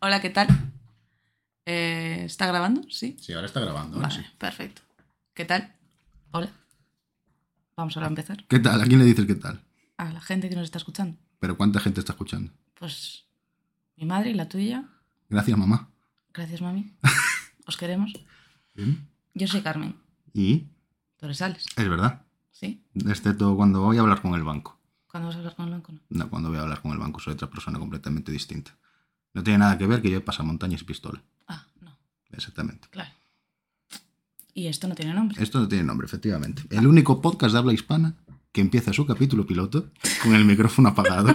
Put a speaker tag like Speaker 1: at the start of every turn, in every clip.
Speaker 1: Hola, ¿qué tal? Eh, ¿Está grabando? Sí.
Speaker 2: Sí, ahora está grabando. ahora
Speaker 1: Vale,
Speaker 2: sí.
Speaker 1: perfecto. ¿Qué tal? Hola. Vamos ahora a empezar.
Speaker 2: ¿Qué tal? ¿A quién le dices qué tal?
Speaker 1: A la gente que nos está escuchando.
Speaker 2: Pero ¿cuánta gente está escuchando?
Speaker 1: Pues mi madre y la tuya.
Speaker 2: Gracias, mamá.
Speaker 1: Gracias, mami. Os queremos. ¿Mm? Yo soy Carmen
Speaker 2: Y
Speaker 1: Torresales.
Speaker 2: es verdad,
Speaker 1: ¿Sí?
Speaker 2: excepto cuando voy a hablar con el banco.
Speaker 1: ¿Cuándo vas a hablar con el banco? No.
Speaker 2: No, cuando voy a hablar con el banco soy otra persona completamente distinta. No tiene nada que ver que yo pasa montañas y pistola.
Speaker 1: Ah, no.
Speaker 2: Exactamente.
Speaker 1: Claro. Y esto no tiene nombre.
Speaker 2: Esto no tiene nombre, efectivamente. El único podcast de habla hispana que empieza su capítulo piloto con el micrófono apagado.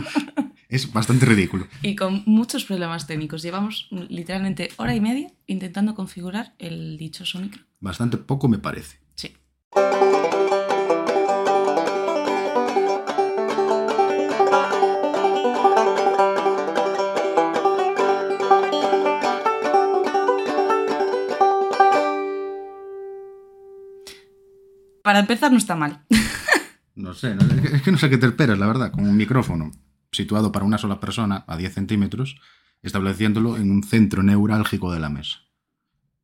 Speaker 2: es bastante ridículo.
Speaker 1: Y con muchos problemas técnicos. Llevamos mm, literalmente hora y media intentando configurar el dichoso micro.
Speaker 2: Bastante poco me parece.
Speaker 1: Sí. Para empezar no está mal.
Speaker 2: No sé, no- es que- es que no sé qué te esperas, la verdad, con un micrófono situado para una sola persona a 10 centímetros, estableciéndolo en un centro neurálgico de la mesa.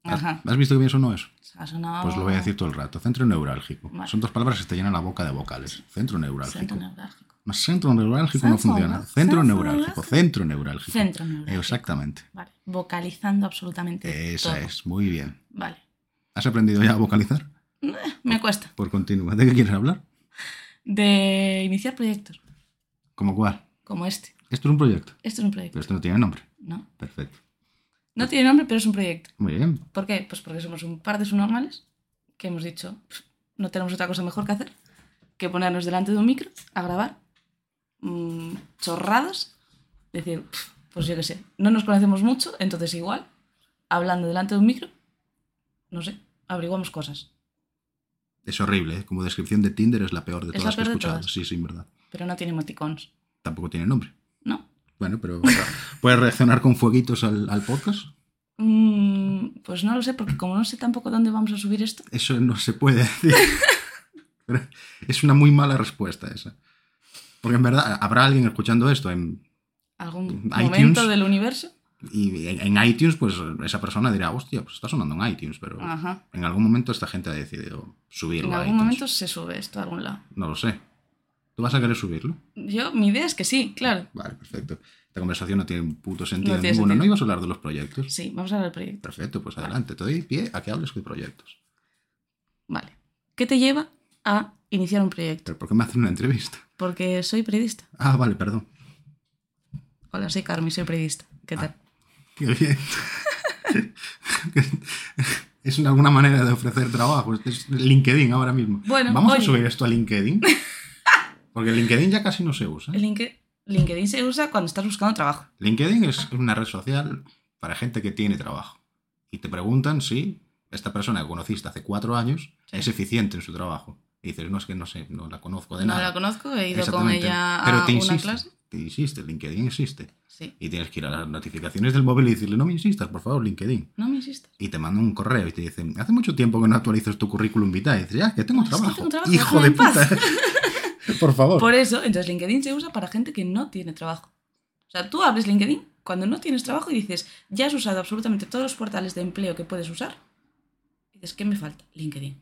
Speaker 2: ¿Has,
Speaker 1: Ajá.
Speaker 2: has visto que bien sonó eso?
Speaker 1: Ha sonado-
Speaker 2: Pues lo voy a decir todo el rato. Centro neurálgico.
Speaker 1: Vale.
Speaker 2: Son dos palabras que se te llenan la boca de vocales. Centro neurálgico.
Speaker 1: Centro neurálgico.
Speaker 2: No, centro neurálgico no
Speaker 1: Centro,
Speaker 2: funciona.
Speaker 1: ¿no?
Speaker 2: Centro
Speaker 1: Centro
Speaker 2: neurálgico.
Speaker 1: neurálgico.
Speaker 2: Centro neurálgico.
Speaker 1: Centro neurálgico.
Speaker 2: Exactamente.
Speaker 1: Vale. Vocalizando absolutamente.
Speaker 2: Eh. Esa
Speaker 1: todo.
Speaker 2: es. Muy bien.
Speaker 1: Vale.
Speaker 2: ¿Has aprendido ya a vocalizar?
Speaker 1: Me cuesta.
Speaker 2: Por continúa. ¿De qué quieres hablar?
Speaker 1: De iniciar proyectos
Speaker 2: ¿Como cuál?
Speaker 1: como este.
Speaker 2: Esto es un proyecto.
Speaker 1: Esto es un proyecto.
Speaker 2: Pero esto no tiene nombre.
Speaker 1: No.
Speaker 2: Perfecto.
Speaker 1: No tiene nombre, pero es un proyecto.
Speaker 2: Muy bien.
Speaker 1: ¿Por qué? Pues porque somos un par de subnormales que hemos dicho, "Pff, no tenemos otra cosa mejor que hacer que ponernos delante de un micro a grabar mm, chorradas, decir, "Pff, pues yo qué sé, no nos conocemos mucho, entonces igual, hablando delante de un micro, no sé, averiguamos cosas,
Speaker 2: Es horrible, ¿eh? como descripción de Tinder es la peor de
Speaker 1: Es
Speaker 2: todas
Speaker 1: la
Speaker 2: que he
Speaker 1: peor de
Speaker 2: escuchado.
Speaker 1: todas.
Speaker 2: Sí, sí, en verdad.
Speaker 1: pero no tiene emoticons,
Speaker 2: Tampoco tiene nombre.
Speaker 1: ¿no?
Speaker 2: Bueno, pero ¿puedes reaccionar con fueguitos al, al podcast?
Speaker 1: Mm, pues no lo sé, porque como no sé tampoco dónde vamos a subir esto,
Speaker 2: Eso no se puede decir. Pero es una muy mala respuesta esa. Porque en verdad habrá alguien escuchando esto en,
Speaker 1: algún
Speaker 2: iTunes.
Speaker 1: momento del universo,
Speaker 2: y en, en iTunes, pues esa persona dirá, hostia, pues está sonando en iTunes, pero
Speaker 1: Ajá.
Speaker 2: en algún momento esta gente ha decidido subirlo
Speaker 1: Ah. en
Speaker 2: a
Speaker 1: algún
Speaker 2: iTunes.
Speaker 1: momento se sube esto a algún lado.
Speaker 2: No lo sé. ¿Tú vas a querer subirlo?
Speaker 1: Yo, mi idea es que sí, claro.
Speaker 2: Vale, perfecto. Esta conversación no tiene un puto sentido
Speaker 1: tiene
Speaker 2: ninguno.
Speaker 1: sentido.
Speaker 2: ¿No ibas a hablar de los proyectos?
Speaker 1: Sí, vamos a hablar del proyecto.
Speaker 2: Perfecto, pues adelante, te doy pie a que hables de proyectos.
Speaker 1: Vale. ¿Qué te lleva a iniciar un proyecto?
Speaker 2: Pero ¿por qué me hacen una entrevista?
Speaker 1: Porque soy periodista.
Speaker 2: Ah, vale, perdón.
Speaker 1: Hola, soy Carmen, soy periodista. ¿Qué
Speaker 2: Ah,
Speaker 1: tal?
Speaker 2: Qué bien. es una- alguna manera de ofrecer trabajo. Este Es LinkedIn ahora mismo.
Speaker 1: Bueno,
Speaker 2: Vamos
Speaker 1: oye.
Speaker 2: a subir esto a LinkedIn. Porque LinkedIn ya casi no se usa.
Speaker 1: El Linke- LinkedIn se usa cuando estás buscando trabajo.
Speaker 2: LinkedIn es una red social para gente que tiene trabajo. Y te preguntan si esta persona que conociste hace cuatro años
Speaker 1: Sí.
Speaker 2: es eficiente en su trabajo. Y dices, no, es que no sé, no la conozco de
Speaker 1: no
Speaker 2: nada.
Speaker 1: la conozco, he ido con
Speaker 2: Exactamente.
Speaker 1: ella
Speaker 2: Pero
Speaker 1: a
Speaker 2: te
Speaker 1: una
Speaker 2: insiste,
Speaker 1: clase.
Speaker 2: Te insiste, LinkedIn existe.
Speaker 1: Sí.
Speaker 2: Y tienes que ir a las notificaciones del móvil y decirle, no me insistas, por favor, LinkedIn.
Speaker 1: No me insistas.
Speaker 2: Y te mandan un correo y te dicen, hace mucho tiempo que no actualizas tu currículum vitae. Y dices, ya, que tengo
Speaker 1: Es que
Speaker 2: trabajo.
Speaker 1: tengo trabajo,
Speaker 2: Hijo
Speaker 1: déjame
Speaker 2: de
Speaker 1: en
Speaker 2: puta. por favor.
Speaker 1: Por eso, entonces LinkedIn se usa para gente que no tiene trabajo. O sea, tú abres LinkedIn cuando no tienes trabajo y dices, ya has usado absolutamente todos los portales de empleo que puedes usar. Y dices, ¿qué me falta? LinkedIn.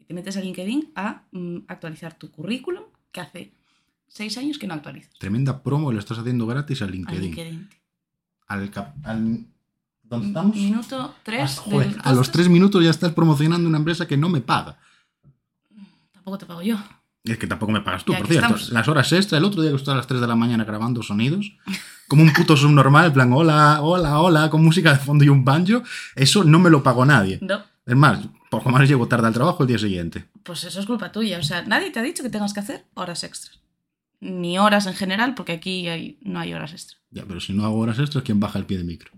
Speaker 1: Y te metes a LinkedIn a mm, actualizar tu currículum, que hace seis años que no actualizas.
Speaker 2: Tremenda promo le estás haciendo gratis a
Speaker 1: A
Speaker 2: LinkedIn.
Speaker 1: LinkedIn.
Speaker 2: Al, cap- al- ¿Dónde estamos?
Speaker 1: Minuto
Speaker 2: Ah,
Speaker 1: 3
Speaker 2: joder, a los tres minutos ya estás promocionando una empresa que no me paga.
Speaker 1: Tampoco te pago yo.
Speaker 2: Es que tampoco me pagas tú,
Speaker 1: Y
Speaker 2: por
Speaker 1: aquí
Speaker 2: cierto.
Speaker 1: estamos.
Speaker 2: Las horas extra, el otro día que estuve a las 3 de la mañana grabando sonidos, como un puto subnormal, en plan, hola, hola, hola, con música de fondo y un banjo, eso no me lo pagó nadie.
Speaker 1: No,
Speaker 2: Es más, poco más llego tarde al trabajo el día siguiente.
Speaker 1: pues eso es culpa tuya. O sea, nadie te ha dicho que tengas que hacer horas extras. Ni horas en general, porque aquí hay- no hay horas extras.
Speaker 2: Ya, pero si no hago horas extras, ¿quién baja el pie de micro?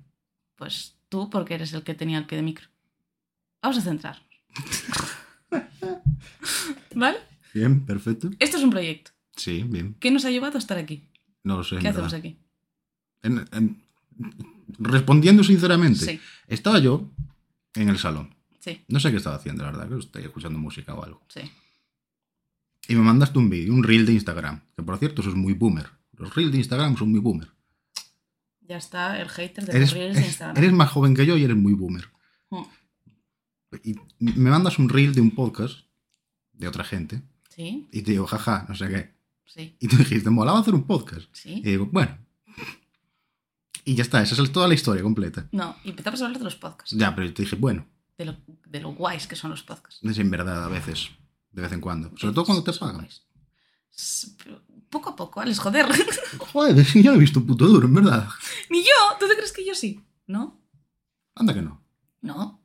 Speaker 1: Pues tú, porque eres el que tenía el pie de micro. Vamos a centrarnos. ¿Vale?
Speaker 2: Bien, perfecto.
Speaker 1: Esto es un proyecto.
Speaker 2: Sí, bien.
Speaker 1: ¿Qué nos ha llevado a estar aquí?
Speaker 2: No lo sé.
Speaker 1: ¿Qué
Speaker 2: en
Speaker 1: hacemos
Speaker 2: verdad.
Speaker 1: aquí?
Speaker 2: En- en- Respondiendo sinceramente,
Speaker 1: Sí,
Speaker 2: estaba yo en el salón.
Speaker 1: sí,
Speaker 2: No sé qué estaba haciendo, la verdad, que estoy escuchando música o algo.
Speaker 1: sí.
Speaker 2: Y me mandaste un vídeo, un reel de Instagram. Que por cierto, eso es muy boomer. Los reels de Instagram son muy boomer.
Speaker 1: Ya está el hater de
Speaker 2: Eres,
Speaker 1: los reels de
Speaker 2: eres-
Speaker 1: Instagram.
Speaker 2: eres más joven que yo y eres muy boomer.
Speaker 1: Mm,
Speaker 2: Y me mandas un reel de un podcast de otra gente
Speaker 1: Sí,
Speaker 2: y te digo, jaja, no sé qué.
Speaker 1: sí,
Speaker 2: Y tú dijiste, molaba hacer un podcast.
Speaker 1: sí.
Speaker 2: Y digo, bueno. Y ya está, esa es toda la historia completa.
Speaker 1: No, y empezamos a hablar de los podcasts.
Speaker 2: Ya, pero yo te dije, bueno,
Speaker 1: De lo, de lo guays que son los podcasts.
Speaker 2: es en verdad a veces, de vez en cuando. Sobre todo cuando te
Speaker 1: Son
Speaker 2: pagan.
Speaker 1: guays. S- pero Poco a poco, Alex, joder.
Speaker 2: Joder, sí, yo no he visto un puto duro, en verdad.
Speaker 1: Ni yo. ¿Tú te crees que yo sí? No,
Speaker 2: Anda que no.
Speaker 1: no.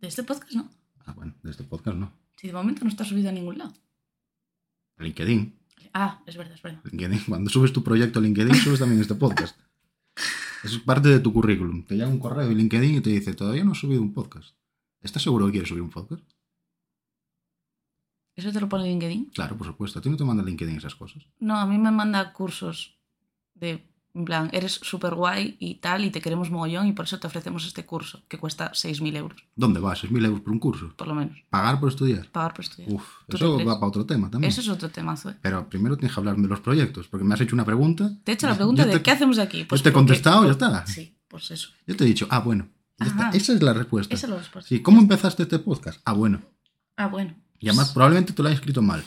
Speaker 1: De este podcast no.
Speaker 2: Ah, bueno, de este podcast no.
Speaker 1: Si de momento no está subido a ningún lado.
Speaker 2: LinkedIn.
Speaker 1: Ah, es verdad, es verdad.
Speaker 2: LinkedIn. Cuando subes tu proyecto a LinkedIn, subes también este podcast. Es parte de tu currículum. Te llega un correo de LinkedIn y te dice, todavía no has subido un podcast. ¿Estás seguro que quieres subir un podcast?
Speaker 1: ¿Eso te lo pone LinkedIn?
Speaker 2: Claro, por supuesto. A ti no te manda LinkedIn esas cosas.
Speaker 1: No, a mí me manda cursos de, en plan, eres súper guay y tal, y te queremos mogollón, y por eso te ofrecemos este curso, que cuesta 6.000 euros,
Speaker 2: ¿Dónde vas? 6.000 euros por un curso.
Speaker 1: por lo menos,
Speaker 2: Pagar por estudiar.
Speaker 1: pagar por estudiar.
Speaker 2: Uf,
Speaker 1: ¿Tú
Speaker 2: eso
Speaker 1: te crees?
Speaker 2: va para otro tema también.
Speaker 1: Eso es otro temazo, ¿eh?
Speaker 2: Pero primero tienes que hablarme de los proyectos, porque me has hecho una pregunta.
Speaker 1: Te he hecho la pregunta
Speaker 2: Yo
Speaker 1: de
Speaker 2: te-
Speaker 1: ¿qué hacemos aquí?
Speaker 2: Pues te he
Speaker 1: porque-
Speaker 2: contestado, ya está.
Speaker 1: Sí, pues eso.
Speaker 2: Yo te he dicho, ah, bueno. Ya está.
Speaker 1: Ajá.
Speaker 2: Esa es la respuesta.
Speaker 1: Esa es la respuesta.
Speaker 2: Sí, ¿cómo empezaste este podcast? Ah, bueno.
Speaker 1: Ah, bueno.
Speaker 2: Y además probablemente tú lo hayas escrito mal.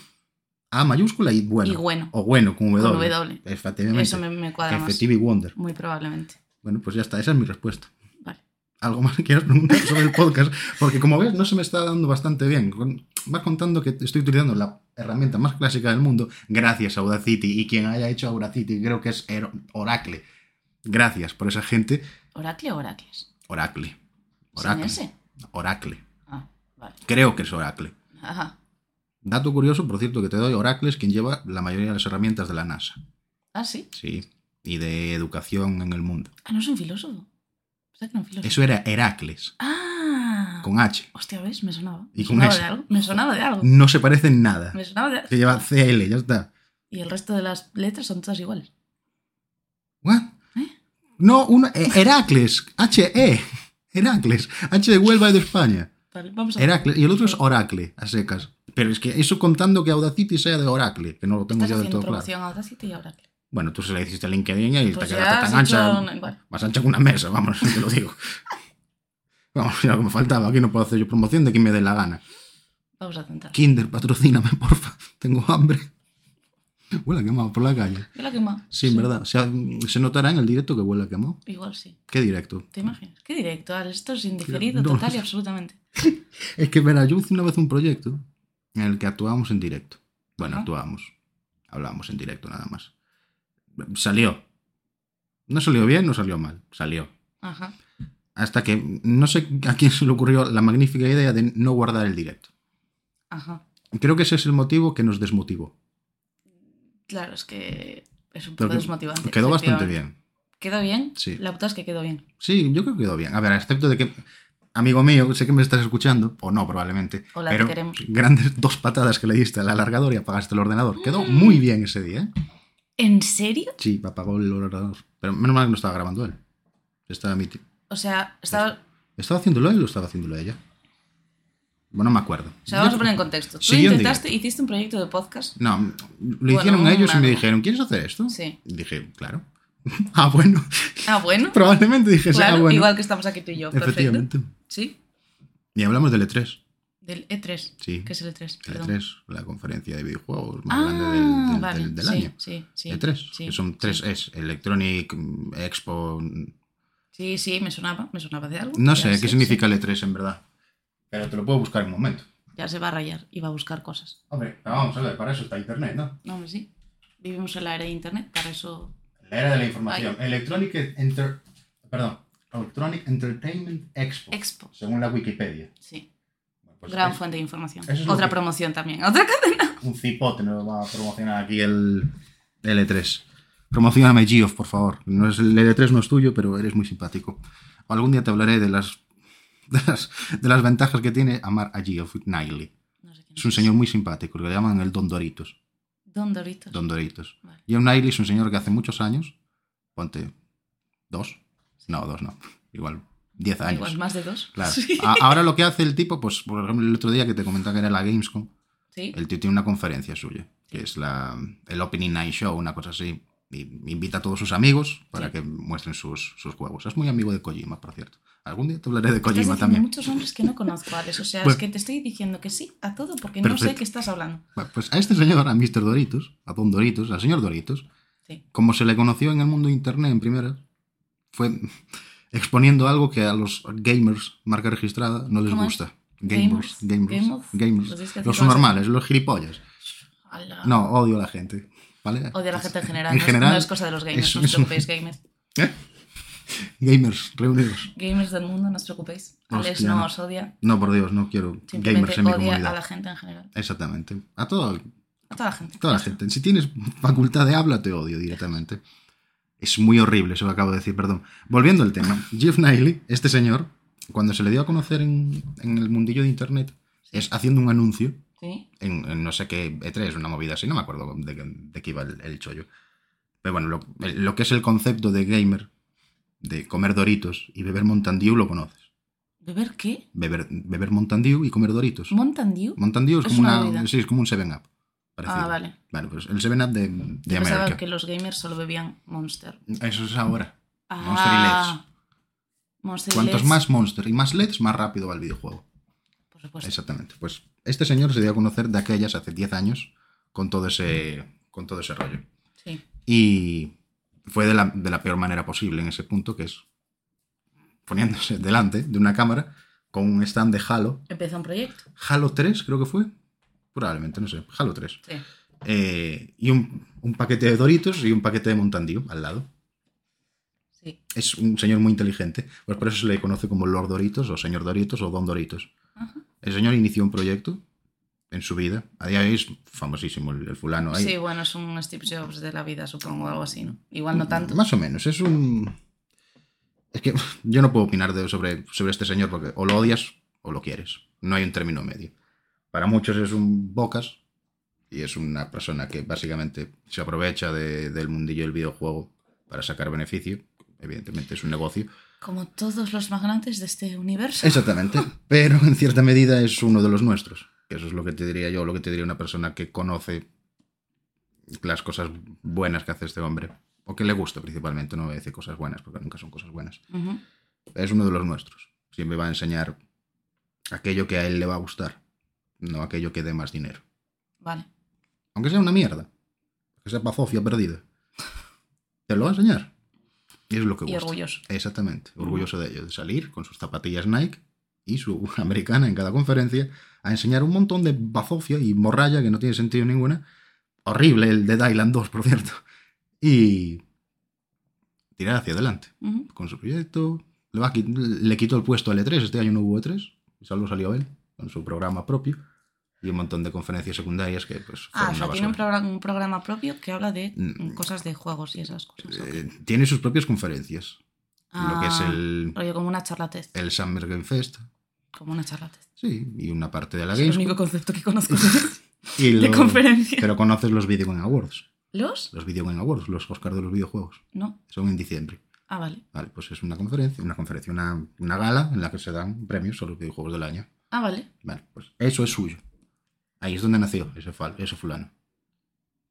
Speaker 2: A mayúscula y bueno.
Speaker 1: Y bueno.
Speaker 2: O bueno, con W.
Speaker 1: Con W.
Speaker 2: Efectivamente.
Speaker 1: Eso me, me cuadra más.
Speaker 2: Efective y Wonder.
Speaker 1: Muy probablemente.
Speaker 2: Bueno, pues ya está, esa es mi respuesta.
Speaker 1: Vale.
Speaker 2: ¿Algo más que quieras preguntar sobre el podcast? Porque como ves, no se me está dando bastante bien. Con- Vas contando que estoy utilizando la herramienta más clásica del mundo, gracias a Audacity. Y quien haya hecho Audacity creo que es Ero- Oracle. Gracias por esa gente.
Speaker 1: ¿Oracle o Oracles?
Speaker 2: Oracle.
Speaker 1: ¿Sin
Speaker 2: Oracle.
Speaker 1: ese?
Speaker 2: Oracle.
Speaker 1: Ah, vale.
Speaker 2: Creo que es Oracle.
Speaker 1: Ajá.
Speaker 2: Dato curioso, por cierto, que te doy, Oracle es quien lleva la mayoría de las herramientas de la NASA.
Speaker 1: Ah, sí.
Speaker 2: Sí. Y de educación en el mundo.
Speaker 1: Ah, no es un filósofo. Pensaba que era un filósofo.
Speaker 2: Eso era Heracles,
Speaker 1: Ah.
Speaker 2: con H.
Speaker 1: Hostia, ¿ves? Me sonaba.
Speaker 2: Y
Speaker 1: Me
Speaker 2: con
Speaker 1: sonaba
Speaker 2: ese.
Speaker 1: de algo. Me sonaba de algo.
Speaker 2: No se parece en nada.
Speaker 1: Me sonaba de algo.
Speaker 2: Que lleva CL, ya está.
Speaker 1: Y el resto de las letras son todas iguales.
Speaker 2: ¿What?
Speaker 1: ¿Eh?
Speaker 2: No, una, eh, Heracles, H-E. Heracles, H de Huelva y de España.
Speaker 1: Vale, vamos a
Speaker 2: Heracles, y el otro es Oracle, a secas. Pero es que eso contando que Audacity sea de Oracle, que no lo tengo
Speaker 1: Estás
Speaker 2: ya del
Speaker 1: haciendo
Speaker 2: todo claro.
Speaker 1: promoción a Audacity y a Oracle.
Speaker 2: Bueno, tú se la hiciste a LinkedIn y
Speaker 1: Pues
Speaker 2: te
Speaker 1: ya
Speaker 2: quedaste
Speaker 1: has
Speaker 2: tan ancha.
Speaker 1: hecho una- bueno.
Speaker 2: Más ancha que una mesa, vamos, te lo digo. Vamos, ya lo que me faltaba. Aquí no puedo hacer yo promoción de quien me dé la gana.
Speaker 1: Vamos a tentar.
Speaker 2: Kinder, patrocíname, porfa. Tengo hambre. Huele a quemado por la calle.
Speaker 1: Yo la quemado.
Speaker 2: Sí, en verdad. Se, se notará en el directo que huele a quemado.
Speaker 1: Igual sí.
Speaker 2: ¿Qué directo?
Speaker 1: ¿Te imaginas? Qué directo, Alex. Esto es indiferido
Speaker 2: No.
Speaker 1: total y absolutamente.
Speaker 2: Es que, verá, yo hice una vez un proyecto en el que actuábamos en directo. Bueno,
Speaker 1: Ajá.
Speaker 2: actuábamos. Hablábamos en directo nada más. Salió. No salió bien, no salió mal. Salió.
Speaker 1: Ajá.
Speaker 2: Hasta que no sé a quién se le ocurrió la magnífica idea de no guardar el directo.
Speaker 1: Ajá.
Speaker 2: Creo que ese es el motivo que nos desmotivó.
Speaker 1: Claro, es que es un
Speaker 2: Pero
Speaker 1: poco
Speaker 2: que-
Speaker 1: desmotivante.
Speaker 2: Quedó bastante
Speaker 1: efectivamente.
Speaker 2: bien.
Speaker 1: ¿Quedó bien?
Speaker 2: Sí.
Speaker 1: La puta es que quedó bien.
Speaker 2: Sí, yo creo que quedó bien. A ver, excepto de que, amigo mío, sé que me estás escuchando, o no probablemente,
Speaker 1: Hola, te
Speaker 2: pero
Speaker 1: queremos.
Speaker 2: grandes dos patadas que le diste al alargador y apagaste el ordenador. Quedó muy
Speaker 1: Mm.
Speaker 2: bien ese día. ¿eh?
Speaker 1: ¿En serio?
Speaker 2: Sí, apagó el ordenador. Pero menos mal que no estaba grabando él. Estaba mi tío.
Speaker 1: O sea, estaba...
Speaker 2: ¿Estaba haciéndolo él o estaba haciéndolo ella? Bueno, no me acuerdo.
Speaker 1: O sea, vamos a poner en contexto. Tú
Speaker 2: Siguió en
Speaker 1: intentaste, hiciste un proyecto de podcast.
Speaker 2: No, lo hicieron
Speaker 1: Bueno,
Speaker 2: ellos y
Speaker 1: una-
Speaker 2: me dijeron, ¿quieres hacer esto?
Speaker 1: Sí.
Speaker 2: Y dije, claro. ah, bueno.
Speaker 1: Ah, bueno.
Speaker 2: Probablemente dije,
Speaker 1: Claro,
Speaker 2: ah, bueno.
Speaker 1: igual que estamos aquí tú y yo. Perfecto.
Speaker 2: Efectivamente.
Speaker 1: Sí,
Speaker 2: Y hablamos del E3.
Speaker 1: del E3.
Speaker 2: Sí.
Speaker 1: ¿Qué es el E3?
Speaker 2: El
Speaker 1: Perdón.
Speaker 2: E3, la conferencia de videojuegos más
Speaker 1: Ah,
Speaker 2: grande del, del-
Speaker 1: vale.
Speaker 2: del- del
Speaker 1: sí,
Speaker 2: año.
Speaker 1: Sí, sí.
Speaker 2: E3,
Speaker 1: sí,
Speaker 2: que son tres es Electronic mm, Expo. mm,
Speaker 1: Sí, sí, me sonaba, me sonaba de algo.
Speaker 2: No
Speaker 1: Uh, Ya
Speaker 2: sé qué significa el E3 en verdad. Pero te lo puedo buscar en un momento.
Speaker 1: sí. Ya se va a rayar y va a buscar cosas.
Speaker 2: Hombre, pero vamos a ver, para eso está Internet, ¿no?
Speaker 1: No, hombre, sí. Vivimos en la era de internet, para eso.
Speaker 2: La era de la información. Electronic, Enter- perdón, Electronic Entertainment Expo,
Speaker 1: Expo.
Speaker 2: según la Wikipedia.
Speaker 1: Sí.
Speaker 2: Pues
Speaker 1: Gran
Speaker 2: es
Speaker 1: fuente de información.
Speaker 2: eso es lo
Speaker 1: Otra
Speaker 2: que-
Speaker 1: promoción también. Otra cadena.
Speaker 2: un cipote nos va a promocionar aquí el L3. Promocioname Geoff, por favor. No es, el L3 no es tuyo, pero eres muy simpático. Algún día te hablaré de las, de las, de las ventajas que tiene amar a Geoff Niley.
Speaker 1: No sé quién
Speaker 2: Es un señor muy simpático, lo llaman el Don Doritos.
Speaker 1: Don Doritos.
Speaker 2: Don Doritos.
Speaker 1: Vale.
Speaker 2: Geoff Niley es un señor que hace muchos años, ponte, dos, no, dos no, igual, diez años.
Speaker 1: Igual, más de dos.
Speaker 2: Claro.
Speaker 1: Sí.
Speaker 2: A- ahora lo que hace el tipo, pues por ejemplo el otro día que te comentaba que era la Gamescom,
Speaker 1: Sí.
Speaker 2: el tío tiene una conferencia suya, que es la, el Opening Night Show, una cosa así. y invita a todos sus amigos para
Speaker 1: Sí.
Speaker 2: que muestren sus, sus juegos. Es muy amigo de Kojima, por cierto. Algún día te hablaré de
Speaker 1: Estás
Speaker 2: Kojima
Speaker 1: diciendo
Speaker 2: también.
Speaker 1: muchos nombres que no conozco, Alex. O sea,
Speaker 2: Bueno.
Speaker 1: es que te estoy diciendo que sí a todo porque no sé
Speaker 2: Perfecto.
Speaker 1: qué estás hablando.
Speaker 2: Bueno, Pues a este señor, a Mr. Doritos, a Don Doritos, al señor Doritos,
Speaker 1: Sí.
Speaker 2: como se le conoció en el mundo de internet en primera, fue exponiendo algo que a los gamers, marca registrada, no les
Speaker 1: ¿Cómo es?
Speaker 2: gusta. Gamers,
Speaker 1: Gamers.
Speaker 2: gamers,
Speaker 1: Game of-
Speaker 2: gamers.
Speaker 1: Lo tienes que decir
Speaker 2: Los
Speaker 1: con acento.
Speaker 2: normales, los gilipollas.
Speaker 1: Ala.
Speaker 2: No, odio a la gente. ¿Vale?
Speaker 1: Ah. Odio a la gente en general.
Speaker 2: En
Speaker 1: no es-
Speaker 2: general,
Speaker 1: no es cosa de los gamers,
Speaker 2: es-
Speaker 1: no os
Speaker 2: es un-
Speaker 1: preocupéis, gamers.
Speaker 2: Gamers, reunidos.
Speaker 1: Gamers del mundo, no os preocupéis. Alex
Speaker 2: Hostia,
Speaker 1: no
Speaker 2: no.
Speaker 1: os odia,
Speaker 2: No, por Dios, no quiero gamers
Speaker 1: simplemente
Speaker 2: en mi
Speaker 1: odia a
Speaker 2: comunidad.
Speaker 1: la gente en general.
Speaker 2: Exactamente. A todo,
Speaker 1: A toda la gente.
Speaker 2: toda la gente. Si tienes facultad de habla, te odio directamente. Es muy horrible, se lo acabo de decir, perdón. Volviendo al tema, Jeff Niley, este señor, cuando se le dio a conocer en, en el mundillo de internet, es haciendo un anuncio
Speaker 1: Sí,
Speaker 2: en, en no sé qué E3, una movida así, no me acuerdo de, qué- de qué iba el, el chollo. Pero bueno, lo, lo que es el concepto de gamer, de comer doritos y beber Mountain Dew, lo conoces.
Speaker 1: ¿Beber qué?
Speaker 2: Beber, beber Mountain Dew y comer doritos.
Speaker 1: ¿Mountain Dew?
Speaker 2: Mountain Dew es,
Speaker 1: Es
Speaker 2: como
Speaker 1: una
Speaker 2: una,
Speaker 1: bebida.
Speaker 2: sí, es como un 7-Up.
Speaker 1: Ah, vale.
Speaker 2: Vale, pues el 7-Up de, de
Speaker 1: Yo pensaba
Speaker 2: América.
Speaker 1: que los gamers solo bebían Monster.
Speaker 2: Eso es ahora. Monster y
Speaker 1: Ah, Monster y
Speaker 2: Cuantos
Speaker 1: Leds,
Speaker 2: más Monster y más LEDs, más rápido va el videojuego.
Speaker 1: Por supuesto.
Speaker 2: Exactamente. Pues este señor se dio a conocer de aquellas hace 10 años con todo ese, con todo ese rollo.
Speaker 1: Sí.
Speaker 2: Y fue de la, de la peor manera posible en ese punto, que es poniéndose delante de una cámara con un stand de Halo.
Speaker 1: Empezó un proyecto.
Speaker 2: Halo 3 creo que fue. Probablemente, no sé. Halo 3.
Speaker 1: Sí.
Speaker 2: Eh, y un, un paquete de Doritos y un paquete de Mountain Dew al lado.
Speaker 1: Sí.
Speaker 2: Es un señor muy inteligente, pues por eso se le conoce como Lord Doritos o Señor Doritos o Don Doritos.
Speaker 1: Ajá.
Speaker 2: El señor inició un proyecto en su vida. A día de hoy es famosísimo el, el fulano. Ahí.
Speaker 1: Sí, bueno, es un Steve Jobs de la vida, supongo, o algo así, ¿no? Igual no tanto.
Speaker 2: Mm, Más o menos, es un... Es que yo no puedo opinar de- sobre, sobre este señor porque o lo odias o lo quieres. No hay un término medio. Para muchos es un bocas y es una persona que básicamente se aprovecha de- del mundillo del videojuego para sacar beneficio. Evidentemente es un negocio.
Speaker 1: Como todos los magnates de este universo.
Speaker 2: Exactamente. Pero en cierta medida es uno de los nuestros. Eso es lo que te diría yo, lo que te diría una persona que conoce las cosas buenas que hace este hombre. O que le gusta principalmente, no voy a decir cosas buenas, porque nunca son cosas buenas.
Speaker 1: Ujú.
Speaker 2: Es uno de los nuestros. Siempre va a enseñar aquello que a él le va a gustar, no aquello que dé más dinero.
Speaker 1: Vale.
Speaker 2: Aunque sea una mierda. Que sea pazofia perdida. Te lo va a enseñar. Y es lo que
Speaker 1: Y
Speaker 2: gusta.
Speaker 1: orgulloso.
Speaker 2: Exactamente, orgulloso de ello, de salir con sus zapatillas Nike y su americana en cada conferencia a enseñar un montón de bazofia y morralla que no tiene sentido ninguna. Horrible el de Dylan 2, por cierto. Y tirar hacia adelante
Speaker 1: Ujú.
Speaker 2: con su proyecto. Le, va a qui- le quitó el puesto al E3, este año no hubo E3, solo salió él con su programa propio y un montón de conferencias secundarias que pues fueron
Speaker 1: Ah, o
Speaker 2: una
Speaker 1: sea, tiene un,
Speaker 2: basura.
Speaker 1: progra- un programa propio que habla de
Speaker 2: Mm.
Speaker 1: cosas de juegos y esas cosas. ¿ok?
Speaker 2: Eh, tiene sus propias conferencias, lo que es
Speaker 1: Ah,
Speaker 2: el,
Speaker 1: rollo como una charlatez.
Speaker 2: el Summer Game Fest,
Speaker 1: Como una charlatez.
Speaker 2: Sí, y una parte de la
Speaker 1: Es el
Speaker 2: Gamescom.
Speaker 1: único concepto que conozco
Speaker 2: Y
Speaker 1: de
Speaker 2: lo-
Speaker 1: conferencia.
Speaker 2: Pero conoces los Video Game Awards.
Speaker 1: ¿Los?
Speaker 2: Los Video Game Awards, los Oscars de los videojuegos.
Speaker 1: No.
Speaker 2: Son en diciembre.
Speaker 1: Ah, vale.
Speaker 2: Vale, pues es una conferencia, una conferencia, una, una gala en la que se dan premios sobre los videojuegos del año.
Speaker 1: Ah, vale.
Speaker 2: Vale, pues eso es suyo. Ahí es donde nació ese, fal- ese fulano.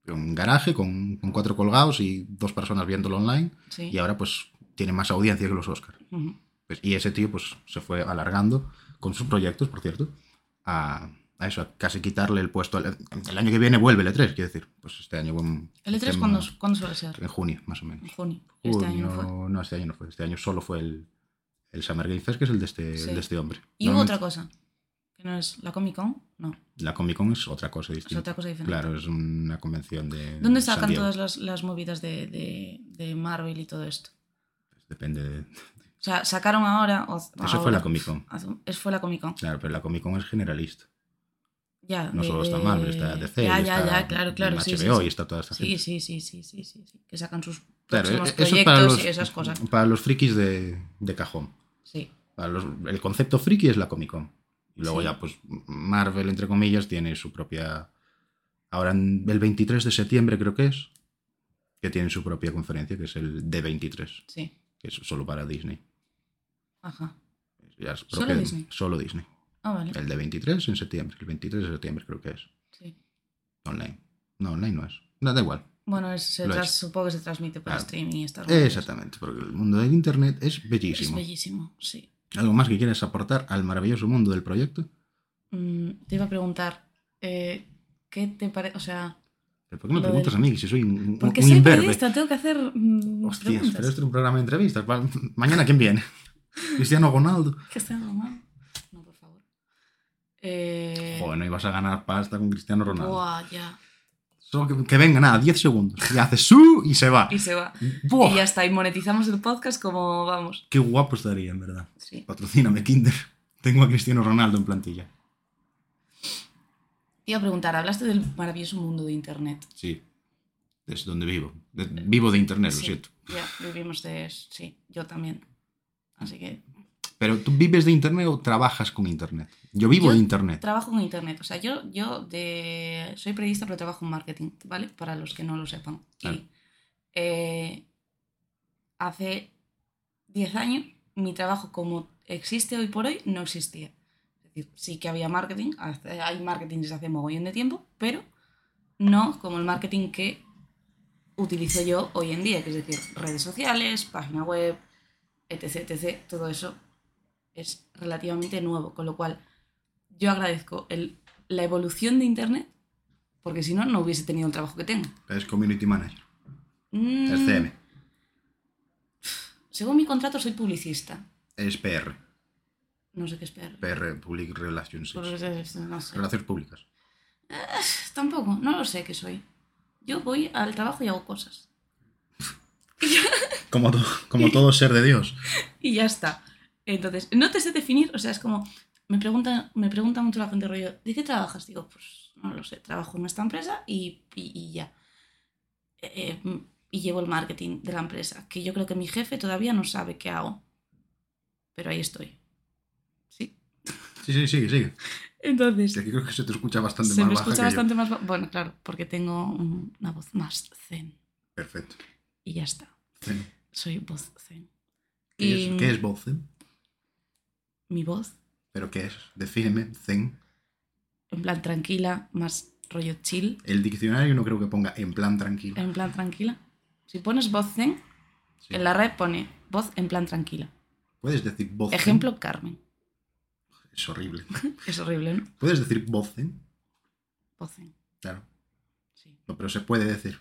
Speaker 2: Un garaje con, con cuatro colgados y dos personas viéndolo online.
Speaker 1: Sí.
Speaker 2: Y ahora pues tiene más audiencia que los Oscars.
Speaker 1: Ujú.
Speaker 2: Pues, y ese tío pues se fue alargando con sus proyectos, por cierto, a, a eso, a casi quitarle el puesto. al- el año que viene vuelve el E3, quiero decir. Pues este año... bueno,
Speaker 1: ¿El E3
Speaker 2: tema-
Speaker 1: cuándo, cuándo suele ser?
Speaker 2: En junio, más o
Speaker 1: En
Speaker 2: menos.
Speaker 1: junio. Este año no fue.
Speaker 2: Junio- no, este año no fue. Este año solo fue el, el Summer Game Fest, que es el de este, el
Speaker 1: Sí.
Speaker 2: de este hombre.
Speaker 1: Y hubo
Speaker 2: Normalmente
Speaker 1: otra cosa. Que no es la Comic Con. No.
Speaker 2: La Comic Con es otra cosa
Speaker 1: Es
Speaker 2: distinta.
Speaker 1: otra cosa diferente.
Speaker 2: Claro, es una convención de...
Speaker 1: ¿Dónde
Speaker 2: San
Speaker 1: sacan
Speaker 2: Diego.
Speaker 1: todas las, las movidas de, de- de Marvel y todo esto?
Speaker 2: Depende de...
Speaker 1: O sea, sacaron ahora. o-
Speaker 2: Eso fue
Speaker 1: ahora-
Speaker 2: la Comic Con.
Speaker 1: hace- es- fue la Comic Con.
Speaker 2: Claro, pero la Comic Con es generalista.
Speaker 1: Ya,
Speaker 2: No
Speaker 1: de-
Speaker 2: solo está
Speaker 1: de-
Speaker 2: Marvel, está DC,
Speaker 1: Eh, Ya,
Speaker 2: y
Speaker 1: ya,
Speaker 2: está
Speaker 1: ya, claro, claro.
Speaker 2: HBO
Speaker 1: sí, sí,
Speaker 2: y
Speaker 1: sí.
Speaker 2: está toda esta gente.
Speaker 1: Sí, sí, sí, sí, sí, sí, sí, Que sacan sus
Speaker 2: Claro, e-,
Speaker 1: próximos
Speaker 2: eso es
Speaker 1: proyectos
Speaker 2: para los,
Speaker 1: y esas cosas.
Speaker 2: para los frikis de, de cajón.
Speaker 1: Sí.
Speaker 2: Para los- el concepto friki es la Comic Con. Y luego
Speaker 1: Sí.
Speaker 2: ya, pues Marvel, entre comillas, tiene su propia... Ahora en- el 23 de septiembre creo que es, que tiene su propia conferencia, que es el D23,
Speaker 1: Sí.
Speaker 2: que es solo para Disney.
Speaker 1: Ajá.
Speaker 2: Ya es
Speaker 1: ¿Solo
Speaker 2: propia-
Speaker 1: Disney?
Speaker 2: Solo Disney.
Speaker 1: Ah, vale.
Speaker 2: El D23 en septiembre, el 23 de septiembre creo que es.
Speaker 1: Sí.
Speaker 2: Online. No, online no es. No, da igual.
Speaker 1: Bueno, es- se
Speaker 2: Lo
Speaker 1: tras-
Speaker 2: es.
Speaker 1: supongo que se transmite por
Speaker 2: Claro.
Speaker 1: streaming y estas cosas.
Speaker 2: Exactamente, porque el mundo del Internet es
Speaker 1: Es
Speaker 2: bellísimo.
Speaker 1: bellísimo, sí.
Speaker 2: ¿Algo más que quieras aportar al maravilloso mundo del proyecto?
Speaker 1: Mm, te iba a preguntar, eh, ¿qué te parece? O sea,
Speaker 2: ¿Por qué me
Speaker 1: Lo
Speaker 2: preguntas
Speaker 1: del-
Speaker 2: a mí que si soy un, un,
Speaker 1: porque
Speaker 2: un
Speaker 1: soy
Speaker 2: imberbe?
Speaker 1: periodista, tengo que hacer mm,
Speaker 2: Hostias,
Speaker 1: este preguntas.
Speaker 2: pero este es un programa de entrevistas. Va- Mañana, ¿quién viene? Cristiano Ronaldo.
Speaker 1: Que está normal. No, por favor. Eh,
Speaker 2: Joder, no ibas a ganar pasta con Cristiano Ronaldo.
Speaker 1: buah, ya.
Speaker 2: Solo que, que venga, nada, 10 segundos. Y hace su y se va.
Speaker 1: Y se va.
Speaker 2: Buah,
Speaker 1: Y ya está, y monetizamos el podcast como vamos.
Speaker 2: Qué guapo estaría, en verdad.
Speaker 1: Sí.
Speaker 2: Patrocíname, Kinder. Tengo a Cristiano Ronaldo en plantilla.
Speaker 1: Te iba a preguntar, hablaste del maravilloso mundo de Internet.
Speaker 2: Sí. Es donde vivo. De- vivo de internet, lo
Speaker 1: Sí.
Speaker 2: siento.
Speaker 1: Ya, vivimos de... Sí, yo también. Así que
Speaker 2: Pero tú vives de internet o trabajas con internet. Yo vivo
Speaker 1: Yo
Speaker 2: de internet.
Speaker 1: trabajo en Internet. O sea, yo, yo de... soy periodista, pero trabajo en marketing, ¿vale? Para los que no lo sepan.
Speaker 2: Claro.
Speaker 1: Y eh, hace 10 años mi trabajo como existe hoy por hoy no existía. Es decir, sí que había marketing, hace- hay marketing desde hace mogollón de tiempo, pero no como el marketing que utilizo yo hoy en día, que es decir, redes sociales, página web, etc, etc, todo eso es relativamente nuevo, con lo cual yo agradezco el- la evolución de Internet, porque si no, no hubiese tenido el trabajo que tengo.
Speaker 2: Es community manager.
Speaker 1: Mm,
Speaker 2: Es CM.
Speaker 1: Según mi contrato soy publicista.
Speaker 2: Es PR.
Speaker 1: No sé qué es PR.
Speaker 2: PR, Public Relations.
Speaker 1: Pues No sé.
Speaker 2: Relaciones públicas.
Speaker 1: Tampoco, no lo sé qué soy. Yo voy al trabajo y hago cosas.
Speaker 2: Como, to- como todo ser de Dios.
Speaker 1: Y ya está. Entonces, no te sé definir, o sea, es como, me pregunta, me pregunta mucho la gente rollo, ¿de qué trabajas? Digo, pues no lo sé, trabajo en esta empresa y, y- y ya. Eh, eh, y llevo el marketing de la empresa, que yo creo que mi jefe todavía no sabe qué hago. Pero ahí estoy. Sí.
Speaker 2: Sí, sí, sigue, sigue.
Speaker 1: Entonces,
Speaker 2: Es que creo que se te escucha bastante
Speaker 1: se
Speaker 2: más
Speaker 1: me
Speaker 2: baja
Speaker 1: escucha
Speaker 2: que yo.
Speaker 1: bastante más... ba- Bueno, claro, porque tengo un- una voz más zen.
Speaker 2: Perfecto.
Speaker 1: Y ya está.
Speaker 2: Sí.
Speaker 1: Soy voz zen.
Speaker 2: ¿Qué,
Speaker 1: Y
Speaker 2: es, ¿Qué es voz zen?
Speaker 1: Mi voz,
Speaker 2: ¿Pero qué es? Defíneme zen.
Speaker 1: en plan tranquila, más rollo chill,
Speaker 2: El diccionario no creo que ponga en plan tranquilo.
Speaker 1: en plan tranquila. Si pones voz zen,
Speaker 2: Sí.
Speaker 1: en la red pone voz en plan tranquila.
Speaker 2: Puedes decir voz zen?
Speaker 1: Ejemplo, Carmen.
Speaker 2: Es horrible.
Speaker 1: Es horrible, ¿no?
Speaker 2: Puedes decir voz zen.
Speaker 1: Voz zen.
Speaker 2: Claro.
Speaker 1: Sí,
Speaker 2: No, pero se puede decir.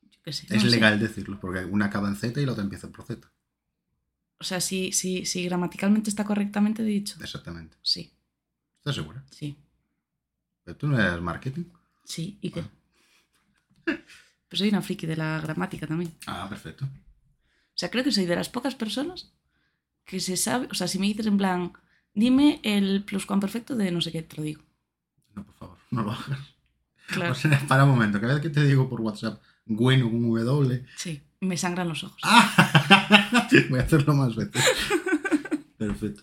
Speaker 1: yo qué sé.
Speaker 2: es
Speaker 1: no sé.
Speaker 2: legal decirlo, porque una acaba en Z y la otra empieza por Z.
Speaker 1: O sea, si, si, si gramaticalmente está correctamente dicho.
Speaker 2: Exactamente.
Speaker 1: Sí,
Speaker 2: ¿Estás segura?
Speaker 1: sí,
Speaker 2: Pero tú no eras marketing.
Speaker 1: sí. ¿Y qué?
Speaker 2: Ah.
Speaker 1: Pero soy una friki de la gramática también.
Speaker 2: Ah, perfecto.
Speaker 1: O sea, creo que soy de las pocas personas que se sabe. O sea, si me dices en plan, dime el pluscuamperfecto de no sé qué, te lo digo.
Speaker 2: No, por favor, no lo hagas.
Speaker 1: Claro.
Speaker 2: O sea, para un momento, cada vez que te digo por WhatsApp, bueno con W,
Speaker 1: Sí, me sangran los ojos.
Speaker 2: ¡ah! voy a hacerlo más veces. Perfecto.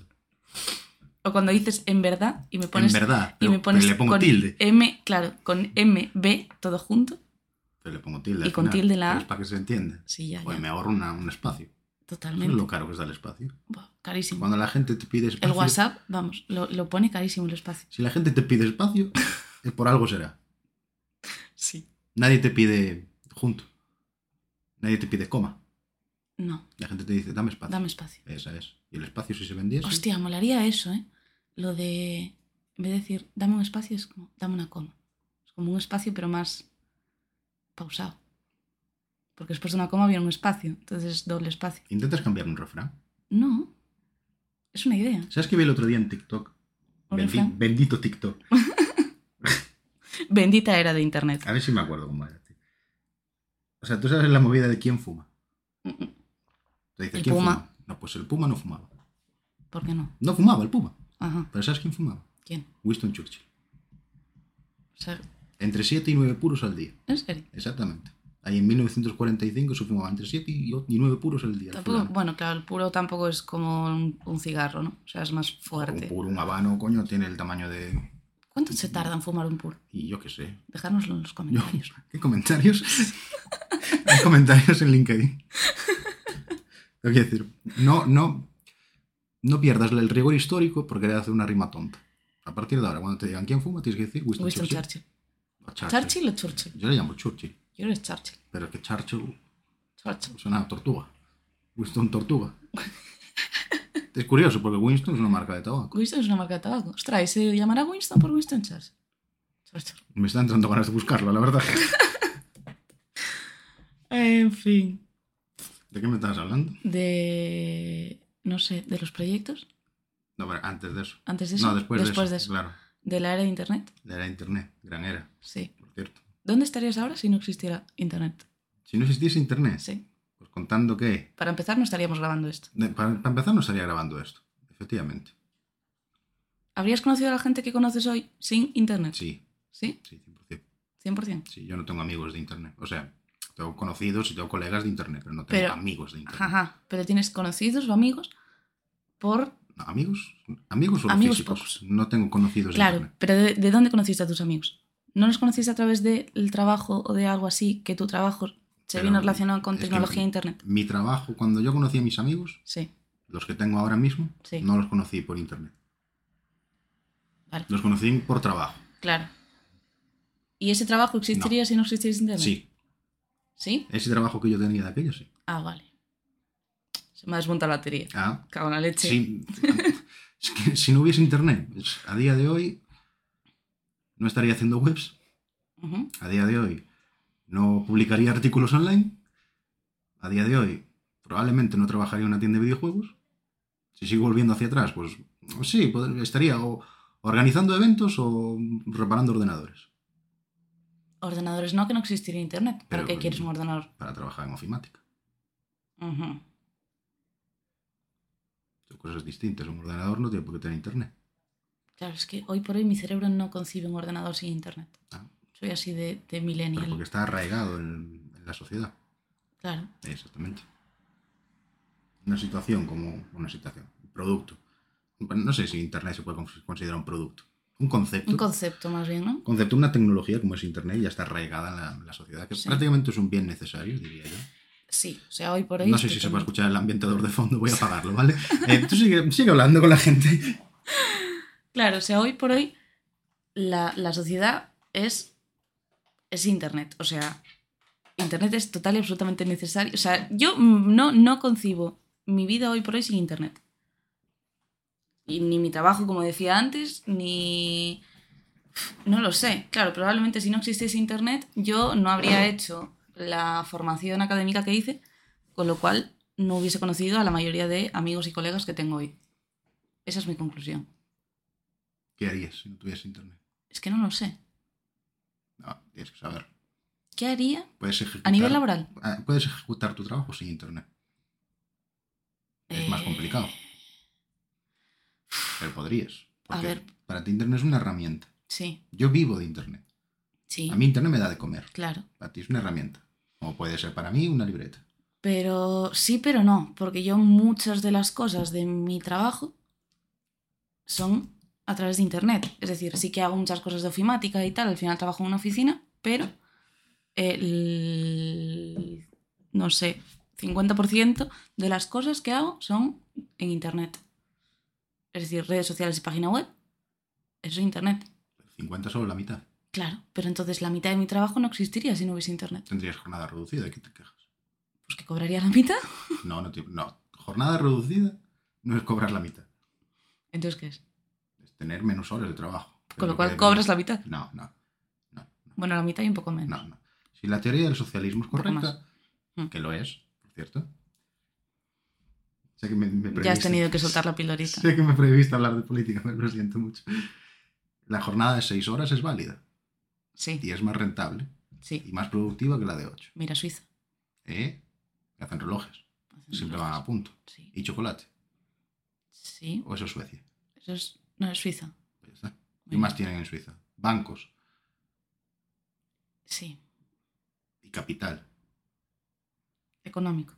Speaker 1: O cuando dices en verdad y me pones.
Speaker 2: en verdad,
Speaker 1: Y
Speaker 2: pero,
Speaker 1: me pones
Speaker 2: pero le pongo
Speaker 1: con
Speaker 2: tilde.
Speaker 1: M, claro, con M, B, todo junto.
Speaker 2: Pero le pongo tilde.
Speaker 1: y
Speaker 2: al
Speaker 1: con
Speaker 2: final,
Speaker 1: tilde la
Speaker 2: pero
Speaker 1: A.
Speaker 2: Es para que se entienda.
Speaker 1: Sí, ya,
Speaker 2: Pues
Speaker 1: ya.
Speaker 2: me ahorro una- un espacio. Eso es
Speaker 1: Totalmente.
Speaker 2: lo caro que está el espacio.
Speaker 1: Buah, carísimo.
Speaker 2: Cuando la gente te pide espacio.
Speaker 1: El WhatsApp, vamos, lo, lo pone carísimo el espacio.
Speaker 2: Si la gente te pide espacio, eh, por algo será.
Speaker 1: Sí.
Speaker 2: Nadie te pide junto. Nadie te pide coma.
Speaker 1: No,
Speaker 2: La gente te dice, dame espacio.
Speaker 1: dame espacio.
Speaker 2: Esa es. Y el espacio, si se vendiese.
Speaker 1: Hostia, molaría eso, ¿eh? Lo de. En vez de decir, dame un espacio, es como, dame una coma. Es como un espacio, pero más pausado. Porque después de una coma viene un espacio, entonces es doble espacio.
Speaker 2: Intentas cambiar un refrán.
Speaker 1: No. Es una idea.
Speaker 2: ¿Sabes qué vi el otro día en TikTok?
Speaker 1: ¿Un
Speaker 2: Bendi-
Speaker 1: refrán?
Speaker 2: Bendito TikTok.
Speaker 1: Bendita era de internet.
Speaker 2: A ver si me acuerdo cómo era. tío. O sea, tú sabes la movida de quién fuma.
Speaker 1: Mm, mm,
Speaker 2: Te dice,
Speaker 1: El
Speaker 2: ¿quién
Speaker 1: puma.
Speaker 2: fuma? No, pues el puma no fumaba.
Speaker 1: ¿Por qué no?
Speaker 2: No fumaba el puma.
Speaker 1: Ajá.
Speaker 2: Pero ¿sabes quién fumaba?
Speaker 1: ¿Quién?
Speaker 2: Winston Churchill.
Speaker 1: O sea,
Speaker 2: Entre 7 y 9 puros al día.
Speaker 1: ¿En serio?
Speaker 2: Exactamente. Ahí en 1945 se fumaba entre 7 y 9 puros al día. el
Speaker 1: Tampoco-
Speaker 2: fulano.
Speaker 1: bueno, claro, el puro tampoco es como un, un cigarro, ¿no? O sea, es más
Speaker 2: Un
Speaker 1: fuerte.
Speaker 2: puro, un habano, coño, tiene el tamaño de...
Speaker 1: ¿Cuánto se tarda en fumar un puro?
Speaker 2: Y yo qué sé.
Speaker 1: Dejárnoslo en los
Speaker 2: Yo-
Speaker 1: comentarios.
Speaker 2: ¿Qué comentarios? Hay comentarios en LinkedIn. Lo quiero decir, no, no, no pierdas el rigor histórico porque le hace una rima tonta. A partir de ahora, cuando te digan quién fuma, tienes que decir Winston,
Speaker 1: Winston
Speaker 2: Churchill.
Speaker 1: Churchill.
Speaker 2: O Churchill.
Speaker 1: ¿Churchill o Churchill?
Speaker 2: Yo le llamo Churchill.
Speaker 1: Yo eres Churchill.
Speaker 2: Pero que Churchill
Speaker 1: Churchill.
Speaker 2: suena a tortuga. Winston Tortuga. es curioso porque Winston es una marca de tabaco.
Speaker 1: Winston es una marca de tabaco. Ostras, ¿y se llamará Winston por Winston Churchill? Churchill.
Speaker 2: Me está entrando ganas de buscarlo, la verdad.
Speaker 1: En fin.
Speaker 2: ¿De qué me estás hablando?
Speaker 1: De. No sé, de los proyectos.
Speaker 2: No, pero antes de eso.
Speaker 1: Antes de eso.
Speaker 2: No, después, de, eso,
Speaker 1: de
Speaker 2: Claro,
Speaker 1: De la era de Internet.
Speaker 2: de la internet. Gran era,
Speaker 1: Sí.
Speaker 2: por cierto.
Speaker 1: ¿Dónde estarías ahora si no existiera Internet?
Speaker 2: Si no existiese internet,
Speaker 1: Sí.
Speaker 2: pues contando que
Speaker 1: Para empezar, no estaríamos grabando esto.
Speaker 2: De- Para, para empezar, no estaría grabando esto, efectivamente.
Speaker 1: ¿Habrías conocido a la gente que conoces hoy sin Internet?
Speaker 2: Sí,
Speaker 1: ¿Sí?
Speaker 2: sí, 100%.
Speaker 1: 100%.
Speaker 2: Sí, yo no tengo amigos de internet. O sea, tengo conocidos y tengo colegas de internet, pero no tengo
Speaker 1: Pero-
Speaker 2: amigos de internet.
Speaker 1: Ajá, ajá. Pero tienes conocidos o amigos por...
Speaker 2: No, ¿Amigos? ¿Amigos o
Speaker 1: Amigos
Speaker 2: físicos?
Speaker 1: pocos.
Speaker 2: No tengo conocidos de
Speaker 1: Claro,
Speaker 2: internet.
Speaker 1: pero de, de dónde conociste a tus amigos? ¿No los conociste a través del trabajo o de algo así que tu trabajo se
Speaker 2: Pero
Speaker 1: vino relacionado con
Speaker 2: es que-
Speaker 1: tecnología e Internet?
Speaker 2: Mi trabajo, cuando yo conocí a mis amigos,
Speaker 1: Sí,
Speaker 2: los que tengo ahora mismo,
Speaker 1: Sí.
Speaker 2: no los conocí por internet.
Speaker 1: vale,
Speaker 2: Los conocí por trabajo.
Speaker 1: claro. ¿Y ese trabajo existiría si no existiese Internet?
Speaker 2: Sí,
Speaker 1: ¿Sí?
Speaker 2: ese trabajo que yo tenía de aquello, sí.
Speaker 1: Ah, vale. Se me ha desmontado la batería.
Speaker 2: Ah,
Speaker 1: Cago en la leche.
Speaker 2: sí. es que si no hubiese internet, pues, a día de hoy no estaría haciendo webs.
Speaker 1: Ujú.
Speaker 2: a día de hoy no publicaría artículos online, a día de hoy probablemente no trabajaría en una tienda de videojuegos. Si sigo volviendo hacia atrás, pues sí, pod- estaría o organizando eventos o reparando ordenadores
Speaker 1: Ordenadores no, que no existiría Internet. ¿Para
Speaker 2: Pero-
Speaker 1: qué quieres un ordenador?
Speaker 2: para trabajar en ofimática.
Speaker 1: Ujú.
Speaker 2: Son cosas distintas. Un ordenador no tiene por qué tener internet.
Speaker 1: Claro, es que hoy por hoy mi cerebro no concibe un ordenador sin Internet.
Speaker 2: Ah.
Speaker 1: Soy así de, de
Speaker 2: Pero
Speaker 1: millennial.
Speaker 2: porque está arraigado en, en la sociedad.
Speaker 1: Claro.
Speaker 2: Exactamente. Una situación como una situación. Un producto. Bueno, No sé si internet se puede cons- considerar un producto. Un concepto.
Speaker 1: Un concepto más bien, ¿no?
Speaker 2: concepto, una tecnología como es Internet ya está arraigada en la, en la sociedad, que
Speaker 1: Sí.
Speaker 2: prácticamente es un bien necesario, diría yo.
Speaker 1: Sí, o sea, hoy por hoy.
Speaker 2: No sé si se va a
Speaker 1: totalmente.
Speaker 2: escuchar el ambientador de fondo, voy a apagarlo, ¿vale? Eh, tú sigue, sigue hablando con la gente.
Speaker 1: Claro, o sea, hoy por hoy la, la sociedad es, es Internet. O sea, Internet es total y absolutamente necesario. O sea, yo mm, no, no concibo mi vida hoy por hoy sin Internet. Y ni mi trabajo, como decía antes, ni... No lo sé. Claro, probablemente si no existiese Internet, yo no habría hecho la formación académica que hice, con lo cual no hubiese conocido a la mayoría de amigos y colegas que tengo hoy. Esa es mi conclusión.
Speaker 2: ¿Qué harías si no tuvieras Internet?
Speaker 1: Es que no lo sé.
Speaker 2: No, tienes que saber.
Speaker 1: ¿Qué haría
Speaker 2: Puedes ejecutar,
Speaker 1: a nivel laboral?
Speaker 2: ah, puedes ejecutar tu trabajo sin Internet. Es más
Speaker 1: Eh,
Speaker 2: complicado. Pero podrías.
Speaker 1: A
Speaker 2: porque
Speaker 1: ver.
Speaker 2: Para ti Internet es una herramienta.
Speaker 1: Sí,
Speaker 2: Yo vivo de Internet.
Speaker 1: sí,
Speaker 2: A mí Internet me da de comer.
Speaker 1: claro.
Speaker 2: Para ti es una herramienta. Como puede ser para mí una libreta.
Speaker 1: Pero sí, pero no, porque yo muchas de las cosas de mi trabajo son a través de Internet. Es decir, sí que hago muchas cosas de ofimática y tal, al final trabajo en una oficina, pero el, no sé, 50% de las cosas que hago son en Internet. Es decir, redes sociales y página web, eso es Internet.
Speaker 2: 50 solo la mitad.
Speaker 1: Claro, pero entonces la mitad de mi trabajo no existiría si no hubiese internet.
Speaker 2: Tendrías jornada reducida. ¿De qué te quejas?
Speaker 1: Pues que cobraría la mitad.
Speaker 2: No, no, te- no. Jornada reducida no es cobrar la mitad.
Speaker 1: Entonces, ¿qué es?
Speaker 2: Es tener menos horas de trabajo.
Speaker 1: Con lo cual cobras la mitad.
Speaker 2: No, no. No, no,
Speaker 1: Bueno, la mitad y un poco menos.
Speaker 2: no, no. Si la teoría del socialismo es
Speaker 1: poco
Speaker 2: correcta,
Speaker 1: más. Mm.
Speaker 2: que lo es, por cierto. Sé que me, me
Speaker 1: ya has
Speaker 2: previste-
Speaker 1: tenido que soltar la pilorita.
Speaker 2: Sé que me previste hablar de política, pero lo siento mucho. La jornada de 6 horas es válida
Speaker 1: Sí,
Speaker 2: y es más rentable
Speaker 1: sí.
Speaker 2: y más productiva que la de 8.
Speaker 1: Mira Suiza.
Speaker 2: ¿Eh? Que Hacen relojes.
Speaker 1: Hacen
Speaker 2: Siempre van
Speaker 1: relojes.
Speaker 2: a punto.
Speaker 1: Sí,
Speaker 2: Y chocolate.
Speaker 1: sí.
Speaker 2: O eso es Suecia.
Speaker 1: Eso es... No, es Suiza.
Speaker 2: Pues ya está. ¿Qué más tienen en Suiza? Bancos
Speaker 1: Sí,
Speaker 2: y capital.
Speaker 1: económico.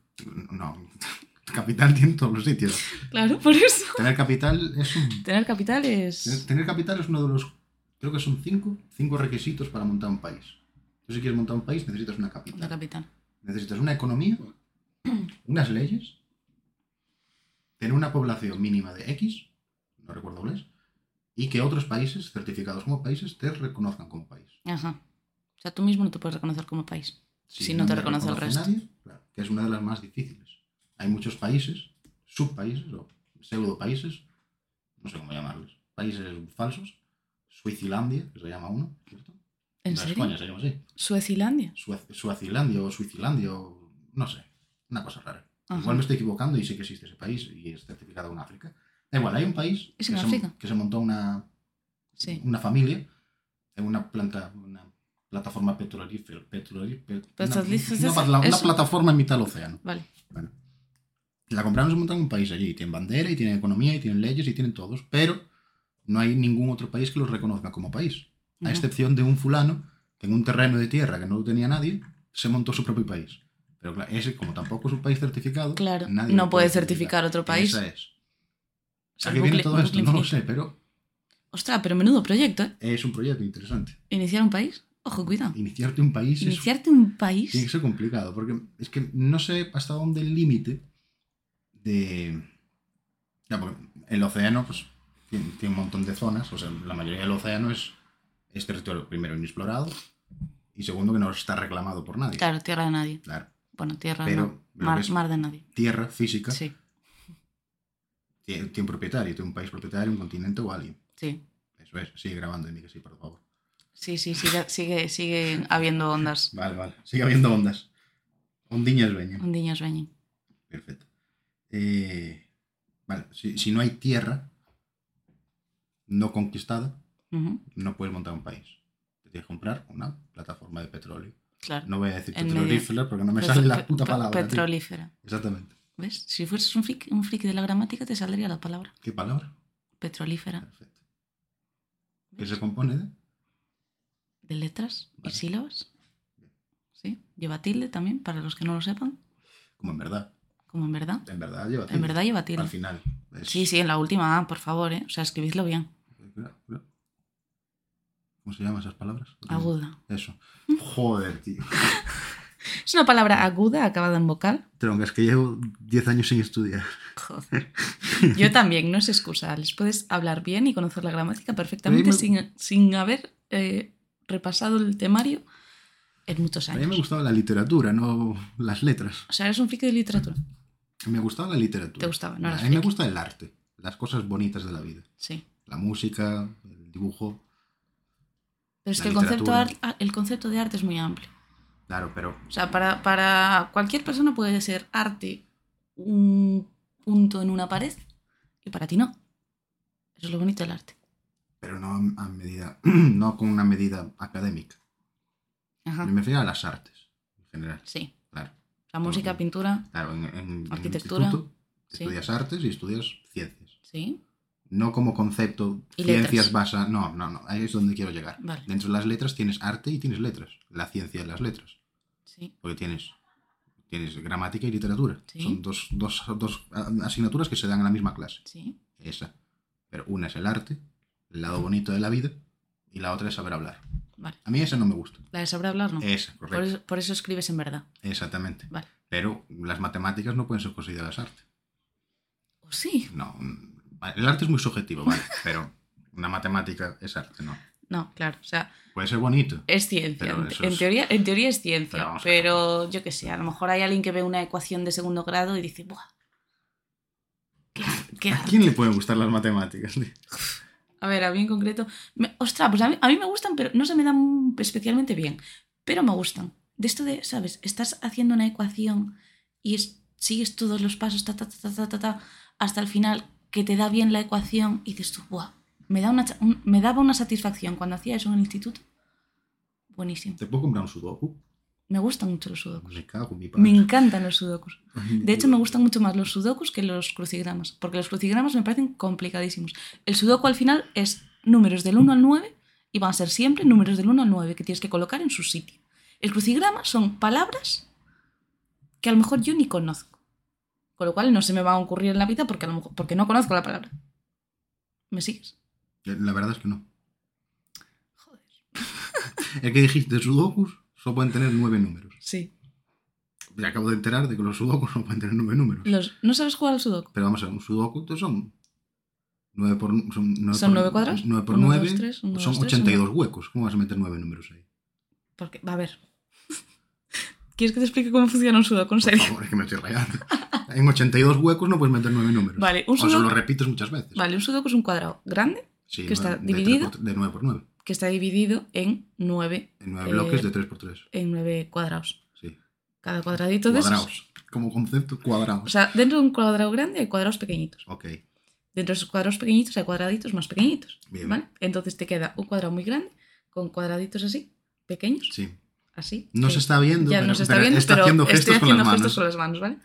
Speaker 2: No, capital tiene en todos los sitios.
Speaker 1: Claro, por eso.
Speaker 2: Tener capital es un...
Speaker 1: Tener capital
Speaker 2: tener-
Speaker 1: es...
Speaker 2: Tener capital es uno de los... Creo que son cinco, cinco requisitos para montar un país. Tú si quieres montar un país necesitas una capital.
Speaker 1: La capital.
Speaker 2: necesitas una economía, unas leyes, tener una población mínima de X, no recuerdo cuál es, y que otros países certificados como países te reconozcan como país.
Speaker 1: Ajá. O sea, tú mismo no te puedes reconocer como país. Si no te reconoce el resto.
Speaker 2: nadie, claro, que es una de las más difíciles. Hay muchos países, subpaíses o pseudo países, no sé cómo llamarlos, países falsos. Suicilandia, que se llama uno, ¿cierto?
Speaker 1: ¿En
Speaker 2: No es
Speaker 1: serio?
Speaker 2: coña, se llama así.
Speaker 1: ¿Suecilandia?
Speaker 2: Suez- Suazilandia o Suicilandia o no sé, una cosa rara.
Speaker 1: Ajá.
Speaker 2: Igual me estoy equivocando y sé que existe ese país y es certificado en África. Da igual, hay un país
Speaker 1: Es
Speaker 2: que,
Speaker 1: en
Speaker 2: se,
Speaker 1: África.
Speaker 2: que se montó una,
Speaker 1: Sí.
Speaker 2: una familia en una planta una plataforma petrolífera. petrolífera
Speaker 1: Petrolífera,
Speaker 2: una, una- una
Speaker 1: eso.
Speaker 2: plataforma en mitad del océano.
Speaker 1: Vale.
Speaker 2: La compraron y se montaron en un país allí. Tienen bandera y tienen economía y tienen leyes y tienen todos, pero no hay ningún otro país que los reconozca como país. A
Speaker 1: Ujú.
Speaker 2: este excepción de un fulano que en un terreno de tierra que no lo tenía nadie, se montó su propio país. Pero claro, ese como tampoco es un país certificado,
Speaker 1: Claro.
Speaker 2: nadie
Speaker 1: No
Speaker 2: lo
Speaker 1: puede certificar otro país.
Speaker 2: Esa es.
Speaker 1: O sea,
Speaker 2: ¿A
Speaker 1: un
Speaker 2: qué viene
Speaker 1: bucle-
Speaker 2: todo
Speaker 1: un
Speaker 2: esto?
Speaker 1: bucle
Speaker 2: No lo
Speaker 1: infinito.
Speaker 2: sé, pero
Speaker 1: Ostras, pero menudo proyecto, ¿eh?
Speaker 2: es un proyecto interesante.
Speaker 1: Iniciar un país. Ojo, cuidado.
Speaker 2: Iniciarte un país es
Speaker 1: Iniciarte un
Speaker 2: Tiene que
Speaker 1: país.
Speaker 2: ser complicado, porque es que no sé hasta dónde el límite de... Ya, porque el océano, pues, tiene, tiene un montón de zonas, o sea, la mayoría del océano es, es territorio, primero, inexplorado, y segundo, que no está reclamado por nadie.
Speaker 1: Claro, tierra de nadie.
Speaker 2: Claro.
Speaker 1: Bueno, tierra
Speaker 2: Pero
Speaker 1: no.
Speaker 2: lo
Speaker 1: Mar,
Speaker 2: ves-
Speaker 1: mar de nadie.
Speaker 2: Tierra física
Speaker 1: Sí,
Speaker 2: tiene, tiene un propietario, tiene un país propietario, un continente o alguien.
Speaker 1: sí.
Speaker 2: Eso es, sigue grabando, Emi, que sí, por favor.
Speaker 1: Sí, sí, sigue, sigue, sigue habiendo ondas.
Speaker 2: Vale, vale, sigue habiendo ondas. Ondiñas veñen.
Speaker 1: Ondiñas veñen.
Speaker 2: Perfecto. Eh, vale, si, si no hay tierra no conquistada,
Speaker 1: Ujú,
Speaker 2: no puedes montar un país. Te tienes que comprar una plataforma de petróleo.
Speaker 1: Claro.
Speaker 2: No voy a decir
Speaker 1: En
Speaker 2: petrolífera porque no me
Speaker 1: Petro-
Speaker 2: sale la
Speaker 1: pe-
Speaker 2: puta
Speaker 1: pe-
Speaker 2: palabra. tío.
Speaker 1: Petrolífera.
Speaker 2: Exactamente.
Speaker 1: ¿Ves? Si fueras un friki, un friki de la gramática, te saldría la palabra.
Speaker 2: ¿Qué palabra?
Speaker 1: Petrolífera.
Speaker 2: Perfecto. ¿Qué se compone de?
Speaker 1: De letras y
Speaker 2: Vale.
Speaker 1: sílabas. Sí. Lleva tilde también, para los que no lo sepan.
Speaker 2: Como en verdad.
Speaker 1: Como en verdad.
Speaker 2: En verdad lleva
Speaker 1: En verdad lleva tilde.
Speaker 2: Al final. Es-
Speaker 1: Sí, sí, en la última, ah, por favor, ¿eh? O sea, escribidlo bien.
Speaker 2: ¿Cómo se llaman esas palabras?
Speaker 1: Aguda.
Speaker 2: Eso. Joder, tío.
Speaker 1: Es una palabra aguda acabada en vocal.
Speaker 2: Troncas, que llevo 10 años sin estudiar.
Speaker 1: Joder. Yo también, no es excusa. Les puedes hablar bien y conocer la gramática perfectamente
Speaker 2: me-
Speaker 1: sin, sin haber eh, repasado el temario en muchos
Speaker 2: A mí me
Speaker 1: años.
Speaker 2: gustaba la literatura, no las letras.
Speaker 1: O sea, eres un friki de literatura.
Speaker 2: Me gustaba la literatura.
Speaker 1: Te gustaba, no
Speaker 2: A
Speaker 1: eras
Speaker 2: mí me
Speaker 1: friki.
Speaker 2: gusta el arte, las cosas bonitas de la vida.
Speaker 1: Sí.
Speaker 2: La música, el dibujo.
Speaker 1: Pero es
Speaker 2: La
Speaker 1: que el concepto,
Speaker 2: literatura.
Speaker 1: ar- el concepto de arte es muy amplio.
Speaker 2: Claro, pero
Speaker 1: O sea, para, para cualquier persona puede ser arte un punto en una pared y para ti no. Eso es lo bonito del arte.
Speaker 2: pero no a a medida, no con una medida académica.
Speaker 1: Ajá.
Speaker 2: Me refiero a las artes, en general.
Speaker 1: Sí.
Speaker 2: Claro,
Speaker 1: La música,
Speaker 2: Ujú.
Speaker 1: pintura,
Speaker 2: claro en, en- en el
Speaker 1: Arquitectura,
Speaker 2: instituto
Speaker 1: sí.
Speaker 2: estudias artes y estudias ciencias.
Speaker 1: sí.
Speaker 2: No como concepto,
Speaker 1: Y
Speaker 2: ciencias
Speaker 1: letras.
Speaker 2: basa... No, no, no, ahí es donde quiero llegar.
Speaker 1: Vale.
Speaker 2: Dentro de las letras tienes arte y tienes letras. La ciencia de las letras.
Speaker 1: Sí.
Speaker 2: Porque tienes, tienes gramática y literatura.
Speaker 1: Sí.
Speaker 2: Son dos, dos, dos ah, asignaturas que se dan en la misma clase.
Speaker 1: Sí.
Speaker 2: Esa. Pero una es el arte, el lado bonito de la vida, y la otra es saber hablar.
Speaker 1: Vale.
Speaker 2: A mí esa no me gusta.
Speaker 1: La de saber hablar, ¿no?
Speaker 2: Esa,
Speaker 1: Ah, por,
Speaker 2: Eh, correcto.
Speaker 1: eso, por eso escribes en verdad.
Speaker 2: Exactamente.
Speaker 1: Vale.
Speaker 2: Pero las matemáticas no pueden ser consideradas arte.
Speaker 1: ¿O sí?
Speaker 2: No. mm, vale, El arte es muy subjetivo, vale. pero una matemática es arte, no.
Speaker 1: No, claro. O sea,
Speaker 2: Puede ser bonito.
Speaker 1: es ciencia.
Speaker 2: Pero
Speaker 1: En,
Speaker 2: eso
Speaker 1: en
Speaker 2: es-
Speaker 1: teoría, en teoría es
Speaker 2: Pero
Speaker 1: ciencia.
Speaker 2: vamos a ver.
Speaker 1: Pero, yo qué sé, a lo mejor hay alguien que ve una ecuación de segundo grado y dice, ¡buah! ¿Qué, qué
Speaker 2: ¿A
Speaker 1: arte".
Speaker 2: quién le pueden gustar las matemáticas?
Speaker 1: A ver, a mí en concreto. me- ostras, pues a mí, a mí me gustan, pero no se me dan especialmente bien. Pero me gustan. De esto de, ¿sabes? Estás haciendo una ecuación y es- sigues todos los pasos, ta, ta, ta, ta, ta, ta, ta, hasta el final, que te da bien la ecuación y dices tú, ¡buah! Me, da una, cha- un- me daba una satisfacción cuando hacía eso en el instituto. Buenísimo.
Speaker 2: ¿Te puedo comprar un sudoku?
Speaker 1: Me gustan mucho los sudokus.
Speaker 2: Me cago en mi
Speaker 1: Me
Speaker 2: padre.
Speaker 1: encantan los sudokus. De hecho, me gustan mucho más los sudokus que los crucigramas, porque los crucigramas me parecen complicadísimos. El sudoku al final es números del 1 al 9 y van a ser siempre números del 1 al 9 que tienes que colocar en su sitio. El crucigrama son palabras que a lo mejor yo ni conozco, con lo cual no se me va a ocurrir en la vida porque, a lo mejor, porque no conozco la palabra. ¿Me sigues?
Speaker 2: La verdad es que no.
Speaker 1: Joder.
Speaker 2: El que dijiste, sudokus solo pueden tener nueve números.
Speaker 1: Sí.
Speaker 2: Me acabo de enterar de que los sudokus no pueden tener nueve números.
Speaker 1: Los, ¿No sabes jugar al sudoku?
Speaker 2: Pero vamos a ver, un sudoku entonces son nueve por son nueve,
Speaker 1: ¿Son
Speaker 2: por-
Speaker 1: nueve cuadrados?
Speaker 2: nueve por
Speaker 1: Uno, dos,
Speaker 2: nueve,
Speaker 1: tres, uno,
Speaker 2: son
Speaker 1: dos, tres,
Speaker 2: 82 huecos. ¿Cómo vas a meter nueve números ahí?
Speaker 1: Porque, va a ver. ¿Quieres que te explique cómo funciona un sudoku en
Speaker 2: Por
Speaker 1: serio?
Speaker 2: favor, es que me estoy rayando. En 82 huecos no puedes meter 9 números.
Speaker 1: Vale, un
Speaker 2: O sea,
Speaker 1: sudoku-
Speaker 2: lo repites muchas veces.
Speaker 1: Vale, un sudoku es un cuadrado grande
Speaker 2: Sí,
Speaker 1: que está
Speaker 2: de tres
Speaker 1: dividido.
Speaker 2: por- De 9 por 9.
Speaker 1: que está dividido en nueve,
Speaker 2: En 9
Speaker 1: Eh,
Speaker 2: bloques de 3 por 3.
Speaker 1: en nueve cuadrados.
Speaker 2: Sí.
Speaker 1: Cada cuadradito de esos.
Speaker 2: cuadrados. Como concepto,
Speaker 1: O
Speaker 2: cuadrados.
Speaker 1: sea, dentro de un cuadrado grande hay cuadrados pequeñitos.
Speaker 2: ok.
Speaker 1: Dentro de esos cuadrados pequeñitos hay cuadraditos más pequeñitos.
Speaker 2: Bien.
Speaker 1: ¿Vale? Entonces te queda un cuadrado muy grande con cuadraditos así, pequeños,
Speaker 2: Sí.
Speaker 1: así.
Speaker 2: No
Speaker 1: que
Speaker 2: se está viendo,
Speaker 1: ya
Speaker 2: pero,
Speaker 1: no se está
Speaker 2: pero
Speaker 1: viendo, pero
Speaker 2: haciendo
Speaker 1: estoy
Speaker 2: gestos
Speaker 1: haciendo
Speaker 2: con las manos.
Speaker 1: gestos con las manos, ¿vale?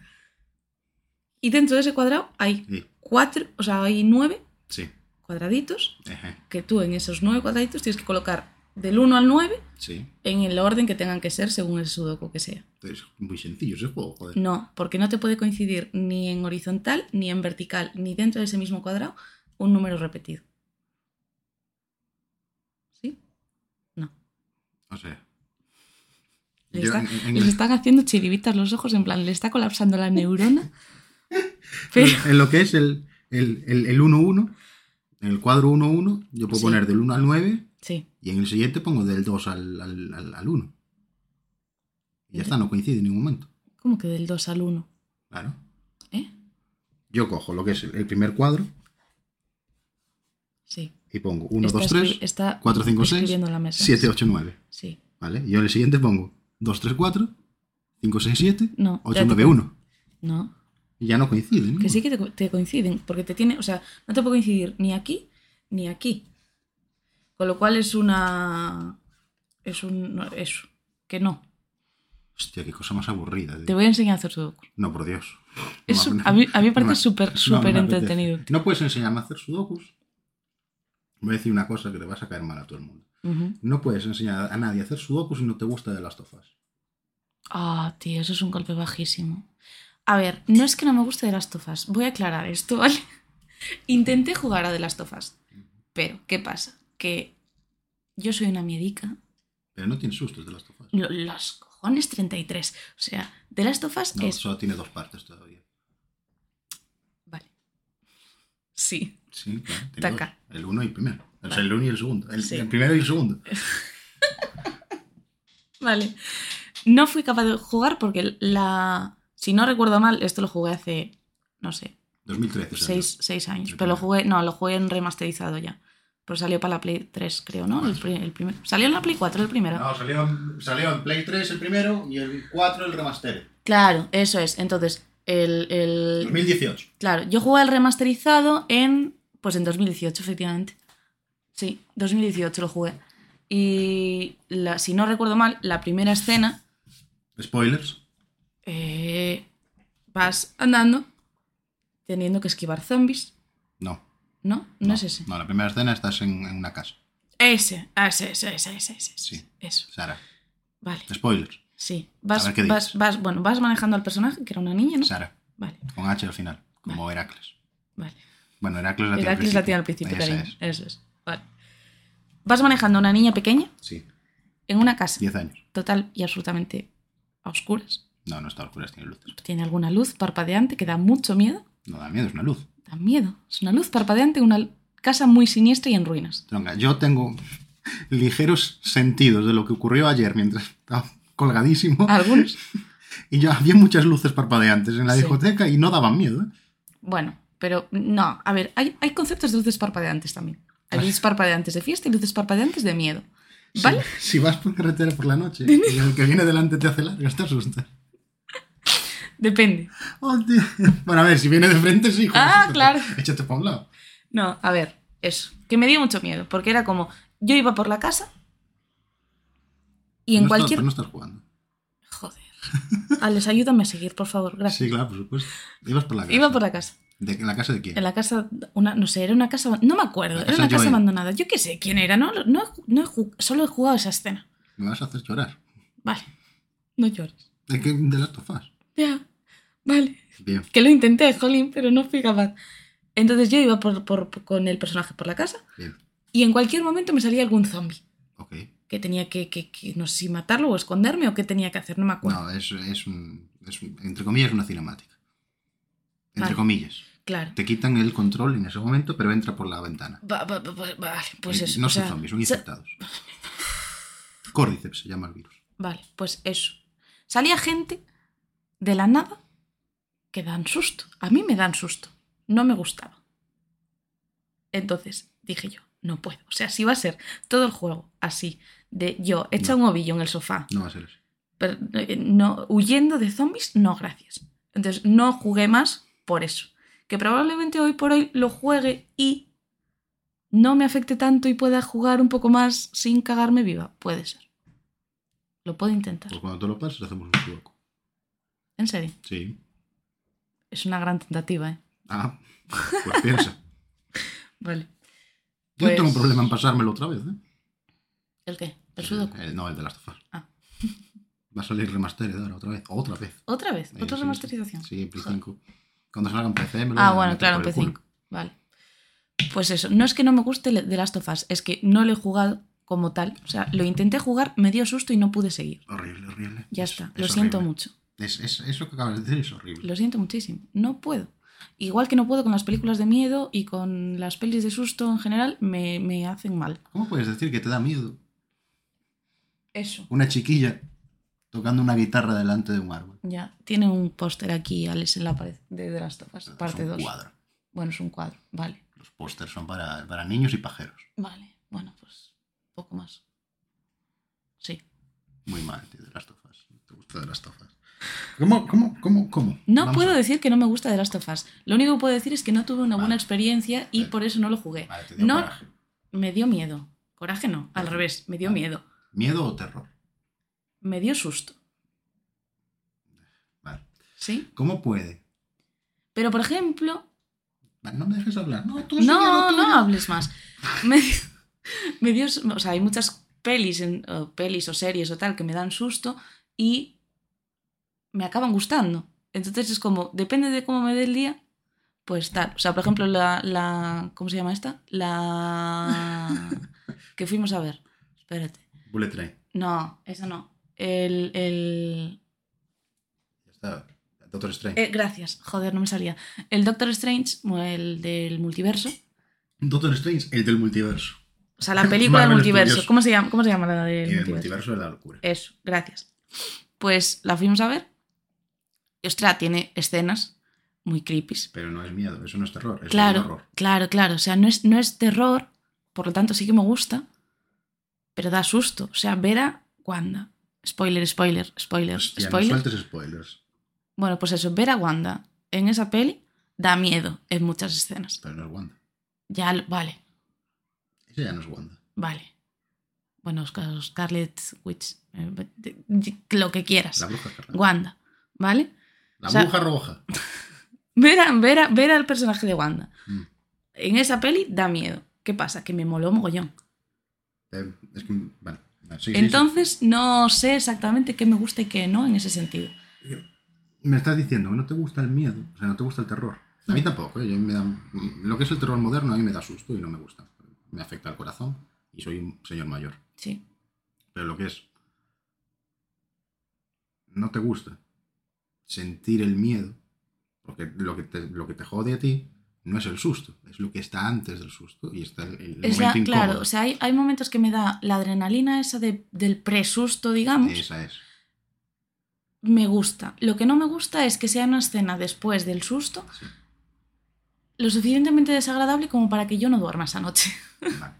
Speaker 1: Y dentro de ese cuadrado hay
Speaker 2: Sí,
Speaker 1: cuatro, o sea, hay nueve
Speaker 2: sí.
Speaker 1: cuadraditos
Speaker 2: Ejé,
Speaker 1: que tú en esos nueve cuadraditos tienes que colocar del 1 al 9
Speaker 2: sí.
Speaker 1: en el orden que tengan que ser según el sudoku que sea.
Speaker 2: Es muy sencillo ese juego, joder.
Speaker 1: No, porque no te puede coincidir ni en horizontal, ni en vertical, ni dentro de ese mismo cuadrado un número repetido. ¿Sí?
Speaker 2: O sea.
Speaker 1: Le
Speaker 2: yo
Speaker 1: está-
Speaker 2: en- en-
Speaker 1: Les están haciendo chiribitas los ojos, en plan, le está colapsando la neurona. Pero,
Speaker 2: en lo que es el 1-1, el, el, el 1-1, en el cuadro 1-1, yo puedo
Speaker 1: Sí.
Speaker 2: poner del 1 al 9
Speaker 1: sí,
Speaker 2: y en el siguiente pongo del 2 al, al, al, 1. Y ya
Speaker 1: Ya.
Speaker 2: está, no coincide en ningún momento.
Speaker 1: como que del 2 al 1.
Speaker 2: Claro.
Speaker 1: ¿Eh?
Speaker 2: Yo cojo lo que es el, el primer cuadro
Speaker 1: Sí.
Speaker 2: y pongo 1,
Speaker 1: está
Speaker 2: 2,
Speaker 1: escri-
Speaker 2: 3,
Speaker 1: está
Speaker 2: 4, 5, 6,
Speaker 1: escribiendo en la mesa.
Speaker 2: 7, 8, 9.
Speaker 1: Sí.
Speaker 2: ¿Vale? Yo en el siguiente pongo 2, 3, 4, 5, 6, 7,
Speaker 1: No,
Speaker 2: 8,
Speaker 1: ya te
Speaker 2: 9,
Speaker 1: co-
Speaker 2: 1.
Speaker 1: No,
Speaker 2: Y ya no coinciden.
Speaker 1: que sí que te, co- te coinciden, porque te tiene, o sea, no te puede coincidir ni aquí ni aquí. Con lo cual es una es un no, eso, que no.
Speaker 2: Hostia, qué cosa más aburrida. tío.
Speaker 1: Te voy a enseñar a hacer sudoku.
Speaker 2: No, por Dios.
Speaker 1: Es
Speaker 2: No,
Speaker 1: un-
Speaker 2: no,
Speaker 1: a, mí, a mí me
Speaker 2: no
Speaker 1: parece
Speaker 2: me-
Speaker 1: súper,
Speaker 2: no
Speaker 1: súper
Speaker 2: me apetece.
Speaker 1: entretenido.
Speaker 2: No puedes enseñarme a hacer sudokus. Voy a decir una cosa que le vas a caer mal a todo el mundo.
Speaker 1: Ujú.
Speaker 2: No puedes enseñar a nadie a hacer sudokus si no te gusta de las tofas.
Speaker 1: Ah, tío, eso es un golpe bajísimo. A ver, no es que no me guste de las tofas. Voy a aclarar esto, ¿vale? Intenté jugar a de las tofas. Pero, ¿qué pasa? Que yo soy una miedica.
Speaker 2: Pero no tienes sustos de las tofas.
Speaker 1: Lo- Los cojones 33. O sea, de las tofas
Speaker 2: No,
Speaker 1: es.
Speaker 2: solo tiene dos partes todavía.
Speaker 1: Vale. Sí.
Speaker 2: Sí, claro. tiene
Speaker 1: Taca.
Speaker 2: dos. El uno y el primero. O sea, el uno y el segundo. El,
Speaker 1: Sí.
Speaker 2: el primero y el segundo.
Speaker 1: Vale. No fui capaz de jugar porque la. Si no recuerdo mal, esto lo jugué hace. No sé,
Speaker 2: 2013. salió.
Speaker 1: seis, seis años.
Speaker 2: El
Speaker 1: Pero lo
Speaker 2: primero.
Speaker 1: jugué. No, lo jugué en remasterizado ya. Pero salió para la Play 3, creo, ¿no? El,
Speaker 2: Cuatro.
Speaker 1: pri- el primer- Salió en la Play 4 el primero.
Speaker 2: No, salió, salió en Play 3 el primero y el 4 el remaster.
Speaker 1: Claro, eso es. Entonces, el. el...
Speaker 2: 2018.
Speaker 1: Claro, yo jugué al remasterizado en. Pues en 2018, efectivamente. Sí, 2018 lo jugué. Y la- si no recuerdo mal, la primera escena.
Speaker 2: Spoilers.
Speaker 1: eh, vas andando teniendo que esquivar zombies.
Speaker 2: No.
Speaker 1: ¿No? No, es ese.
Speaker 2: No, la primera escena estás en, en una casa.
Speaker 1: Ese, ah, ese, ese, ese, ese, ese,
Speaker 2: Sí.
Speaker 1: Eso,
Speaker 2: Sara.
Speaker 1: vale.
Speaker 2: Spoilers.
Speaker 1: Sí. Vas,
Speaker 2: A ver qué
Speaker 1: vas,
Speaker 2: dices.
Speaker 1: vas, bueno, vas manejando al personaje, que era una niña, ¿no?
Speaker 2: Sara.
Speaker 1: Vale,
Speaker 2: Con H al final. Como Heracles.
Speaker 1: vale.
Speaker 2: Bueno, Heracles la tiene al
Speaker 1: Heracles
Speaker 2: principio.
Speaker 1: la tiene al principio,
Speaker 2: Esa
Speaker 1: cariño.
Speaker 2: es.
Speaker 1: Eso es. Vale. Vas manejando a una niña pequeña
Speaker 2: Sí.
Speaker 1: en una casa
Speaker 2: 10 años.
Speaker 1: total y absolutamente a oscuras.
Speaker 2: No, no está a oscuras, tiene luces.
Speaker 1: Tiene alguna luz parpadeante que da mucho miedo.
Speaker 2: No da miedo, es una luz.
Speaker 1: Da miedo. Es una luz parpadeante, una l- casa muy siniestra y en ruinas.
Speaker 2: Tronca, yo tengo ligeros sentidos de lo que ocurrió ayer mientras estaba colgadísimo.
Speaker 1: Algunos.
Speaker 2: Y yo había muchas luces parpadeantes en la
Speaker 1: Sí.
Speaker 2: discoteca y no daban miedo. ¿eh?
Speaker 1: Bueno, pero no. A ver, hay, hay conceptos de luces parpadeantes también. Hay
Speaker 2: Vale.
Speaker 1: luces parpadeantes de fiesta y luces parpadeantes de miedo. ¿Vale?
Speaker 2: Si, si vas por carretera por la noche y el que viene delante te hace largas, te asustas.
Speaker 1: Depende.
Speaker 2: Oh, tío. Bueno, a ver, si viene de frente, sí. joder,
Speaker 1: Ah,
Speaker 2: échate-
Speaker 1: claro.
Speaker 2: Échate para un lado.
Speaker 1: No, a ver, eso. Que me dio mucho miedo, porque era como, yo iba por la casa y en
Speaker 2: No estás-
Speaker 1: cualquier...
Speaker 2: pero no estás jugando.
Speaker 1: Joder. Alex, ayúdame a seguir, por favor, gracias.
Speaker 2: Sí, claro, por supuesto. Ibas por la casa.
Speaker 1: Iba por la casa.
Speaker 2: ¿De ¿En la casa de quién?
Speaker 1: En la casa, una, no sé, era una casa, no me acuerdo,
Speaker 2: La
Speaker 1: era
Speaker 2: casa
Speaker 1: una casa
Speaker 2: Joel.
Speaker 1: abandonada. Yo qué sé quién era, no, no, no he ju- solo he jugado esa escena.
Speaker 2: Me vas a hacer llorar.
Speaker 1: Vale, no llores.
Speaker 2: ¿De qué? De las tofas.
Speaker 1: Ya, vale.
Speaker 2: Bien.
Speaker 1: Que lo intenté, jolín, pero no fui capaz. Entonces yo iba por- por- por- con el personaje por la casa
Speaker 2: Bien.
Speaker 1: y en cualquier momento me salía algún zombie.
Speaker 2: Ok.
Speaker 1: que tenía que, que, que- no sé si matarlo o esconderme o qué tenía que hacer, no me acuerdo.
Speaker 2: No, es, es un, es un- Entre comillas, una cinemática. Entre
Speaker 1: Vale.
Speaker 2: comillas.
Speaker 1: Claro.
Speaker 2: Te quitan el control en ese momento, pero entra por la ventana.
Speaker 1: Va- va- va- va- vale, pues
Speaker 2: Eh,
Speaker 1: eso.
Speaker 2: No
Speaker 1: o
Speaker 2: son
Speaker 1: sea,
Speaker 2: zombies, son
Speaker 1: sa-
Speaker 2: infectados. Cordyceps se llama el virus.
Speaker 1: Vale, pues eso. Salía gente de la nada que dan susto. A mí me dan susto. No me gustaba. Entonces dije yo, no puedo. O sea, si va a ser todo el juego así, de yo echa un ovillo en el sofá,
Speaker 2: No va a ser eso.
Speaker 1: pero, eh, no, huyendo de zombies, no, gracias. Entonces no jugué más por eso. Que probablemente hoy por hoy lo juegue y no me afecte tanto y pueda jugar un poco más sin cagarme viva. Puede ser. Lo puedo intentar.
Speaker 2: Pues cuando te lo pases, hacemos un sudoku.
Speaker 1: En serio.
Speaker 2: Sí.
Speaker 1: Es una gran tentativa, ¿eh?
Speaker 2: Ah, pues piensa.
Speaker 1: Vale.
Speaker 2: Yo
Speaker 1: Pues-
Speaker 2: no tengo problema en pasármelo otra vez, ¿eh?
Speaker 1: ¿El qué? ¿El sudoku?
Speaker 2: El- no, el de las tofas.
Speaker 1: Ah.
Speaker 2: Va a salir remastered ahora, otra vez. Otra vez.
Speaker 1: ¿Otra vez?
Speaker 2: Eh,
Speaker 1: ¿Otra
Speaker 2: sí,
Speaker 1: remasterización?
Speaker 2: Sí, en Play
Speaker 1: Joder.
Speaker 2: 5. Cuando salga en PC me lo
Speaker 1: Ah,
Speaker 2: meto
Speaker 1: bueno, claro,
Speaker 2: por el
Speaker 1: en P5.
Speaker 2: culo.
Speaker 1: Vale. Pues eso, no es que no me guste The Last of Us, es que no lo he jugado como tal. O sea, lo intenté jugar, me dio susto y no pude seguir.
Speaker 2: Horrible, horrible.
Speaker 1: Ya
Speaker 2: Es-
Speaker 1: está,
Speaker 2: es
Speaker 1: lo siento
Speaker 2: horrible.
Speaker 1: mucho.
Speaker 2: Es, es- eso que acabas de decir es horrible.
Speaker 1: Lo siento muchísimo. No puedo. Igual que no puedo con las películas de miedo y con las pelis de susto en general, me, me hacen mal.
Speaker 2: ¿Cómo puedes decir que te da miedo
Speaker 1: Eso.
Speaker 2: una chiquilla tocando una guitarra delante de un árbol?
Speaker 1: Ya, tiene un póster aquí, Alex, en la pared de The Last of Us, parte
Speaker 2: es un
Speaker 1: 2.
Speaker 2: cuadro.
Speaker 1: Bueno, es un cuadro, vale.
Speaker 2: Los pósters son para, para niños y pajeros.
Speaker 1: Vale, bueno, pues poco más. Sí.
Speaker 2: Muy mal, tío, de las tofas. ¿Te gusta de las tofas? ¿Cómo, cómo, cómo, cómo?
Speaker 1: No
Speaker 2: Vamos
Speaker 1: puedo
Speaker 2: a-
Speaker 1: decir que no me gusta de Last of Us. Lo único que puedo decir es que no tuve una
Speaker 2: Vale.
Speaker 1: buena experiencia y
Speaker 2: Vale.
Speaker 1: por eso no lo jugué.
Speaker 2: Vale, te dio
Speaker 1: no,
Speaker 2: coraje.
Speaker 1: me dio miedo. Coraje no, al
Speaker 2: Vale.
Speaker 1: revés, me dio
Speaker 2: Vale.
Speaker 1: miedo.
Speaker 2: ¿Miedo o terror?
Speaker 1: Me dio susto,
Speaker 2: Vale.
Speaker 1: ¿sí?
Speaker 2: ¿Cómo puede?
Speaker 1: Pero por ejemplo,
Speaker 2: Vale, No me dejes hablar. No, tú
Speaker 1: no,
Speaker 2: sigue lo
Speaker 1: no
Speaker 2: tuyo.
Speaker 1: hables más. Me dio, me dio su- o sea, hay muchas pelis, en- o pelis o series o tal que me dan susto y me acaban gustando. Entonces es como, depende de cómo me dé el día, pues tal. O sea, por ejemplo, la, la ¿cómo se llama esta? La que fuimos a ver. Espérate.
Speaker 2: Bullet Train.
Speaker 1: No, esa no. El, el...
Speaker 2: Ya está. Doctor Strange.
Speaker 1: eh, gracias, joder, no me salía. El Doctor Strange, el del multiverso.
Speaker 2: Doctor Strange, el del multiverso.
Speaker 1: O sea, la película del
Speaker 2: Marvel
Speaker 1: multiverso.
Speaker 2: Studios.
Speaker 1: ¿Cómo se llama? ¿Cómo se llama la
Speaker 2: El,
Speaker 1: del
Speaker 2: multiverso.
Speaker 1: multiverso?
Speaker 2: de la locura.
Speaker 1: Eso, gracias. Pues la fuimos a ver. Y, Ostras, tiene escenas muy creepy.
Speaker 2: Pero no es miedo, eso no es terror, eso es
Speaker 1: Claro,
Speaker 2: horror.
Speaker 1: claro, claro. O sea, no es, no es terror, por lo tanto sí que me gusta, pero da susto. O sea, ver a Wanda. Spoiler, spoiler, spoiler,
Speaker 2: Hostia, no
Speaker 1: spoiler.
Speaker 2: sueltes spoilers.
Speaker 1: Bueno, pues eso, ver a Wanda en esa peli da miedo en muchas escenas.
Speaker 2: Pero no es Wanda.
Speaker 1: Ya, lo- vale,
Speaker 2: Ella ya no es Wanda. Vale.
Speaker 1: vale. Bueno, Scar- Scarlet Witch, eh, de- de- lo que quieras.
Speaker 2: La bruja escarlata.
Speaker 1: Wanda, ¿vale?
Speaker 2: La
Speaker 1: o sea-
Speaker 2: bruja roja.
Speaker 1: Ver, a- ver, a- ver al personaje de Wanda
Speaker 2: Mm.
Speaker 1: en esa peli da miedo. ¿Qué pasa? Que me moló mogollón.
Speaker 2: Eh, Es que, vale. Sí, sí, sí.
Speaker 1: Entonces no sé exactamente qué me gusta y qué no en ese sentido.
Speaker 2: Me estás diciendo que no te gusta el miedo, o sea, no te gusta el terror. A mí tampoco, ¿eh? Yo me da- lo que es el terror moderno a mí me da susto y no me gusta. Me afecta al corazón y soy un señor mayor.
Speaker 1: Sí.
Speaker 2: Pero lo que es... No te gusta sentir el miedo, porque lo que te, lo que te jode a ti no es el susto, es lo que está antes del susto y está el, el
Speaker 1: O sea,
Speaker 2: momento incómodo.
Speaker 1: claro, o sea, hay, hay momentos que me da la adrenalina esa de- del presusto, digamos.
Speaker 2: Esa es.
Speaker 1: Me gusta. Lo que no me gusta es que sea una escena después del susto
Speaker 2: Sí.
Speaker 1: lo suficientemente desagradable como para que yo no duerma esa noche.
Speaker 2: Vale.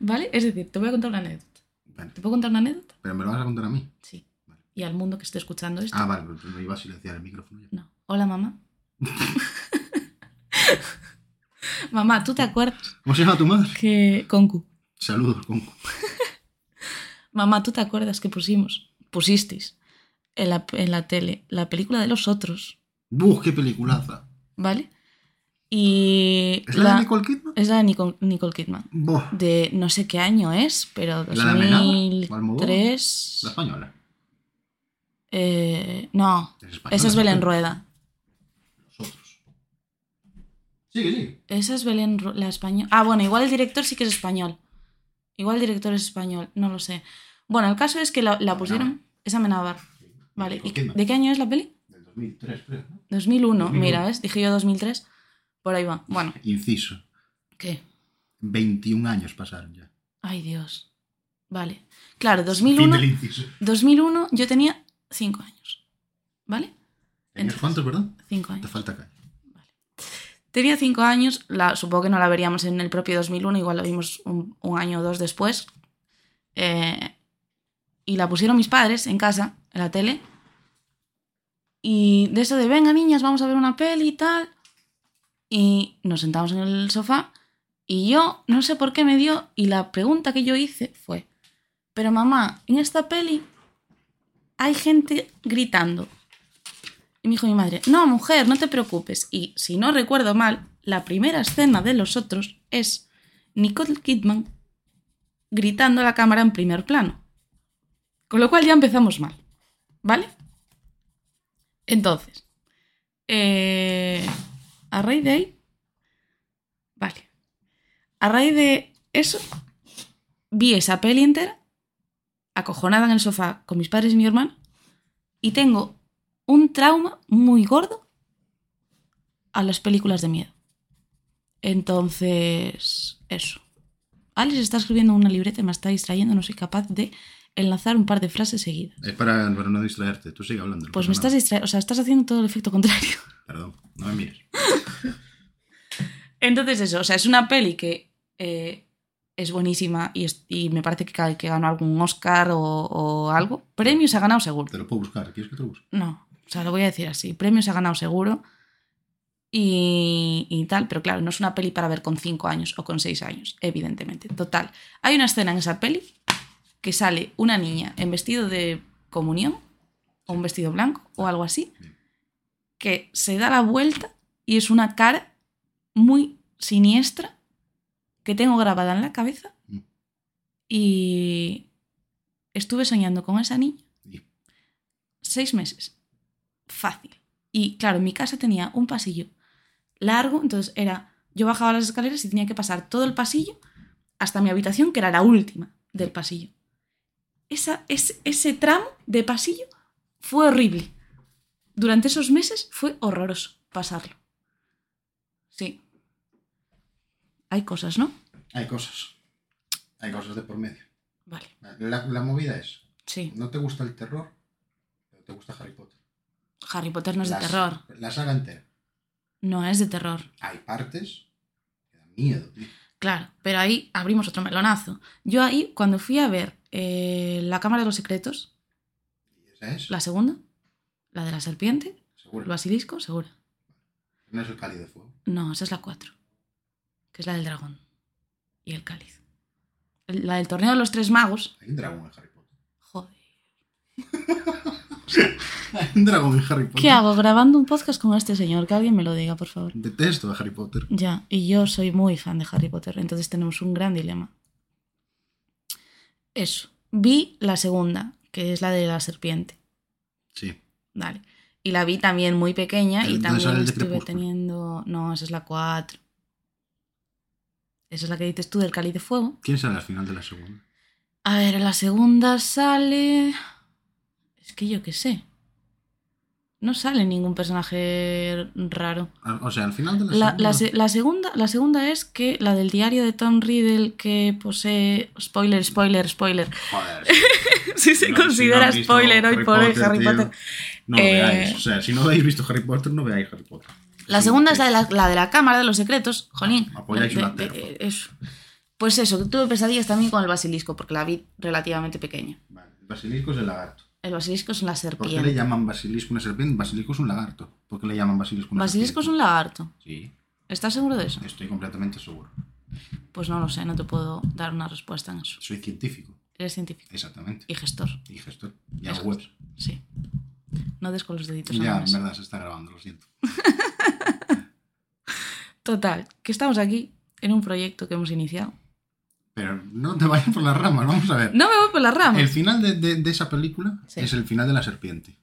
Speaker 1: ¿Vale? Es decir, te voy a contar una anécdota.
Speaker 2: Vale.
Speaker 1: ¿Te puedo contar una anécdota?
Speaker 2: Pero me lo vas a contar a mí.
Speaker 1: Sí.
Speaker 2: Vale.
Speaker 1: Y al mundo que esté escuchando esto.
Speaker 2: Ah, vale, pues me iba a silenciar el micrófono. ya.
Speaker 1: No. Hola, mamá. mamá, ¿tú te acuerdas
Speaker 2: ¿Cómo se llama tu madre?
Speaker 1: que. Concu.
Speaker 2: Saludos, Conco.
Speaker 1: Mamá, ¿tú te acuerdas que pusimos? Pusisteis en la, en la tele la película de los otros,
Speaker 2: ¡Buf, qué peliculaza!
Speaker 1: ¿vale? Y.
Speaker 2: ¿Es la, de Nicole Kidman?
Speaker 1: es la de Nicole, Nicole Kidman.
Speaker 2: Buah,
Speaker 1: De no sé qué año es, pero
Speaker 2: ¿La de Amenábar? ¿O Almodóvar?
Speaker 1: 2003.
Speaker 2: la española.
Speaker 1: eh, no,
Speaker 2: Es española.
Speaker 1: esa es Belén Rueda.
Speaker 2: Nosotros. Sigue, sigue.
Speaker 1: Esa es Belén, Ru- la española. Ah, bueno, igual el director sí que es español. Igual el director es español, no lo sé. Bueno, el caso es que la, la pusieron. Es Amenábar. Vale. ¿Y
Speaker 2: Nicole Kidman.
Speaker 1: ¿De qué año es la peli?
Speaker 2: Del 2003, creo. ¿no?
Speaker 1: 2001.
Speaker 2: 2001.
Speaker 1: Mira, ¿ves? Dije yo 2003. Por ahí va. Bueno.
Speaker 2: Inciso.
Speaker 1: ¿Qué?
Speaker 2: 21 años pasaron ya.
Speaker 1: Ay, Dios. Vale. Claro,
Speaker 2: Fin del
Speaker 1: 2001.
Speaker 2: inciso.
Speaker 1: 2001 yo tenía cinco años. ¿Vale?
Speaker 2: ¿Tenías
Speaker 1: Entonces-
Speaker 2: cuántos, verdad?
Speaker 1: Cinco
Speaker 2: Te
Speaker 1: años.
Speaker 2: falta acá.
Speaker 1: Tenía cinco años, la, supongo que no la veríamos en el propio 2001, igual la vimos un, un año o dos después. Eh, y la pusieron mis padres en casa, en la tele. Y de eso de, venga niñas, vamos a ver una peli y tal. Y nos sentamos en el sofá y yo no sé por qué me dio y la pregunta que yo hice fue, pero mamá, en esta peli hay gente gritando. Y me dijo mi madre, no, mujer, no te preocupes. Y si no recuerdo mal, la primera escena de los otros es Nicole Kidman gritando a la cámara en primer plano. Con lo cual ya empezamos mal. ¿Vale? Entonces, eh, a raíz de ahí... Vale. A raíz de eso, vi esa peli entera, acojonada en el sofá con mis padres y mi hermano, y tengo un trauma muy gordo a las películas de miedo. Entonces, eso. Alex está escribiendo una libreta y me está distrayendo, no soy capaz de enlazar un par de frases seguidas.
Speaker 2: Es para, para no distraerte. Tú sigue hablando. no
Speaker 1: Pues
Speaker 2: pasa
Speaker 1: me estás
Speaker 2: nada.
Speaker 1: distrayendo, o sea, estás haciendo todo el efecto contrario.
Speaker 2: Perdón, no me mires.
Speaker 1: Entonces eso, o sea, es una peli que eh, es buenísima y, es- y me parece que, ca- que ganó algún Oscar o, o algo. Premios ha ganado seguro.
Speaker 2: Te lo puedo buscar. ¿Quieres que te lo busque?
Speaker 1: No, o sea, lo voy a decir así. Premios ha ganado seguro y, y tal, pero claro, no es una peli para ver con 5 años o con 6 años, evidentemente. Total. Hay una escena en esa peli que sale una niña en vestido de comunión o un vestido blanco o algo así,
Speaker 2: Bien.
Speaker 1: que se da la vuelta y es una cara muy siniestra que tengo grabada en la cabeza
Speaker 2: Mm.
Speaker 1: y estuve soñando con esa niña
Speaker 2: Y-
Speaker 1: seis meses. Fácil. Y claro, mi casa tenía un pasillo largo, entonces era. Yo bajaba las escaleras y tenía que pasar todo el pasillo hasta mi habitación, que era la última del pasillo. Esa, es- ese tramo de pasillo fue horrible. Durante esos meses fue horroroso pasarlo. Sí. Hay cosas, ¿no?
Speaker 2: Hay cosas. Hay cosas de por medio.
Speaker 1: Vale.
Speaker 2: La, la movida es,
Speaker 1: Sí.
Speaker 2: no te gusta el terror, pero te gusta Harry Potter.
Speaker 1: Harry Potter no es
Speaker 2: La-
Speaker 1: de terror.
Speaker 2: La saga entera.
Speaker 1: No es de terror.
Speaker 2: Hay partes que dan miedo. tío.
Speaker 1: Claro, pero ahí abrimos otro melonazo. Yo ahí, cuando fui a ver eh, La Cámara de los Secretos,
Speaker 2: Y esa es,
Speaker 1: la segunda, la de la serpiente, el
Speaker 2: seguro.
Speaker 1: basilisco, seguro.
Speaker 2: No es el cáliz de fuego.
Speaker 1: No, esa es la cuatro, que es la del dragón y el cáliz. El- La del torneo de los tres magos,
Speaker 2: Hay un dragón en Harry Potter.
Speaker 1: joder.
Speaker 2: Hay un dragón en Harry Potter.
Speaker 1: ¿Qué hago grabando un podcast con este señor? Que alguien me lo diga, por favor.
Speaker 2: Detesto a Harry Potter.
Speaker 1: Ya, y yo soy muy fan de Harry Potter, entonces tenemos un gran dilema. Eso. Vi la segunda, que es la de la serpiente.
Speaker 2: Sí.
Speaker 1: Vale. Y la vi también muy pequeña
Speaker 2: Pero
Speaker 1: y también
Speaker 2: entonces sale el de
Speaker 1: estuve
Speaker 2: Crepúsculo.
Speaker 1: teniendo. No, esa es la 4. Esa es la que dices tú del cáliz de fuego.
Speaker 2: ¿Quién sale al final de la segunda?
Speaker 1: A ver, en la segunda sale. Es que yo qué sé. No sale ningún personaje raro.
Speaker 2: Al- Ah, O sea, al final de la,
Speaker 1: La, la
Speaker 2: segunda.
Speaker 1: se- la segunda, la segunda es que la del diario de Tom Riddle que posee. Spoiler, spoiler, spoiler.
Speaker 2: Joder.
Speaker 1: si se
Speaker 2: No, no
Speaker 1: considera
Speaker 2: han visto
Speaker 1: spoiler hoy por hoy, Harry
Speaker 2: tío,
Speaker 1: Potter.
Speaker 2: No lo
Speaker 1: Eh,
Speaker 2: veáis. O sea, si no habéis visto Harry Potter, no veáis Harry Potter.
Speaker 1: La
Speaker 2: Sí,
Speaker 1: segunda
Speaker 2: sí. Ah,
Speaker 1: es la de la, la de la Cámara de los Secretos, jolín.
Speaker 2: Apoyáis
Speaker 1: De-
Speaker 2: una
Speaker 1: de-
Speaker 2: terfa.
Speaker 1: eso. Pues eso, que tuve pesadillas también con el basilisco, porque la vi relativamente pequeña.
Speaker 2: Vale, el basilisco es el lagarto.
Speaker 1: El basilisco es una
Speaker 2: ¿Por qué le
Speaker 1: serpiente.
Speaker 2: llaman basilisco una serpiente? Basilisco es un lagarto. ¿Por qué le llaman basilisco una
Speaker 1: Basilisco es un
Speaker 2: serpiente?
Speaker 1: lagarto.
Speaker 2: Sí,
Speaker 1: ¿Estás seguro de eso?
Speaker 2: estoy completamente seguro.
Speaker 1: Pues no lo sé, no te puedo dar una respuesta en eso.
Speaker 2: Soy científico,
Speaker 1: Eres científico
Speaker 2: exactamente.
Speaker 1: y gestor,
Speaker 2: Y gestor. Y hago
Speaker 1: Eso.
Speaker 2: webs.
Speaker 1: sí. No des con los deditos a la
Speaker 2: Ya, en
Speaker 1: mesa.
Speaker 2: verdad, se está grabando, lo siento.
Speaker 1: Total, que estamos aquí en un proyecto que hemos iniciado.
Speaker 2: Pero no te vayas por las ramas, vamos a ver.
Speaker 1: No me voy por las ramas.
Speaker 2: El final de, de- de esa película
Speaker 1: Sí.
Speaker 2: es el final de la serpiente.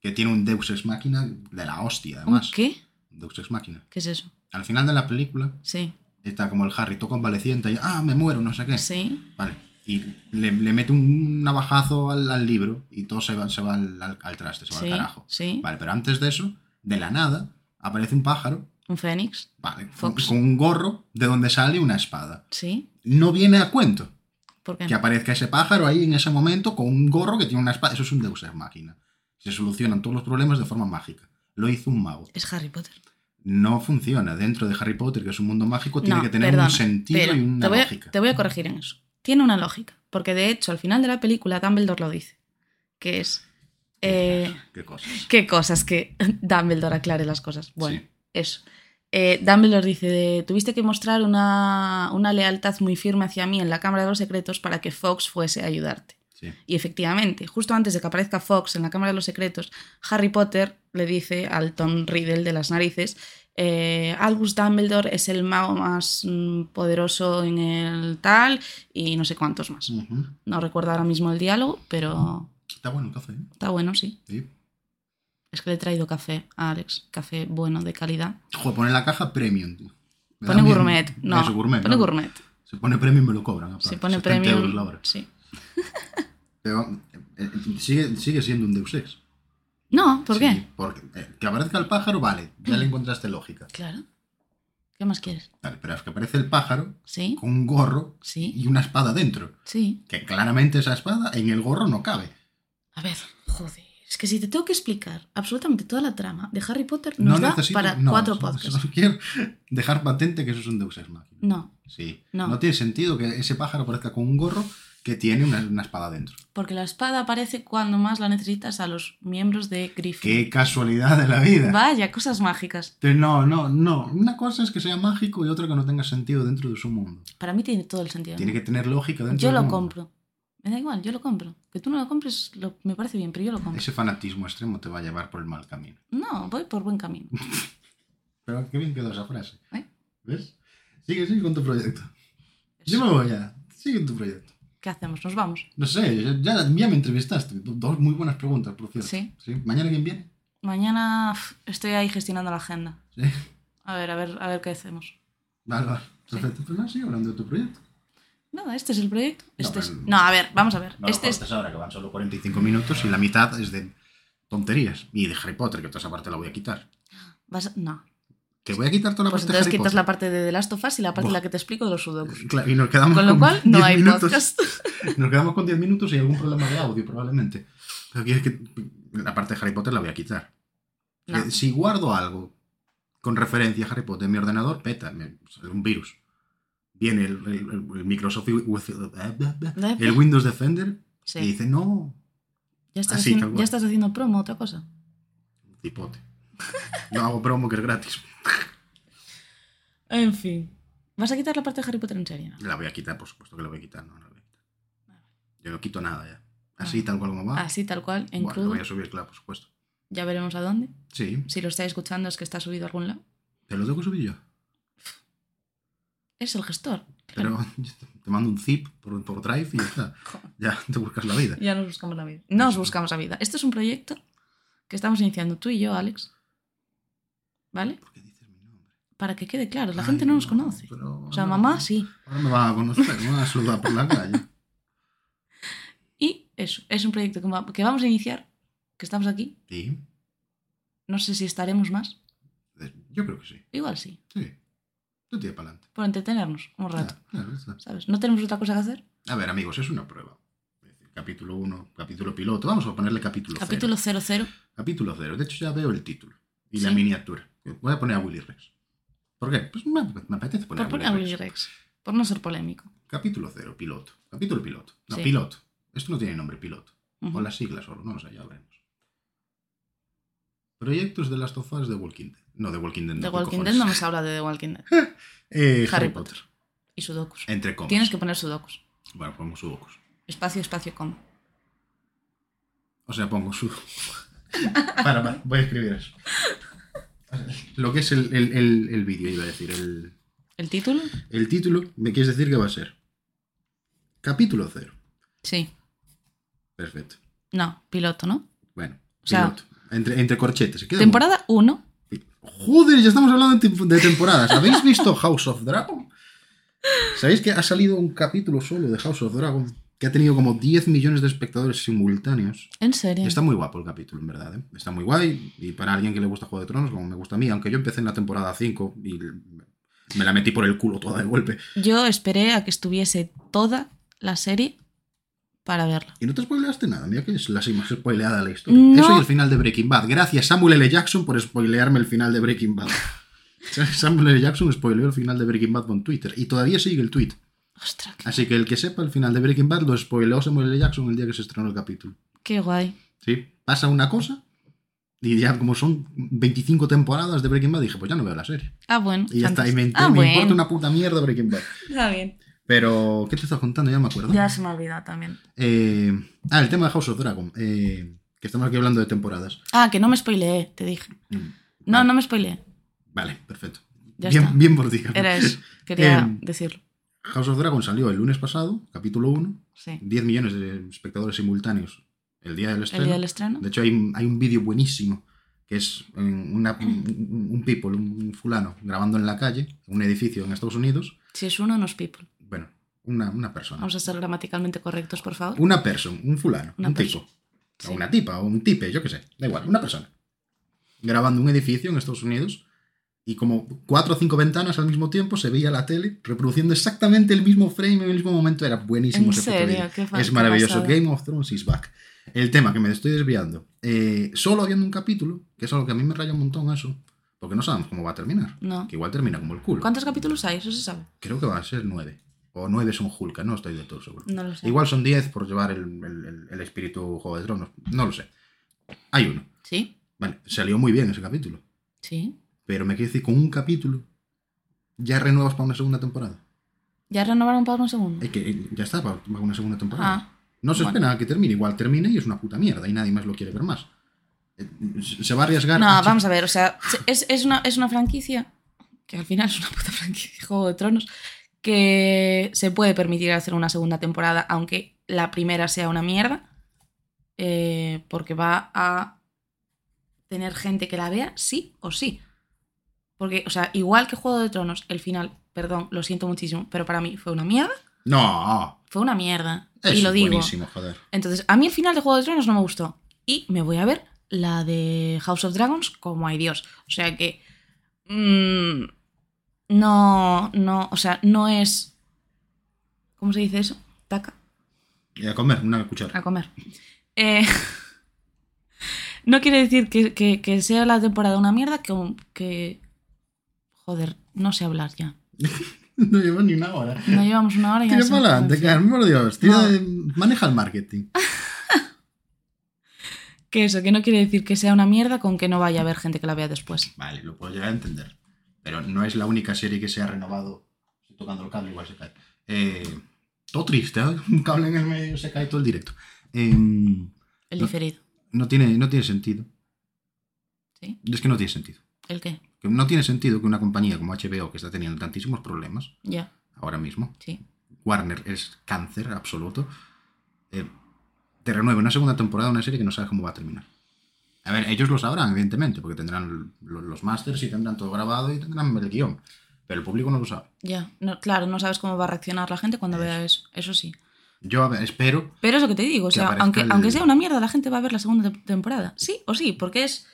Speaker 2: Que tiene un Deus Ex Machina de la hostia,
Speaker 1: ¿Un
Speaker 2: además.
Speaker 1: ¿Qué?
Speaker 2: Deus Ex Machina.
Speaker 1: ¿Qué es eso?
Speaker 2: Al final de la película
Speaker 1: Sí,
Speaker 2: está como el Harry todo convaleciente y ah, me muero, no sé qué.
Speaker 1: sí.
Speaker 2: Vale. Y le, le mete un navajazo al, al libro y todo se va, se va al, al- al traste, se va
Speaker 1: sí,
Speaker 2: al carajo.
Speaker 1: sí.
Speaker 2: Vale, pero antes de eso, de la nada, aparece un pájaro,
Speaker 1: Un fénix,
Speaker 2: vale, con,
Speaker 1: Fox.
Speaker 2: con un gorro de donde sale una espada.
Speaker 1: sí.
Speaker 2: No viene a cuento
Speaker 1: ¿Por qué?
Speaker 2: que aparezca ese pájaro ahí en ese momento con un gorro que tiene una espada. Eso es un Deus Ex Máquina. se solucionan todos los problemas de forma mágica. Lo hizo un mago.
Speaker 1: Es Harry Potter.
Speaker 2: No funciona. Dentro de Harry Potter, que es un mundo mágico, tiene
Speaker 1: No,
Speaker 2: que tener
Speaker 1: perdona,
Speaker 2: un sentido
Speaker 1: pero
Speaker 2: y una
Speaker 1: te voy a-
Speaker 2: lógica.
Speaker 1: te voy a corregir en eso. Tiene una lógica. Porque de hecho, al final de la película, Dumbledore lo dice. Que es. eh,
Speaker 2: Qué cosas.
Speaker 1: Qué cosas que Dumbledore aclare las cosas. Bueno,
Speaker 2: Sí.
Speaker 1: eso. Eh, Dumbledore dice, de, tuviste que mostrar una, una lealtad muy firme hacia mí en la Cámara de los Secretos para que Fox fuese a ayudarte.
Speaker 2: Sí.
Speaker 1: Y efectivamente, justo antes de que aparezca Fox en la Cámara de los Secretos, Harry Potter le dice al Tom Riddle de las narices, eh, Albus Dumbledore es el mago más mm, poderoso en el tal y no sé cuántos más.
Speaker 2: Ujú.
Speaker 1: No recuerdo ahora mismo el diálogo, pero
Speaker 2: Está bueno el café. ¿eh?
Speaker 1: está bueno, sí.
Speaker 2: Sí.
Speaker 1: Es que le he traído café a Alex, café bueno, de calidad.
Speaker 2: Joder, pone la caja premium, tío. Me da
Speaker 1: Pone
Speaker 2: miedo.
Speaker 1: gourmet, no.
Speaker 2: Eso, gourmet,
Speaker 1: pone
Speaker 2: ¿no?
Speaker 1: gourmet.
Speaker 2: Se pone premium me lo cobran. aparte,
Speaker 1: Si pone
Speaker 2: 70 euros
Speaker 1: premium.
Speaker 2: la hora.
Speaker 1: Sí.
Speaker 2: Pero, eh, eh, sigue, sigue siendo un Deus Ex.
Speaker 1: No, ¿por
Speaker 2: Sí,
Speaker 1: qué?
Speaker 2: Porque eh, que aparezca el pájaro, vale, ya le encontraste lógica.
Speaker 1: Claro. ¿Qué más quieres?
Speaker 2: Vale, pero es que aparece el pájaro
Speaker 1: Sí,
Speaker 2: con un gorro
Speaker 1: sí,
Speaker 2: y una espada dentro.
Speaker 1: sí.
Speaker 2: Que claramente esa espada en el gorro no cabe.
Speaker 1: A ver, joder. Es que si te tengo que explicar absolutamente toda la trama de Harry Potter,
Speaker 2: No
Speaker 1: nos da
Speaker 2: necesito-
Speaker 1: para
Speaker 2: no,
Speaker 1: cuatro
Speaker 2: no,
Speaker 1: podcasts.
Speaker 2: solo quiero dejar patente que eso es un Deus Ex Machina.
Speaker 1: No,
Speaker 2: Sí.
Speaker 1: No.
Speaker 2: No. tiene sentido que ese pájaro aparezca con un gorro que tiene una, una espada dentro.
Speaker 1: porque la espada aparece cuando más la necesitas a los miembros de Griffin.
Speaker 2: Qué casualidad de la vida.
Speaker 1: Vaya, cosas mágicas.
Speaker 2: Entonces, No, no, no. Una cosa es que sea mágico y otra que no tenga sentido dentro de su mundo.
Speaker 1: Para mí tiene todo el sentido.
Speaker 2: Tiene que tener lógica dentro
Speaker 1: Yo
Speaker 2: del
Speaker 1: lo
Speaker 2: mundo.
Speaker 1: compro. Me da igual, yo lo compro. Que tú no lo compres lo- me parece bien, pero yo lo compro.
Speaker 2: Ese fanatismo extremo te va a llevar por el mal camino.
Speaker 1: No, voy por buen camino.
Speaker 2: Pero qué bien quedó esa frase.
Speaker 1: ¿Eh?
Speaker 2: ¿Ves? Sigue, sigue con tu proyecto. Yo me voy ya. Sigue en tu proyecto.
Speaker 1: ¿Qué hacemos? Nos vamos.
Speaker 2: No sé, ya, ya me entrevistaste. Do- Dos muy buenas preguntas, por cierto.
Speaker 1: Sí.
Speaker 2: ¿Mañana quién viene?
Speaker 1: Mañana uf, estoy ahí gestionando la agenda.
Speaker 2: Sí.
Speaker 1: A ver, a ver, a ver qué hacemos.
Speaker 2: Vale, vale. Perfecto. Pues nada, sigue hablando de tu proyecto.
Speaker 1: Nada, este es el proyecto. Este es...
Speaker 2: pero-
Speaker 1: No, a ver, vamos a ver.
Speaker 2: No
Speaker 1: este
Speaker 2: lo
Speaker 1: es...
Speaker 2: cortes ahora, que van solo 45 minutos y la mitad es de tonterías. Y de Harry Potter, que toda esa parte la voy a quitar.
Speaker 1: vas a- No.
Speaker 2: Te voy a quitar toda la
Speaker 1: Pues
Speaker 2: parte de
Speaker 1: entonces
Speaker 2: Harry
Speaker 1: quitas
Speaker 2: Potter.
Speaker 1: la parte de The Last of Us y la parte
Speaker 2: Buah.
Speaker 1: en la que te explico de los sudokus.
Speaker 2: Claro, y nos quedamos
Speaker 1: Con lo cual, no
Speaker 2: 10
Speaker 1: hay
Speaker 2: minutos.
Speaker 1: podcast.
Speaker 2: Nos quedamos con 10 minutos y algún problema de audio, probablemente. Pero quieres que la parte de Harry Potter la voy a quitar.
Speaker 1: No.
Speaker 2: Eh, Si guardo algo con referencia a Harry Potter en mi ordenador, peta, me sale un virus. Viene el, el- el- el Microsoft, y- eh, el Windows Defender
Speaker 1: Sí.
Speaker 2: y dice, no,
Speaker 1: Ya, estás
Speaker 2: así, tal
Speaker 1: haciendo,
Speaker 2: cual.
Speaker 1: ya estás haciendo promo, otra cosa.
Speaker 2: tipote. No hago promo que es gratis.
Speaker 1: En fin. ¿Vas a quitar la parte de Harry Potter en serio? no?
Speaker 2: La voy a quitar, por supuesto que la voy a quitar. No, no la voy a quitar. Yo no quito nada ya. Así,
Speaker 1: Ah.
Speaker 2: tal cual como va.
Speaker 1: Así, tal cual, en
Speaker 2: Bueno, lo
Speaker 1: crudo.
Speaker 2: voy a subir, claro, por supuesto.
Speaker 1: Ya veremos a dónde.
Speaker 2: Sí,
Speaker 1: Si lo estáis escuchando es que está subido a algún lado.
Speaker 2: te lo tengo que subir yo.
Speaker 1: Es el gestor.
Speaker 2: Pero te mando un zip por, por Drive y ya está. Ya te buscas la vida.
Speaker 1: Ya nos buscamos la vida. Nos buscamos la vida. Esto es un proyecto que estamos iniciando tú y yo, Alex. ¿Vale?
Speaker 2: ¿Por qué dices mi nombre?
Speaker 1: Para que quede claro, la
Speaker 2: Ay,
Speaker 1: gente no nos conoce.
Speaker 2: pero
Speaker 1: O sea,
Speaker 2: no.
Speaker 1: mamá sí.
Speaker 2: Ahora me van a conocer, me van a saludar por la calle.
Speaker 1: Y eso, es un proyecto que, va- que vamos a iniciar, que estamos aquí.
Speaker 2: Sí,
Speaker 1: No sé si estaremos más.
Speaker 2: eh, yo creo que sí.
Speaker 1: Igual sí,
Speaker 2: Sí. Yo tiro para adelante.
Speaker 1: por entretenernos un rato. ¿Sabes? No tenemos otra cosa que hacer.
Speaker 2: A ver, amigos, es una prueba. Es decir, Capítulo 1, capítulo piloto. Vamos a ponerle capítulo 0.
Speaker 1: Capítulo 00.
Speaker 2: Capítulo 0. De hecho, ya veo el título y la
Speaker 1: Sí.
Speaker 2: miniatura. Voy a poner a Willy Rex. ¿Por qué? Pues me, me apetece poner
Speaker 1: Por
Speaker 2: a
Speaker 1: poner
Speaker 2: Willy
Speaker 1: a
Speaker 2: Rex.
Speaker 1: Willy Rex. Por no ser polémico.
Speaker 2: Capítulo 0, piloto. Capítulo piloto. No,
Speaker 1: Sí.
Speaker 2: piloto. Esto no tiene nombre, piloto.
Speaker 1: Ujú.
Speaker 2: O las siglas solo, no lo sé, ya lo veremos. Proyectos de las tofas de Walking Dead. No, de Walking Dead. no,
Speaker 1: The
Speaker 2: ¿qué
Speaker 1: Walking Dead
Speaker 2: cojones?
Speaker 1: no nos habla de The Walking Dead. Harry
Speaker 2: Eh, Harry
Speaker 1: Potter.
Speaker 2: Potter.
Speaker 1: Y sudokus.
Speaker 2: Entre comas.
Speaker 1: Tienes que poner sudokus.
Speaker 2: Bueno, pongo sudokus.
Speaker 1: Espacio, espacio, coma.
Speaker 2: O sea, pongo su... para, para, voy a escribir eso. Lo que es el, el, el, el vídeo, iba a decir. El,
Speaker 1: ¿El título?
Speaker 2: el título, ¿me quieres decir qué va a ser? Capítulo 0.
Speaker 1: Sí.
Speaker 2: Perfecto.
Speaker 1: No, piloto, ¿no?
Speaker 2: Bueno,
Speaker 1: O sea,
Speaker 2: piloto. entre, entre corchetes. se queda bueno.
Speaker 1: Temporada 1.
Speaker 2: Joder, ya estamos hablando de tem- de temporadas. ¿Habéis visto House of Dragon? ¿Sabéis que ha salido un capítulo solo de House of Dragon que ha tenido como 10 millones de espectadores simultáneos?
Speaker 1: En serio.
Speaker 2: Está muy guapo el capítulo, en verdad. ¿eh? Está muy guay. Y para alguien que le gusta Juego de Tronos, como me gusta a mí, aunque yo empecé en la temporada 5 y me la metí por el culo toda de golpe.
Speaker 1: Yo esperé a que estuviese toda la serie para verla.
Speaker 2: Y no te spoileaste nada, mira que es la más spoileada de la historia.
Speaker 1: No.
Speaker 2: Eso y el final de Breaking Bad. Gracias Samuel L. Jackson por spoilearme el final de Breaking Bad. Samuel L. Jackson spoileó el final de Breaking Bad con Twitter y todavía sigue el tweet.
Speaker 1: Ostras, qué,
Speaker 2: Así que el que sepa el final de Breaking Bad lo spoileó Samuel L. Jackson el día que se estrenó el capítulo.
Speaker 1: qué guay.
Speaker 2: ¿Sí? Pasa una cosa y ya como son 25 temporadas de Breaking Bad dije, pues ya no veo la serie.
Speaker 1: Ah, bueno.
Speaker 2: Y ya está, y me,
Speaker 1: fantástico. Ah,
Speaker 2: me
Speaker 1: bueno.
Speaker 2: importa una puta mierda Breaking Bad.
Speaker 1: Está bien.
Speaker 2: Pero, ¿qué te estás contando? Ya no me acuerdo.
Speaker 1: Ya se me ha olvidado también.
Speaker 2: Eh, ah, el tema de House of Dragon. eh, que estamos aquí hablando de temporadas.
Speaker 1: Ah, que no me spoileé, te dije.
Speaker 2: Mm,
Speaker 1: No,
Speaker 2: vale.
Speaker 1: no me spoileé.
Speaker 2: Vale, perfecto.
Speaker 1: Ya está.
Speaker 2: bien, bien por ti.
Speaker 1: Era eso. Quería
Speaker 2: Em,
Speaker 1: decirlo.
Speaker 2: House of Dragon salió el lunes pasado, capítulo 1.
Speaker 1: Sí.
Speaker 2: 10 millones de espectadores simultáneos el día del
Speaker 1: El
Speaker 2: estreno.
Speaker 1: día del estreno.
Speaker 2: De hecho, hay, un- hay un vídeo buenísimo que es en una- un un people, un fulano, grabando en la calle, en un edificio en Estados Unidos.
Speaker 1: Si es uno, nos people.
Speaker 2: Bueno, una, una persona.
Speaker 1: Vamos a ser gramaticalmente correctos, por favor.
Speaker 2: Una persona, un fulano,
Speaker 1: Una
Speaker 2: un
Speaker 1: perso-
Speaker 2: tipo.
Speaker 1: Sí.
Speaker 2: O una tipa, o un tipe, yo qué sé. Da igual, una persona. Grabando un edificio en Estados Unidos y como cuatro o cinco ventanas al mismo tiempo se veía la tele reproduciendo exactamente el mismo frame en el mismo momento. Era buenísimo.
Speaker 1: En
Speaker 2: ese puto vídeo.
Speaker 1: serio, qué fa-
Speaker 2: Es
Speaker 1: qué
Speaker 2: maravilloso.
Speaker 1: pasada.
Speaker 2: Game of Thrones is back. El tema que me estoy desviando. Eh, solo habiendo un capítulo, que es algo que a mí me raya un montón eso, porque no sabemos cómo va a terminar.
Speaker 1: No.
Speaker 2: Que igual termina como el culo.
Speaker 1: ¿Cuántos capítulos hay? Eso se sabe.
Speaker 2: Creo que va a ser nueve. O nueve son Hulka, no estoy de todo seguro.
Speaker 1: No lo sé.
Speaker 2: Igual son 10 por llevar el, el- el- el espíritu Juego de Tronos. No lo sé. Hay uno.
Speaker 1: Sí,
Speaker 2: Vale, salió muy bien ese capítulo.
Speaker 1: sí.
Speaker 2: Pero me quiero decir, con un capítulo ya renuevas para una segunda temporada.
Speaker 1: Ya renovaron para un segundo.
Speaker 2: Es que eh, ya está, para para una segunda temporada.
Speaker 1: Ah,
Speaker 2: no se
Speaker 1: bueno.
Speaker 2: espera a que termine. Igual termine y es una puta mierda y nadie más lo quiere ver más. Eh, se se va a arriesgar.
Speaker 1: no, vamos a ver, o sea, es, es una, es una franquicia, que al final es una puta franquicia, Juego de Tronos, que se puede permitir hacer una segunda temporada, aunque la primera sea una mierda, eh, porque va a tener gente que la vea sí o sí. Porque, o sea, igual que Juego de Tronos, el final, perdón, lo siento muchísimo, pero para mí fue una mierda,
Speaker 2: No,
Speaker 1: fue una mierda.
Speaker 2: es
Speaker 1: y lo digo.
Speaker 2: buenísimo, joder.
Speaker 1: Entonces, a mí el final de Juego de Tronos no me gustó. Y me voy a ver la de House of Dragons como hay Dios. O sea que. mm, no, no, o sea, no es. ¿Cómo se dice eso? Taca.
Speaker 2: Y a comer una cuchara.
Speaker 1: A comer. Eh, no quiere decir que, que- que sea la temporada una mierda, que, un- que. Joder, no sé hablar ya.
Speaker 2: no llevo ni una hora.
Speaker 1: No llevamos una hora y ya.
Speaker 2: Tira
Speaker 1: se me
Speaker 2: para adelante,
Speaker 1: fue.
Speaker 2: Carmen, por Dios. Tira
Speaker 1: No.
Speaker 2: de- maneja el marketing.
Speaker 1: Que eso, que no quiere decir que sea una mierda con que no vaya a haber gente que la vea después.
Speaker 2: Vale, lo puedo llegar a entender. Pero no es la única serie que se ha renovado. Estoy tocando el cable, igual se cae. Eh, todo triste, ¿eh? Un cable en el medio se cae todo el directo. Eh, no,
Speaker 1: El
Speaker 2: No.
Speaker 1: diferido.
Speaker 2: tiene, no tiene sentido.
Speaker 1: ¿Sí?
Speaker 2: Es que no tiene sentido.
Speaker 1: ¿El qué?
Speaker 2: Que no tiene sentido que una compañía como HBO, que está teniendo tantísimos problemas
Speaker 1: Ya.
Speaker 2: ahora mismo,
Speaker 1: Sí.
Speaker 2: Warner es cáncer absoluto, eh, te renueve una segunda temporada de una serie que no sabes cómo va a terminar. A ver, ellos lo sabrán, evidentemente, porque tendrán lo- los masters y tendrán todo grabado y tendrán el guión. Pero el público no lo sabe.
Speaker 1: Ya, no, claro, no sabes cómo va a reaccionar la gente cuando vea eso, eso sí.
Speaker 2: Yo a ver, espero.
Speaker 1: Pero es lo que te digo, o
Speaker 2: Que
Speaker 1: sea,
Speaker 2: aparezca
Speaker 1: aunque,
Speaker 2: el-
Speaker 1: aunque sea una mierda, la gente va a ver la segunda te- temporada. Sí o sí, porque es,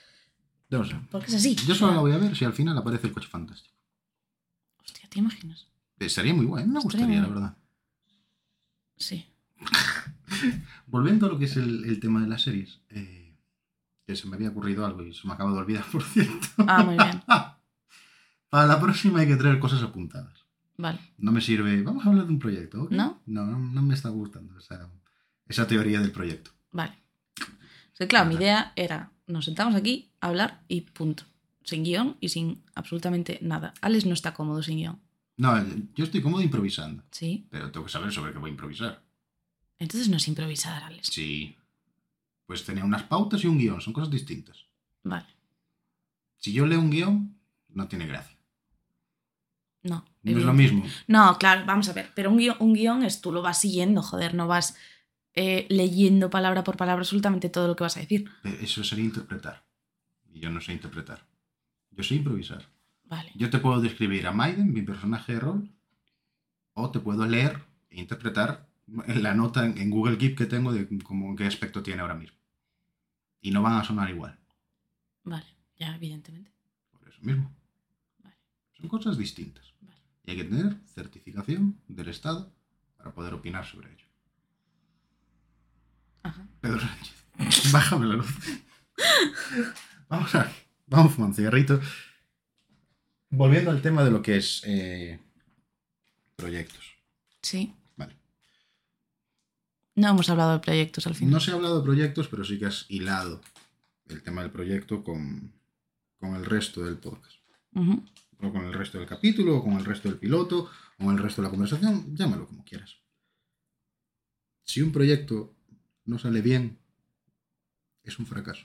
Speaker 2: No sé.
Speaker 1: porque es así.
Speaker 2: Yo
Speaker 1: O
Speaker 2: solo
Speaker 1: sea,
Speaker 2: la voy a ver si al final aparece el coche fantástico.
Speaker 1: Hostia, ¿te imaginas?
Speaker 2: Eh, Sería muy guay, me gustaría,
Speaker 1: Estaría
Speaker 2: la
Speaker 1: guay.
Speaker 2: verdad.
Speaker 1: Sí.
Speaker 2: Volviendo a lo que es el, el tema de las series, eh, que se me había ocurrido algo y se me acaba de olvidar, por cierto.
Speaker 1: Ah, muy bien.
Speaker 2: Para la próxima hay que traer cosas apuntadas.
Speaker 1: Vale.
Speaker 2: No me sirve. Vamos a hablar de un proyecto, ¿ok?
Speaker 1: ¿No?
Speaker 2: No, no, no me está gustando esa, esa teoría del proyecto.
Speaker 1: Vale. O sea, claro, mi
Speaker 2: Ajá.
Speaker 1: idea era, nos sentamos aquí, a hablar y punto. Sin guión y sin absolutamente nada. Alex no está cómodo sin guión.
Speaker 2: No, eh, yo estoy cómodo improvisando,
Speaker 1: Sí.
Speaker 2: pero tengo que saber sobre qué voy a improvisar.
Speaker 1: Entonces no es improvisar, Alex.
Speaker 2: Sí. Pues tenía unas pautas y un guión, son cosas distintas.
Speaker 1: Vale.
Speaker 2: Si yo leo un guión, no tiene gracia.
Speaker 1: No.
Speaker 2: No es lo
Speaker 1: evidente.
Speaker 2: mismo.
Speaker 1: No, claro, vamos a ver. Pero un guión, un guión es tú lo vas siguiendo, joder, no vas eh, leyendo palabra por palabra absolutamente todo lo que vas a decir.
Speaker 2: Pero Eso sería interpretar. Y yo no sé interpretar. Yo sé improvisar.
Speaker 1: Vale.
Speaker 2: Yo te puedo describir a Maiden, mi personaje de rol, o te puedo leer e interpretar la nota en en Google Keep que tengo de cómo, qué aspecto tiene ahora mismo. Y no van a sonar igual,
Speaker 1: Vale, ya, evidentemente.
Speaker 2: por eso mismo.
Speaker 1: Vale.
Speaker 2: Son cosas distintas.
Speaker 1: Vale.
Speaker 2: Y hay que tener certificación del Estado para poder opinar sobre ello.
Speaker 1: Ajá.
Speaker 2: Pedro Sánchez, bájame la luz. Vamos a, vamos a fumar un cigarrito. Volviendo al tema de lo que es eh, proyectos.
Speaker 1: Sí.
Speaker 2: Vale.
Speaker 1: No hemos hablado de proyectos al final.
Speaker 2: No se ha hablado de proyectos, pero sí que has hilado el tema del proyecto con, con el resto del podcast.
Speaker 1: Ujú.
Speaker 2: O con el resto del capítulo, o con el resto del piloto, o con el resto de la conversación, llámalo como quieras. Si un proyecto no sale bien, es un fracaso.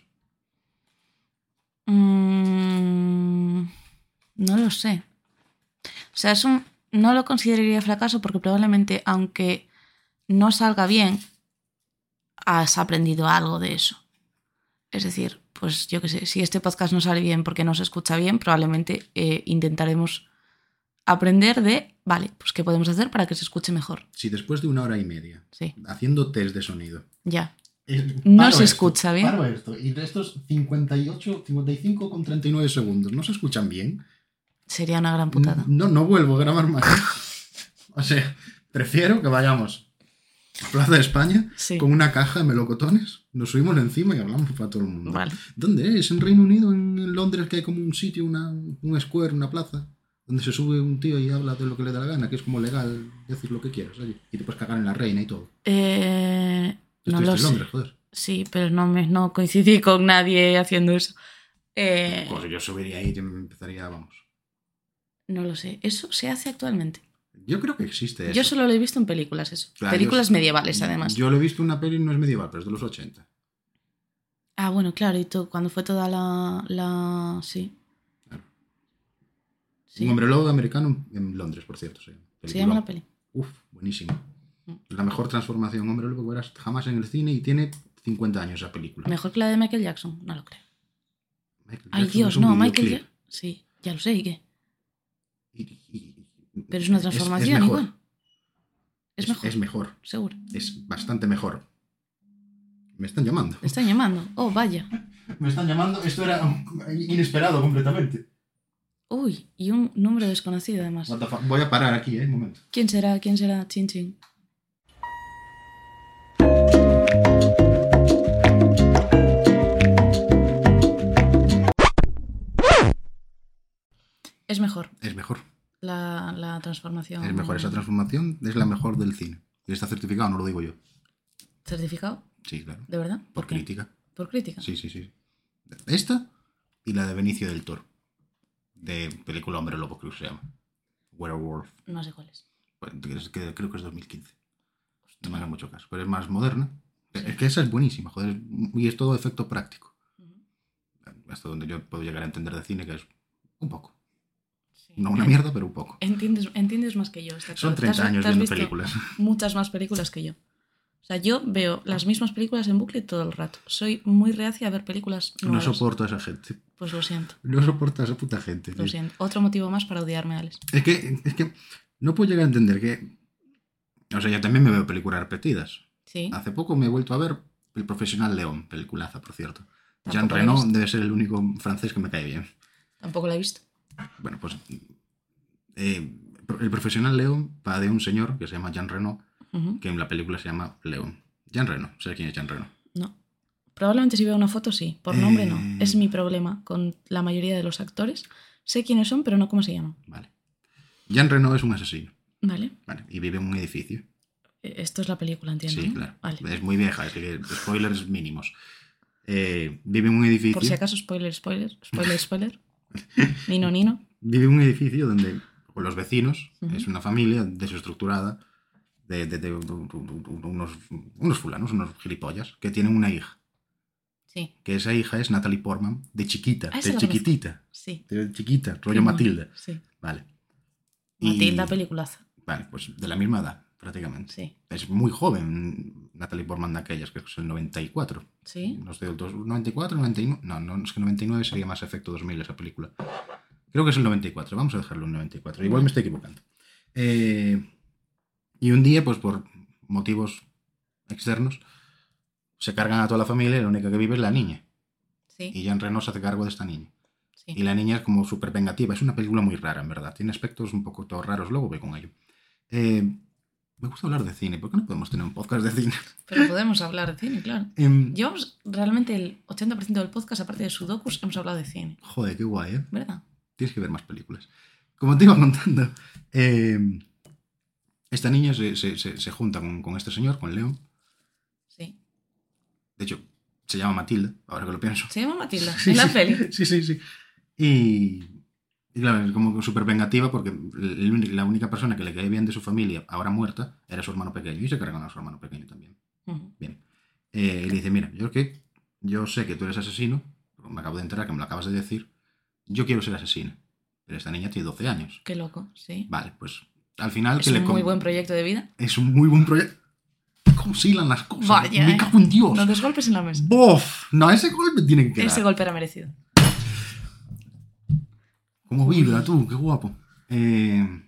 Speaker 1: Mm, no lo sé. O sea, es un, no lo consideraría fracaso porque probablemente, aunque no salga bien, has aprendido algo de eso. Es decir, pues yo qué sé, si este podcast no sale bien porque no se escucha bien, probablemente eh, intentaremos aprender de, vale, pues qué podemos hacer para que se escuche mejor.
Speaker 2: Si después de una hora y media,
Speaker 1: Sí,
Speaker 2: haciendo test de sonido,
Speaker 1: ya.
Speaker 2: eh,
Speaker 1: No
Speaker 2: paro
Speaker 1: se
Speaker 2: esto,
Speaker 1: escucha bien.
Speaker 2: paro esto, y de estos 58, 55 con 39 segundos, ¿no se escuchan bien?
Speaker 1: Sería una gran putada.
Speaker 2: No, no vuelvo a grabar más. o sea, prefiero que vayamos a Plaza de España
Speaker 1: Sí.
Speaker 2: con una caja de melocotones, nos subimos encima y hablamos para todo el mundo.
Speaker 1: Vale.
Speaker 2: ¿Dónde es? ¿En Reino Unido? ¿En en Londres? Que hay como un sitio, una, un square, una plaza, donde se sube un tío y habla de lo que le da la gana, que es como legal decir lo que quieras allí. Y te puedes cagar en la reina y todo.
Speaker 1: Eh,
Speaker 2: Tú
Speaker 1: no
Speaker 2: estuviste
Speaker 1: lo
Speaker 2: en
Speaker 1: sé.
Speaker 2: Londres, joder.
Speaker 1: Sí, pero no, me, no coincidí con nadie haciendo eso. Eh,
Speaker 2: Pues yo subiría ahí y me empezaría, vamos.
Speaker 1: no lo sé. Eso se hace actualmente.
Speaker 2: Yo creo que existe eso.
Speaker 1: Yo solo lo he visto en películas, eso.
Speaker 2: Claro,
Speaker 1: películas
Speaker 2: yo-
Speaker 1: medievales, además.
Speaker 2: Yo lo he visto en una peli, no es medieval, pero es de los 80.
Speaker 1: Ah, bueno, claro, y tú, cuando fue toda la. la... Sí.
Speaker 2: Claro.
Speaker 1: Sí,
Speaker 2: Un hombre lobo americano en Londres, por cierto. Se llama,
Speaker 1: Se llama la
Speaker 2: Peliculón.
Speaker 1: peli.
Speaker 2: Uf, buenísimo.
Speaker 1: Mm.
Speaker 2: La mejor transformación hombre lobo que verás jamás en el cine y tiene 50 años esa película.
Speaker 1: Mejor que la de Michael Jackson, no lo creo.
Speaker 2: Michael
Speaker 1: Ay,
Speaker 2: Jackson es
Speaker 1: Dios,
Speaker 2: un
Speaker 1: no, Michael
Speaker 2: videoclip.
Speaker 1: Jackson. Sí, ya lo sé, ¿y qué?
Speaker 2: Y- y- y-
Speaker 1: Pero es una transformación
Speaker 2: mejor.
Speaker 1: igual. Es, mejor,
Speaker 2: Es mejor.
Speaker 1: seguro.
Speaker 2: Es bastante mejor. Me están llamando.
Speaker 1: Te están llamando. Oh, vaya.
Speaker 2: Me están llamando. Esto era inesperado completamente.
Speaker 1: Uy, y un número desconocido además.
Speaker 2: What the fuck. Voy a parar aquí, ¿eh? Un momento.
Speaker 1: ¿Quién será? ¿Quién será? Chin chin. Es mejor
Speaker 2: Es mejor.
Speaker 1: la, la transformación.
Speaker 2: Es mejor. Esa transformación es la mejor del cine. Y está certificado, no lo digo yo.
Speaker 1: ¿Certificado?
Speaker 2: Sí, claro.
Speaker 1: ¿De verdad?
Speaker 2: Por
Speaker 1: qué?
Speaker 2: crítica.
Speaker 1: ¿Por crítica?
Speaker 2: Sí, sí, sí. Esta y la de Benicio del Toro. De película Hombre Lobo, creo que se llama. Werewolf.
Speaker 1: No sé cuál es.
Speaker 2: Bueno, es que creo que es 2015. No me haga mucho caso, pero es más moderna. Es que esa es buenísima, joder, y es todo efecto práctico.
Speaker 1: Ujú.
Speaker 2: Hasta donde yo puedo llegar a entender de cine, que es un poco.
Speaker 1: Sí.
Speaker 2: No una mierda, pero un poco.
Speaker 1: Entiendes, entiendes más que yo. está claro.
Speaker 2: Son
Speaker 1: Te has-
Speaker 2: 30 años
Speaker 1: te has
Speaker 2: viendo
Speaker 1: visto
Speaker 2: películas.
Speaker 1: muchas más películas que yo. O sea, yo veo las mismas películas en bucle todo el rato. Soy muy reacia a ver películas
Speaker 2: No
Speaker 1: nuevas.
Speaker 2: soporto a esa gente.
Speaker 1: Pues lo siento.
Speaker 2: No soporto a esa puta gente.
Speaker 1: Lo
Speaker 2: tío.
Speaker 1: siento. Otro motivo más para odiarme, Alex.
Speaker 2: Es que, es que no puedo llegar a entender que. O sea, yo también me veo películas repetidas.
Speaker 1: Sí.
Speaker 2: Hace poco me he vuelto a ver El Profesional León, peliculaza, por cierto. Jean
Speaker 1: Tampoco la he
Speaker 2: Reno
Speaker 1: visto.
Speaker 2: debe ser el único francés que me cae bien.
Speaker 1: Tampoco la he visto.
Speaker 2: Bueno, pues eh, el profesional León va de un señor que se llama Jean Reno,
Speaker 1: Ujú.
Speaker 2: que en la película se llama León. Jean Reno, sé quién es Jean Reno.
Speaker 1: No. Probablemente si veo una foto, sí. Por nombre, no.
Speaker 2: Eh.
Speaker 1: Es mi problema con la mayoría de los actores. Sé quiénes son, pero no cómo se llaman.
Speaker 2: Vale. Jean Reno es un asesino,
Speaker 1: Vale.
Speaker 2: vale, y vive en un edificio.
Speaker 1: Eh, Esto es la película, entiendo.
Speaker 2: Sí,
Speaker 1: ¿no?
Speaker 2: claro.
Speaker 1: Vale.
Speaker 2: Es muy vieja, así que spoilers mínimos. Eh, vive en un edificio.
Speaker 1: Por si acaso, spoiler, spoiler, spoiler, spoiler. Nino, Nino.
Speaker 2: vive en un edificio donde con los vecinos
Speaker 1: Ujú.
Speaker 2: es una familia desestructurada de, de- de unos, unos fulanos, unos gilipollas, que tienen una hija.
Speaker 1: Sí,
Speaker 2: Que esa hija es Natalie Portman, de chiquita,
Speaker 1: Ah, esa
Speaker 2: de
Speaker 1: la conozco.
Speaker 2: chiquitita,
Speaker 1: sí.
Speaker 2: de chiquita, rollo
Speaker 1: Qué mono.
Speaker 2: Matilda.
Speaker 1: Sí.
Speaker 2: Vale. Y-
Speaker 1: Matilda, peliculaza.
Speaker 2: Vale, pues de la misma edad, prácticamente.
Speaker 1: Sí.
Speaker 2: Es muy joven Natalie Portman de aquellas, que es el 94.
Speaker 1: Sí.
Speaker 2: No estoy del todo- 94, 99. No, no, es que 99 sería más efecto 2000 esa película. Creo que es el 94. Vamos a dejarlo en 94. Igual me estoy equivocando. Eh, y un día, pues por motivos externos, se cargan a toda la familia y la única que vive es la niña.
Speaker 1: Sí.
Speaker 2: Y Jean Reno se hace cargo de esta niña.
Speaker 1: Sí.
Speaker 2: Y la niña es como súper vengativa. Es una película muy rara, en verdad. Tiene aspectos un poco todos raros. Luego voy con ello. Eh, Me gusta hablar de cine, ¿por qué no podemos tener un podcast de cine?
Speaker 1: Pero podemos hablar de cine, claro.
Speaker 2: Em,
Speaker 1: Llevamos realmente el 80% del podcast, aparte de sudokus, hemos hablado de cine,
Speaker 2: joder, qué guay, ¿eh?
Speaker 1: ¿verdad?
Speaker 2: Tienes que ver más películas. Como te iba contando, em, esta niña se, se- se- se junta con, con este señor, con León.
Speaker 1: Sí.
Speaker 2: De hecho, se llama Matilda, ahora que lo pienso.
Speaker 1: Se llama Matilda,
Speaker 2: Sí,
Speaker 1: en la
Speaker 2: sí.
Speaker 1: peli.
Speaker 2: Sí, sí, sí. Y, y claro, es como súper vengativa porque el uni- la única persona que le cae bien de su familia, ahora muerta, era su hermano pequeño y se cargan a su hermano pequeño también.
Speaker 1: Ujú.
Speaker 2: Eh, y le dice, mira, yo que yo sé que tú eres asesino, pero me acabo de enterar que me lo acabas de decir, yo quiero ser asesina. Pero esta niña tiene 12 años.
Speaker 1: Qué loco, sí.
Speaker 2: Vale, pues al final...
Speaker 1: Es
Speaker 2: que le
Speaker 1: un muy
Speaker 2: con-
Speaker 1: buen proyecto de vida.
Speaker 2: Es un muy buen proyecto. ¿Cómo se hilan las cosas?
Speaker 1: Vaya,
Speaker 2: Me
Speaker 1: eh.
Speaker 2: cago en Dios.
Speaker 1: No des golpes en la mesa.
Speaker 2: ¡Bof! No, ese golpe tiene que quedar.
Speaker 1: Ese golpe era merecido.
Speaker 2: Como vibra tú, qué guapo. Eh,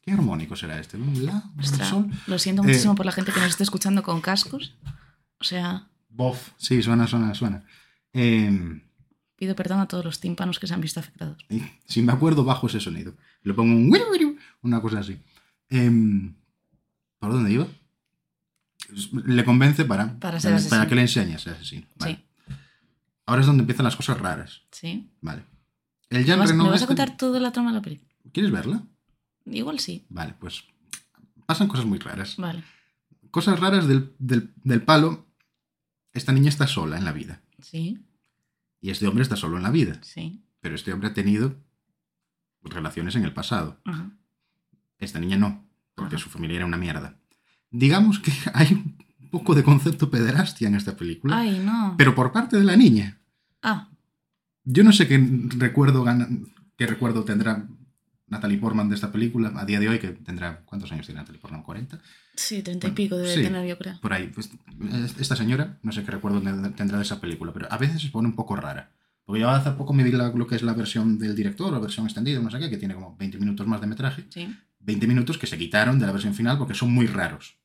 Speaker 2: ¿Qué armónico será este? ¿Un la? ¿Un
Speaker 1: Ostras,
Speaker 2: sol?
Speaker 1: lo siento
Speaker 2: eh,
Speaker 1: muchísimo por la gente que nos esté escuchando con cascos. O sea,
Speaker 2: Bof. Sí, suena, suena, suena. Eh,
Speaker 1: pido perdón a todos los tímpanos que se han visto afectados.
Speaker 2: y si me acuerdo, bajo ese sonido. Le pongo un wiru, wiru, una cosa así. Em, ¿Por dónde iba? Le convence para,
Speaker 1: Para ser asesino.
Speaker 2: que le enseñe a ser asesino. Vale.
Speaker 1: Sí,
Speaker 2: Ahora es donde empiezan las cosas raras.
Speaker 1: sí.
Speaker 2: Vale. El
Speaker 1: ¿Me
Speaker 2: Jean
Speaker 1: vas, me
Speaker 2: Reno
Speaker 1: vas a
Speaker 2: este-
Speaker 1: contar toda la trama de la película?
Speaker 2: ¿Quieres verla?
Speaker 1: Igual sí.
Speaker 2: Vale, pues pasan cosas muy raras.
Speaker 1: Vale,
Speaker 2: cosas raras del, del- del palo. Esta niña está sola en la vida.
Speaker 1: sí,
Speaker 2: Y este hombre está solo en la vida.
Speaker 1: sí.
Speaker 2: Pero este hombre ha tenido relaciones en el pasado.
Speaker 1: Ajá.
Speaker 2: Esta niña no, porque
Speaker 1: Ajá.
Speaker 2: su familia era una mierda. Digamos que hay un poco de concepto pederastia en esta película.
Speaker 1: Ay, no.
Speaker 2: Pero por parte de la niña.
Speaker 1: Ah,
Speaker 2: Yo no sé qué recuerdo, gana- qué recuerdo tendrá Natalie Portman de esta película a día de hoy, que tendrá... ¿Cuántos años tiene Natalie Portman? ¿40?
Speaker 1: sí, treinta y pico de
Speaker 2: Sí.
Speaker 1: tener yo creo.
Speaker 2: por ahí. Pues, esta señora, no sé qué recuerdo ten- tendrá de esa película, pero a veces se pone un poco rara. Porque yo hace poco me vi la- lo que es la versión del director, la versión extendida, no sé qué, que tiene como 20 minutos más de metraje.
Speaker 1: Sí.
Speaker 2: 20 minutos que se quitaron de la versión final porque son muy raros.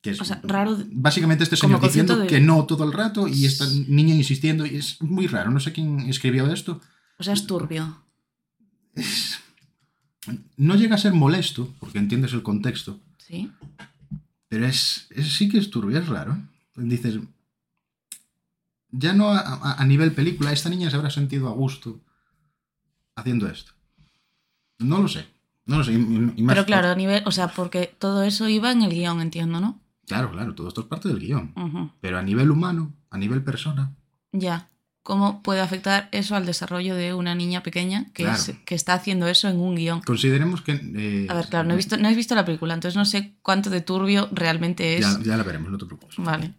Speaker 2: Que es-
Speaker 1: O sea, raro de-
Speaker 2: Básicamente este
Speaker 1: como
Speaker 2: señor diciendo
Speaker 1: concepto de-
Speaker 2: que no todo el rato y esta niña insistiendo. Y es muy raro, no sé quién escribió esto.
Speaker 1: O sea, es turbio.
Speaker 2: No llega a ser molesto, porque entiendes el contexto,
Speaker 1: Sí.
Speaker 2: Pero es, es- sí que es turbio, es raro. ¿eh? Dices, ya no a, a- a nivel película, esta niña se habrá sentido a gusto haciendo esto. No lo sé, no lo sé. y- y- y más-
Speaker 1: Pero claro, a nivel. O sea, porque todo eso iba en el guión, entiendo, ¿no?
Speaker 2: Claro, claro, todo esto es parte del guión.
Speaker 1: Ujú.
Speaker 2: Pero a nivel humano, a nivel persona,
Speaker 1: Ya. ¿Cómo puede afectar eso al desarrollo de una niña pequeña que,
Speaker 2: Claro.
Speaker 1: es- que está haciendo eso en un guión?
Speaker 2: consideremos que... eh,
Speaker 1: A ver, claro, no he visto, no he visto la película, entonces no sé cuánto de turbio realmente es.
Speaker 2: Ya, ya la veremos, no te preocupes.
Speaker 1: Vale.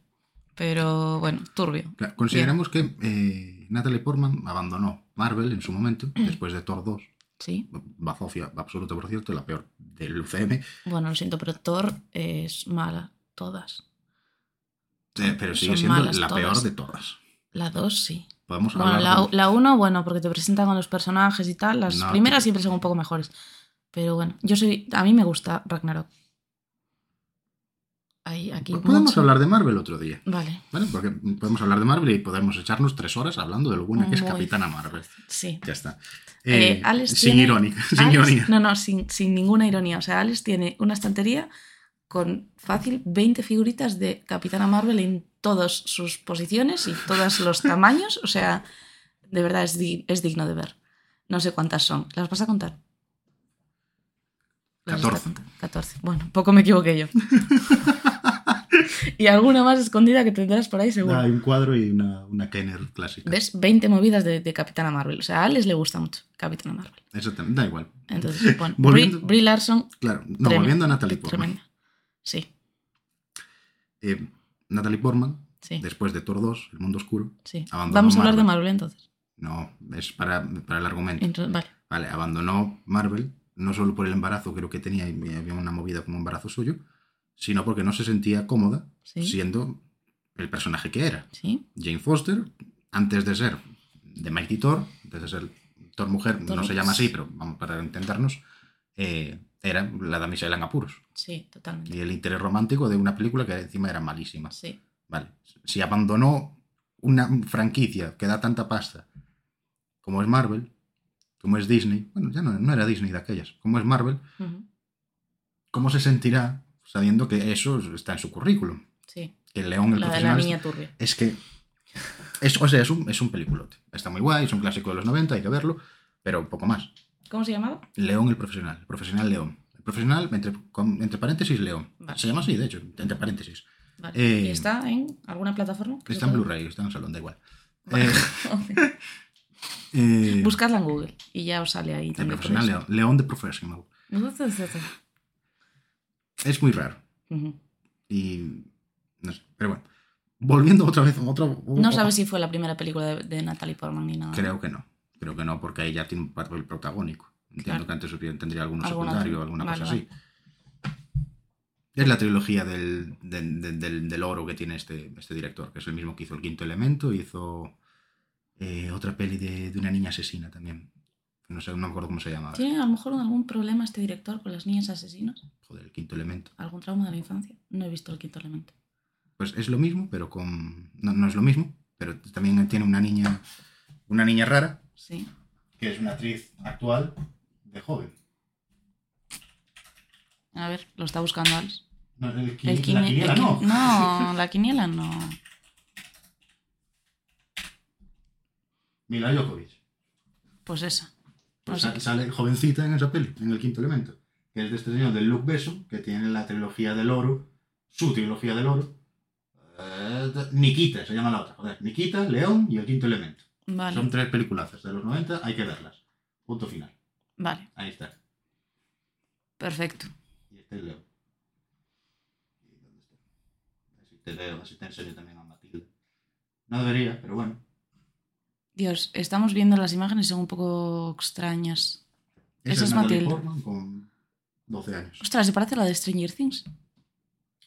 Speaker 1: Pero bueno, turbio.
Speaker 2: Claro, consideremos que eh, Natalie Portman abandonó Marvel en su momento, después de Thor 2.
Speaker 1: Sí.
Speaker 2: Bazofia absoluta, por cierto, la peor del UCM.
Speaker 1: Bueno, lo siento, pero Thor es mala. Todas.
Speaker 2: Eh, pero sigue
Speaker 1: Son
Speaker 2: siendo
Speaker 1: malas
Speaker 2: la
Speaker 1: todas.
Speaker 2: peor de todas.
Speaker 1: La dos sí.
Speaker 2: Podemos
Speaker 1: Bueno,
Speaker 2: hablar
Speaker 1: la,
Speaker 2: de-
Speaker 1: la uno, bueno, porque te presentan con los personajes y tal. Las
Speaker 2: No,
Speaker 1: primeras
Speaker 2: tío.
Speaker 1: siempre son un poco mejores. Pero bueno, yo soy. A mí me gusta Ragnarok. Ahí, aquí.
Speaker 2: Podemos
Speaker 1: mucho.
Speaker 2: hablar de Marvel otro día.
Speaker 1: Vale,
Speaker 2: ¿Vale? Porque podemos hablar de Marvel y podemos echarnos tres horas hablando de lo buena que es
Speaker 1: Muy
Speaker 2: Capitana Marvel.
Speaker 1: sí.
Speaker 2: Ya está.
Speaker 1: Eh,
Speaker 2: Eh,
Speaker 1: Alex
Speaker 2: sin
Speaker 1: tiene-
Speaker 2: irónica. Sin
Speaker 1: Alex-
Speaker 2: ironía.
Speaker 1: No, no, sin, sin ninguna ironía. O sea, Alex tiene una estantería con fácil 20 figuritas de Capitana Marvel en todas sus posiciones y todos los tamaños. O sea, de verdad es, di- es digno de ver. No sé cuántas son. ¿Las vas a contar? Las vas a
Speaker 2: 14.
Speaker 1: contar. 14. Bueno, poco me equivoqué yo. y alguna más escondida que tendrás por ahí seguro.
Speaker 2: Ah, hay un cuadro y una, una Kenner clásica.
Speaker 1: ¿Ves? 20 movidas de, de Capitana Marvel. O sea, a Alex le gusta mucho Capitana Marvel.
Speaker 2: Eso también, da igual.
Speaker 1: Entonces, bueno, Brie,
Speaker 2: Volviendo-
Speaker 1: Brie Larson
Speaker 2: Claro, no,
Speaker 1: Tremendo,
Speaker 2: volviendo a Natalie Portman.
Speaker 1: tremendo. Sí,
Speaker 2: Eh, Natalie Portman,
Speaker 1: sí,
Speaker 2: después de Thor 2, El Mundo Oscuro.
Speaker 1: sí.
Speaker 2: abandonó
Speaker 1: Vamos a hablar de
Speaker 2: Marvel.
Speaker 1: Marvel entonces.
Speaker 2: No, es para, para el argumento.
Speaker 1: Entonces, vale.
Speaker 2: Vale, abandonó Marvel, no solo por el embarazo, creo que tenía y había una movida como embarazo suyo, sino porque no se sentía cómoda
Speaker 1: Sí, sí.
Speaker 2: siendo el personaje que era. Jane Foster, antes de ser de Mighty Thor, antes de ser Thor mujer,
Speaker 1: Thor
Speaker 2: no se
Speaker 1: mujer.
Speaker 2: llama así, pero vamos para intentarnos, eh, era la damisela en apuros.
Speaker 1: sí, totalmente.
Speaker 2: Y el interés romántico de una película que encima era malísima.
Speaker 1: Sí,
Speaker 2: Vale, si abandonó una franquicia que da tanta pasta como es Marvel, como es Disney, bueno, ya no, no era Disney de aquellas, como es Marvel,
Speaker 1: ujú,
Speaker 2: ¿cómo se sentirá sabiendo que eso está en su currículum.
Speaker 1: Sí,
Speaker 2: Que León, el
Speaker 1: la de la
Speaker 2: profesional,
Speaker 1: niña turbia.
Speaker 2: es que. Es, o sea, es un, es un peliculote. Está muy guay, es un clásico de los 90, hay que verlo, pero poco más.
Speaker 1: ¿Cómo se llamaba?
Speaker 2: León el profesional, el profesional León. El profesional, entre, con- entre paréntesis, León.
Speaker 1: Vale.
Speaker 2: Se llama así, de hecho, entre paréntesis.
Speaker 1: Vale.
Speaker 2: Eh,
Speaker 1: ¿Y está en alguna plataforma? Creo
Speaker 2: Está en
Speaker 1: que-
Speaker 2: Blu-ray, está en el salón, da igual.
Speaker 1: Vale.
Speaker 2: Eh, eh,
Speaker 1: Buscadla en Google y ya os sale ahí
Speaker 2: el
Speaker 1: también.
Speaker 2: profesional León. León de Professional. Es muy raro.
Speaker 1: Ujú.
Speaker 2: Uh, Y. No sé, pero bueno. Volviendo otra vez, otra.
Speaker 1: No sabes si fue la primera película de, de Natalie Portman ni nada.
Speaker 2: Creo que no. Creo que no, porque ahí ya tiene un papel protagónico. Entiendo
Speaker 1: Claro.
Speaker 2: que antes hubiera- tendría algún
Speaker 1: Algún otro.
Speaker 2: secundario o alguna
Speaker 1: Vale,
Speaker 2: cosa así. Es la trilogía del, del, del- del- del oro que tiene este, este director, que es el mismo que hizo El Quinto Elemento, hizo eh, otra peli de, de una niña asesina también. No sé, no me acuerdo cómo se llama.
Speaker 1: ¿Tiene a lo mejor algún problema este director con las niñas asesinas?
Speaker 2: Joder, El Quinto Elemento.
Speaker 1: ¿Algún trauma de la infancia? No he visto el quinto elemento.
Speaker 2: Pues es lo mismo, pero con... No, no es lo mismo, pero también tiene una niña, una niña rara,
Speaker 1: Sí.
Speaker 2: que es una actriz actual de joven.
Speaker 1: A ver, lo está buscando Alex.
Speaker 2: No, el qui-
Speaker 1: El
Speaker 2: la
Speaker 1: quine-
Speaker 2: quiniela
Speaker 1: el qui-
Speaker 2: no.
Speaker 1: No, la quiniela no.
Speaker 2: Mila Jokovic.
Speaker 1: Pues esa.
Speaker 2: Pues
Speaker 1: O sea
Speaker 2: sa- sale jovencita en esa peli, en el quinto elemento. Que es de este señor, de Luke Besson, que tiene la trilogía del oro, su trilogía del oro. Eh, Nikita, se llama la otra. Joder, Nikita, León y el quinto elemento.
Speaker 1: Vale,
Speaker 2: Son tres peliculazas de los 90, hay que verlas. Punto final.
Speaker 1: vale,
Speaker 2: Ahí está.
Speaker 1: perfecto.
Speaker 2: Y este es León. ¿Y dónde está? Así te leo, así te enseño también a Matilda. No debería, pero bueno.
Speaker 1: Dios, estamos viendo las imágenes, son un poco extrañas. Esa
Speaker 2: Esa
Speaker 1: es
Speaker 2: Natalie
Speaker 1: Matilda.
Speaker 2: Portman con 12 años.
Speaker 1: Ostras, se parece a la de Stranger Things.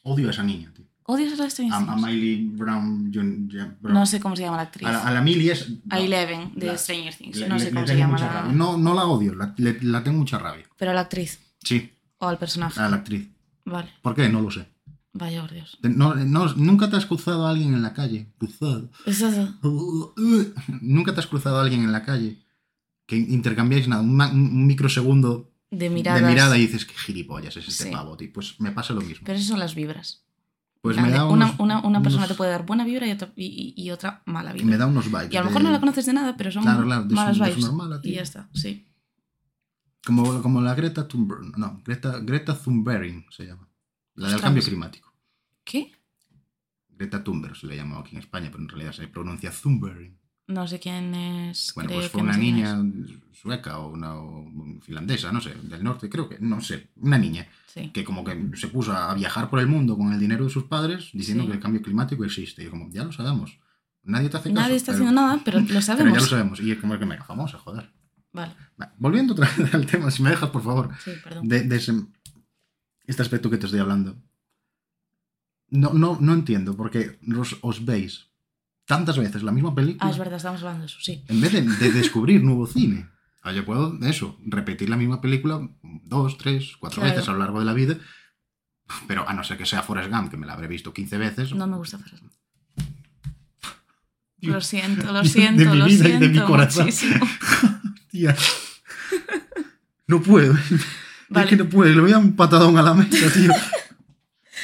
Speaker 2: Odio a esa niña, tío.
Speaker 1: ¿Odias a la de Stranger
Speaker 2: a, a
Speaker 1: Things?
Speaker 2: Miley Brown, Jun- Jun- Brown.
Speaker 1: No sé cómo se llama la actriz.
Speaker 2: a, la, a la Miley es
Speaker 1: A Eleven de
Speaker 2: La-
Speaker 1: Stranger Things.
Speaker 2: le-
Speaker 1: no
Speaker 2: le-
Speaker 1: sé
Speaker 2: le
Speaker 1: cómo se
Speaker 2: tengo
Speaker 1: llama
Speaker 2: mucha
Speaker 1: la...
Speaker 2: rabia. no no la odio la, le- la tengo mucha rabia
Speaker 1: Pero a la actriz
Speaker 2: sí
Speaker 1: o al personaje.
Speaker 2: a la actriz
Speaker 1: Vale,
Speaker 2: ¿por qué? no lo sé
Speaker 1: vaya por Dios.
Speaker 2: No- no- nunca te has cruzado a alguien en la calle cruzado
Speaker 1: Eso-
Speaker 2: nunca te has cruzado a alguien en la calle que intercambiáis nada un, ma- un microsegundo
Speaker 1: De miradas.
Speaker 2: de mirada y dices que gilipollas es este
Speaker 1: Sí.
Speaker 2: pavo tío pues me pasa lo mismo
Speaker 1: Pero eso son las vibras.
Speaker 2: pues
Speaker 1: Grande.
Speaker 2: me da
Speaker 1: una,
Speaker 2: unos,
Speaker 1: una- una persona
Speaker 2: unos-
Speaker 1: te puede dar buena vibra y otra, y- y- y otra mala vibra.
Speaker 2: me da unos vibes
Speaker 1: Y a lo mejor
Speaker 2: de-
Speaker 1: no la conoces de nada, pero son
Speaker 2: Claro, claro, de
Speaker 1: malas
Speaker 2: su- de su
Speaker 1: vibes.
Speaker 2: normala, tío.
Speaker 1: y ya está, sí.
Speaker 2: Como, como la Greta Thunberg. No, Greta, Greta Thunberg se llama. La del
Speaker 1: Ostras.
Speaker 2: cambio climático.
Speaker 1: ¿Qué?
Speaker 2: Greta Thunberg se le llama aquí en España, pero en realidad se pronuncia Thunberg.
Speaker 1: No sé quién es.
Speaker 2: Bueno,
Speaker 1: creo
Speaker 2: pues
Speaker 1: que
Speaker 2: fue
Speaker 1: no
Speaker 2: una
Speaker 1: sé quién
Speaker 2: niña sueca o una o finlandesa, no sé, del norte, creo que, no sé, una niña
Speaker 1: es. Sí.
Speaker 2: que como que se puso a viajar por el mundo con el dinero de sus padres diciendo
Speaker 1: Sí.
Speaker 2: que el cambio climático existe. Y como, ya lo sabemos. Nadie te hace caso.
Speaker 1: Nadie está
Speaker 2: pero-
Speaker 1: haciendo nada, pero lo
Speaker 2: Pero
Speaker 1: sabemos.
Speaker 2: ya lo sabemos. Y es como que mega famosa, joder.
Speaker 1: Vale,
Speaker 2: Va, volviendo otra vez al tema, si me dejas, por favor.
Speaker 1: sí, perdón.
Speaker 2: de, de ese- este aspecto que te estoy hablando. No, no, no entiendo porque los, os veis tantas veces la misma película
Speaker 1: Ah, es verdad, estamos hablando de eso, sí.
Speaker 2: en vez de, de descubrir nuevo cine. Ah, yo puedo, eso, repetir la misma película dos, tres, cuatro
Speaker 1: Claro.
Speaker 2: veces a lo largo de la vida, pero a no ser que sea Forrest Gump, que me la habré visto 15 veces.
Speaker 1: No me gusta Fresno.
Speaker 2: Dios.
Speaker 1: Lo siento, lo
Speaker 2: De
Speaker 1: siento,
Speaker 2: mi
Speaker 1: lo
Speaker 2: vida y de
Speaker 1: siento
Speaker 2: mi corazón.
Speaker 1: muchísimo.
Speaker 2: Tía. No puedo, es
Speaker 1: Vale,
Speaker 2: que no puedo, le voy a dar un patadón a la mesa, tío.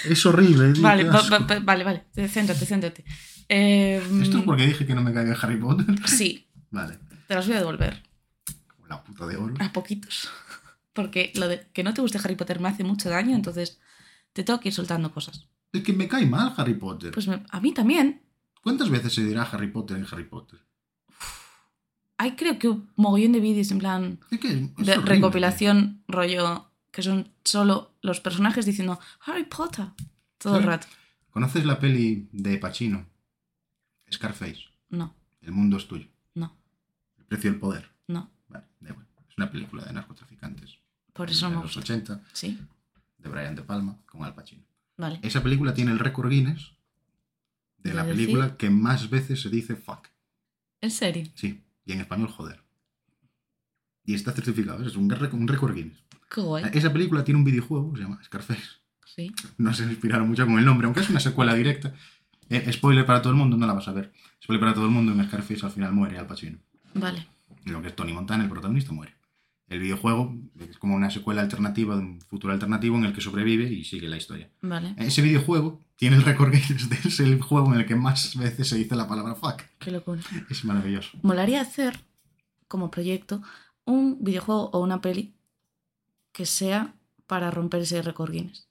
Speaker 2: Es horrible. tío,
Speaker 1: vale,
Speaker 2: qué
Speaker 1: va-
Speaker 2: asco.
Speaker 1: va- va- vale, vale, céntrate, céntrate. Eh,
Speaker 2: Esto es porque dije que no me caiga Harry Potter.
Speaker 1: Sí,
Speaker 2: Vale.
Speaker 1: te las voy a devolver
Speaker 2: Como La puta de oro.
Speaker 1: a poquitos. Porque lo de que no te guste Harry Potter me hace mucho daño, entonces te tengo que ir soltando cosas.
Speaker 2: Es que me cae mal Harry Potter.
Speaker 1: Pues me- a mí también.
Speaker 2: ¿Cuántas veces se dirá Harry Potter en Harry Potter?
Speaker 1: Hay creo que un mogollón de vídeos en plan
Speaker 2: Es que es
Speaker 1: de
Speaker 2: horrible.
Speaker 1: recopilación, rollo, que son solo los personajes diciendo Harry Potter todo el
Speaker 2: Sí.
Speaker 1: rato.
Speaker 2: ¿Conoces la peli de Pacino? Scarface.
Speaker 1: No,
Speaker 2: El mundo es tuyo.
Speaker 1: No.
Speaker 2: El precio del poder.
Speaker 1: no,
Speaker 2: Vale, da igual. Es una película de narcotraficantes.
Speaker 1: por eso
Speaker 2: de
Speaker 1: no me
Speaker 2: los
Speaker 1: gusta.
Speaker 2: 80,
Speaker 1: Sí,
Speaker 2: de Brian De Palma, con Al Pacino.
Speaker 1: vale.
Speaker 2: Esa película tiene el récord Guinness de
Speaker 1: ¿De
Speaker 2: la
Speaker 1: decir?
Speaker 2: película que más veces se dice fuck.
Speaker 1: En serio.
Speaker 2: Sí, y en español joder. Y está certificado, ¿eh? es un récord un récord Guinness.
Speaker 1: Qué guay.
Speaker 2: Esa película tiene un videojuego, se llama Scarface.
Speaker 1: Sí.
Speaker 2: No se inspiraron mucho con el nombre, aunque es una secuela directa. Eh, spoiler para todo el mundo, no la vas a ver. Spoiler para todo el mundo, en Scarface al final muere Al Pacino.
Speaker 1: Vale.
Speaker 2: Lo que es Tony Montana, el protagonista, muere. El videojuego es como una secuela alternativa de un futuro alternativo en el que sobrevive y sigue la historia.
Speaker 1: Vale.
Speaker 2: Ese videojuego tiene el récord Guinness de es el juego en el que más veces se dice la palabra fuck.
Speaker 1: Qué locura.
Speaker 2: Es maravilloso.
Speaker 1: Molaría hacer, como proyecto, un videojuego o una peli que sea para romper ese récord Guinness.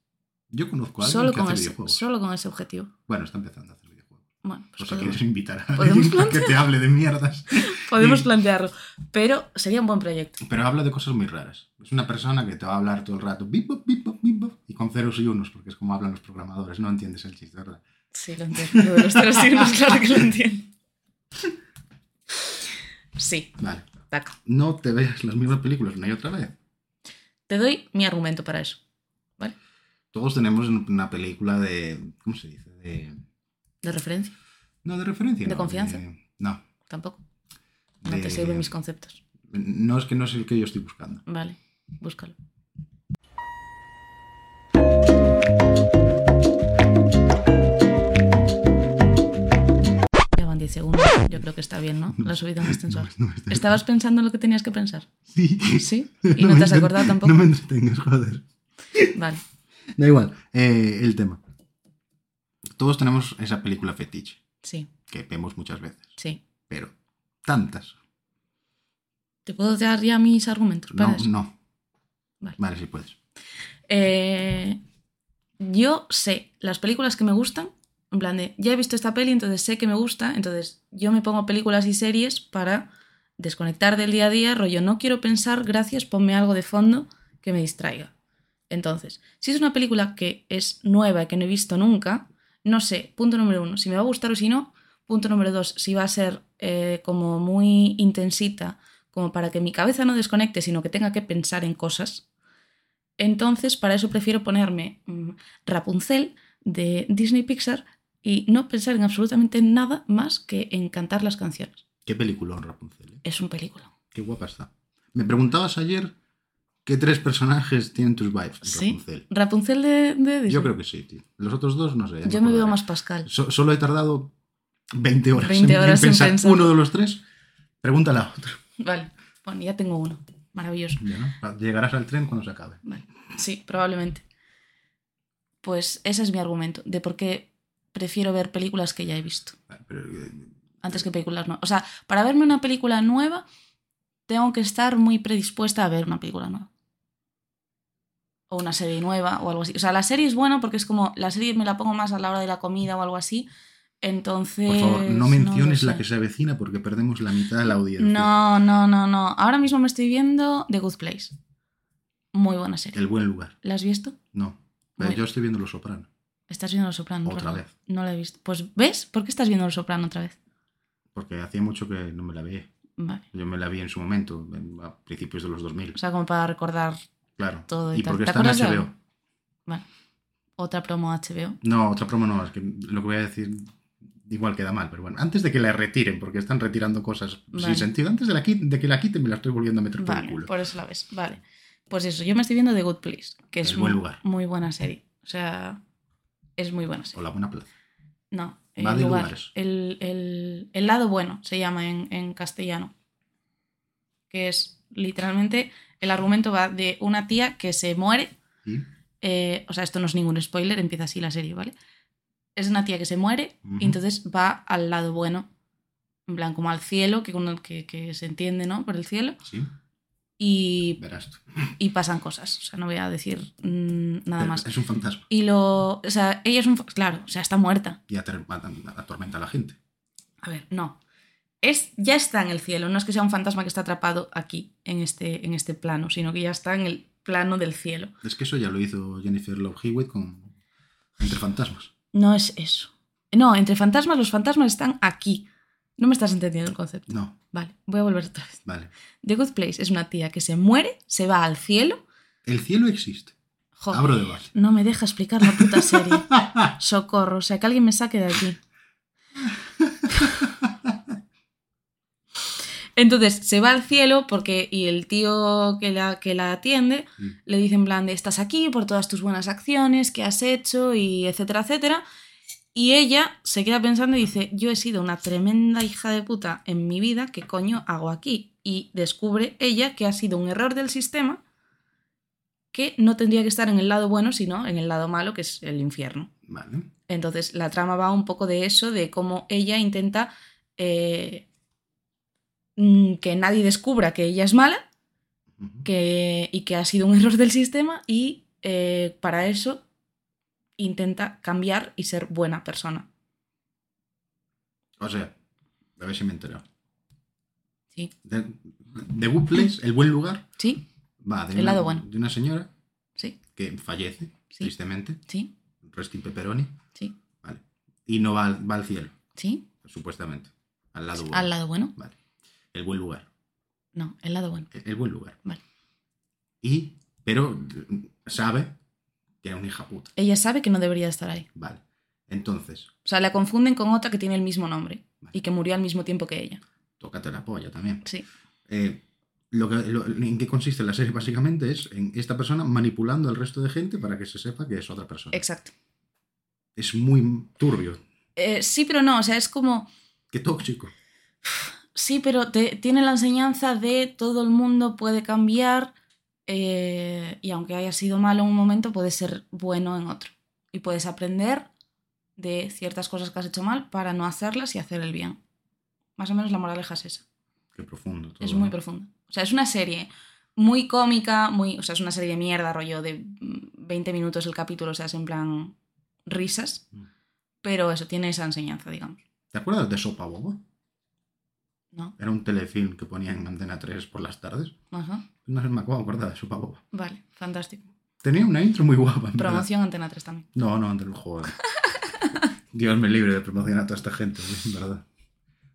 Speaker 2: Yo conozco a alguien
Speaker 1: Solo
Speaker 2: que
Speaker 1: con,
Speaker 2: hace
Speaker 1: ese,
Speaker 2: videojuegos.
Speaker 1: solo con ese objetivo.
Speaker 2: Bueno, está empezando a hacer videojuegos.
Speaker 1: Bueno, pues
Speaker 2: O sea,
Speaker 1: podemos,
Speaker 2: quieres invitar a
Speaker 1: podemos
Speaker 2: alguien a que
Speaker 1: plantear.
Speaker 2: te hable de mierdas.
Speaker 1: podemos
Speaker 2: y-
Speaker 1: plantearlo. Pero sería un buen proyecto.
Speaker 2: Pero habla de cosas muy raras. Es una persona que te va a hablar todo el rato bip, bop, bip, bop, bip, bop, y con ceros y unos, porque es como hablan los programadores. No entiendes el chiste, ¿verdad?
Speaker 1: Sí, lo entiendo. Lo de los tres signos, claro que lo entiendo. Sí,
Speaker 2: Vale.
Speaker 1: taca.
Speaker 2: No te veas las mismas películas una y otra vez.
Speaker 1: Te doy mi argumento para eso.
Speaker 2: Todos tenemos una película de. ¿Cómo se dice? De.
Speaker 1: De referencia,
Speaker 2: No, de referencia.
Speaker 1: De
Speaker 2: no,
Speaker 1: confianza.
Speaker 2: de- no.
Speaker 1: tampoco. No te
Speaker 2: de-
Speaker 1: sirven mis conceptos.
Speaker 2: No es que no es el que yo estoy buscando.
Speaker 1: Vale, búscalo. Ya van 10 segundos. Yo creo que está bien, ¿no? La subida en extensor.
Speaker 2: No, no, este-
Speaker 1: ¿Estabas pensando en lo que tenías que pensar?
Speaker 2: Sí.
Speaker 1: ¿Sí? ¿Y no,
Speaker 2: me
Speaker 1: te has
Speaker 2: entre-
Speaker 1: acordado tampoco?
Speaker 2: No me entretengas, joder.
Speaker 1: Vale.
Speaker 2: Da igual. eh, el tema. Todos tenemos esa película fetiche
Speaker 1: Sí,
Speaker 2: que vemos muchas veces,
Speaker 1: sí.
Speaker 2: pero tantas.
Speaker 1: ¿Te puedo dar ya mis argumentos para
Speaker 2: No,
Speaker 1: eso?
Speaker 2: no.
Speaker 1: Vale.
Speaker 2: Vale, si puedes.
Speaker 1: Eh, yo sé las películas que me gustan, en plan de, ya he visto esta peli, entonces sé que me gusta, entonces yo me pongo películas y series para desconectar del día a día, rollo, no quiero pensar, gracias, ponme algo de fondo que me distraiga. Entonces, si es una película que es nueva y que no he visto nunca, no sé, punto número uno, si me va a gustar o si no, punto número dos, si va a ser eh, como muy intensita, como para que mi cabeza no desconecte, sino que tenga que pensar en cosas, entonces, para eso prefiero ponerme mm, Rapunzel de Disney Pixar y no pensar en absolutamente nada más que en cantar las canciones.
Speaker 2: Qué peliculón, Rapunzel. eh.
Speaker 1: Es un película.
Speaker 2: Qué guapa está. Me preguntabas ayer qué tres personajes tienen tus vibes,
Speaker 1: Sí.
Speaker 2: Rapunzel.
Speaker 1: Rapunzel de, de Disney.
Speaker 2: Yo creo que sí, tío. Los otros dos, no sé. ya
Speaker 1: Yo me veo
Speaker 2: acordaré.
Speaker 1: más Pascal.
Speaker 2: So- solo he tardado 20 horas,
Speaker 1: 20 horas en pensar.
Speaker 2: uno de los tres. Pregunta a la otra.
Speaker 1: Vale. Bueno, ya tengo uno. Maravilloso.
Speaker 2: Ya, ¿no? Llegarás al tren cuando se acabe.
Speaker 1: Vale. Sí, probablemente. Pues ese es mi argumento de por qué prefiero ver películas que ya he visto.
Speaker 2: Vale, pero, eh,
Speaker 1: antes que películas nuevas. O sea, para verme una película nueva, tengo que estar muy predispuesta a ver una película nueva. O una serie nueva o algo así. O sea, la serie es buena porque es como, la serie me la pongo más a la hora de la comida o algo así. Entonces...
Speaker 2: Por favor, no
Speaker 1: Pues, lo
Speaker 2: menciones la
Speaker 1: sé.
Speaker 2: que se avecina porque perdemos la mitad de la audiencia.
Speaker 1: No, no, no, no. Ahora mismo me estoy viendo The Good Place. Muy buena serie.
Speaker 2: El buen lugar.
Speaker 1: ¿La has visto?
Speaker 2: No. Pero
Speaker 1: Muy-
Speaker 2: yo estoy viendo Los Soprano.
Speaker 1: Estás viendo Los Soprano.
Speaker 2: Otra
Speaker 1: ¿verdad?
Speaker 2: vez.
Speaker 1: No la he visto. Pues, ¿ves? ¿Por qué estás viendo Los Soprano otra vez?
Speaker 2: Porque hacía mucho que no me la veía.
Speaker 1: Vale.
Speaker 2: Yo me la vi en su momento, en- a principios de los 2000.
Speaker 1: O sea, como para recordar
Speaker 2: Claro.
Speaker 1: todo y
Speaker 2: y
Speaker 1: tal.
Speaker 2: porque
Speaker 1: ¿Te
Speaker 2: está en
Speaker 1: acuerdas de
Speaker 2: HBO.
Speaker 1: algo? otra promo HBO.
Speaker 2: No, otra promo no, es que lo que voy a decir igual queda mal, pero bueno, antes de que la retiren, porque están retirando cosas
Speaker 1: Vale.
Speaker 2: sin sentido, antes de, la qui- de que la quiten me la estoy volviendo a meter por el
Speaker 1: Vale,
Speaker 2: culo.
Speaker 1: por eso la ves. Vale. Pues eso, yo me estoy viendo The Good Place, que es
Speaker 2: El buen
Speaker 1: mu-
Speaker 2: lugar.
Speaker 1: muy buena serie. O sea, es muy buena
Speaker 2: O
Speaker 1: serie.
Speaker 2: la buena plaza.
Speaker 1: No,
Speaker 2: Va
Speaker 1: el
Speaker 2: de
Speaker 1: lugar.
Speaker 2: lugares.
Speaker 1: El, el- el lado bueno se llama en, en castellano. Que es literalmente el argumento va de una tía que se muere.
Speaker 2: ¿Y?
Speaker 1: eh, o sea, esto no es ningún spoiler, empieza así la serie, ¿vale? Es una tía que se muere
Speaker 2: Ujú.
Speaker 1: y entonces va al lado bueno. En plan, como al cielo, que, con el que, que se entiende, ¿no? Por el cielo.
Speaker 2: Sí,
Speaker 1: Y
Speaker 2: verás tú.
Speaker 1: y pasan cosas. O sea, no voy a decir mm, nada
Speaker 2: Pero
Speaker 1: más.
Speaker 2: Es un fantasma
Speaker 1: Y lo. O sea, ella es un. fa- Claro, o sea, está muerta.
Speaker 2: y ater- a- a- atormenta a la gente.
Speaker 1: A ver, no. Es, ya está en el cielo. No es que sea un fantasma que está atrapado aquí, en este, en este plano, sino que ya está en el plano del cielo.
Speaker 2: Es que eso ya lo hizo Jennifer Love Hewitt con Entre Fantasmas.
Speaker 1: No es eso. No, entre fantasmas, los fantasmas están aquí. No me estás entendiendo el concepto.
Speaker 2: No,
Speaker 1: Vale, voy a volver otra vez.
Speaker 2: vale.
Speaker 1: The Good Place es una tía que se muere, se va al cielo.
Speaker 2: El cielo existe.
Speaker 1: Joder,
Speaker 2: Abro debate.
Speaker 1: no me deja explicar la puta serie. Socorro, o sea, que alguien me saque de aquí. Entonces se va al cielo porque y el tío que la, que la atiende
Speaker 2: Mm.
Speaker 1: le dice en plan de estás aquí por todas tus buenas acciones que has hecho y etcétera, etcétera. Y ella se queda pensando y dice, yo he sido una tremenda hija de puta en mi vida, ¿qué coño hago aquí? y descubre ella que ha sido un error del sistema que no tendría que estar en el lado bueno, sino en el lado malo, que es el infierno.
Speaker 2: Vale.
Speaker 1: Entonces, la trama va un poco de eso, de cómo ella intenta eh, mm, que nadie descubra que ella es mala
Speaker 2: Ujú.
Speaker 1: que, y que ha sido un error del sistema y eh, para eso intenta cambiar y ser buena persona.
Speaker 2: O sea, a ver si me he enterado.
Speaker 1: Sí.
Speaker 2: The, The Good Place, el buen lugar,
Speaker 1: ¿Sí?
Speaker 2: va de,
Speaker 1: El
Speaker 2: una,
Speaker 1: lado bueno.
Speaker 2: de una señora
Speaker 1: Sí,
Speaker 2: que fallece,
Speaker 1: Sí.
Speaker 2: tristemente,
Speaker 1: sí,
Speaker 2: Resti Pepperoni,
Speaker 1: sí,
Speaker 2: vale, y no va, al- va al cielo,
Speaker 1: sí.
Speaker 2: supuestamente, al lado bueno.
Speaker 1: Al lado bueno.
Speaker 2: Vale. El buen lugar.
Speaker 1: No, el lado bueno.
Speaker 2: El, el buen lugar.
Speaker 1: Vale.
Speaker 2: Y, pero sabe que era una hija puta.
Speaker 1: Ella sabe que no debería estar ahí.
Speaker 2: Vale. Entonces,
Speaker 1: O sea, la confunden con otra que tiene el mismo nombre
Speaker 2: Vale.
Speaker 1: y que murió al mismo tiempo que ella.
Speaker 2: tócate la polla también.
Speaker 1: Sí,
Speaker 2: Eh, lo que, lo- en qué consiste la serie básicamente es en esta persona manipulando al resto de gente para que se sepa que es otra persona.
Speaker 1: exacto.
Speaker 2: es muy turbio.
Speaker 1: Eh, sí, pero no, o sea, es como...
Speaker 2: Qué tóxico.
Speaker 1: Sí, pero te- tiene la enseñanza de todo el mundo puede cambiar eh, y aunque haya sido malo en un momento, puedes ser bueno en otro. Y puedes aprender de ciertas cosas que has hecho mal para no hacerlas y hacer el bien. Más o menos la moraleja es esa.
Speaker 2: Qué profundo. todo,
Speaker 1: Es muy
Speaker 2: ¿no?
Speaker 1: profunda. O sea, es una serie muy cómica, muy, o sea, es una serie de mierda, rollo de mm, 20 minutos el capítulo, o sea, es en plan risas.
Speaker 2: Mm.
Speaker 1: Pero eso, tiene esa enseñanza, digamos.
Speaker 2: ¿Te acuerdas de Sopa Boba?
Speaker 1: ¿No?
Speaker 2: Era un telefilm que ponía en Antena 3 por las tardes.
Speaker 1: Ajá.
Speaker 2: No me acuerdo acordar de Sopa Boba.
Speaker 1: Vale, fantástico.
Speaker 2: Tenía una intro muy guapa. en verdad.
Speaker 1: Promoción Antena 3 también.
Speaker 2: No, no, Andrés, joder. Dios me libre de promocionar a toda esta gente, güey, en verdad.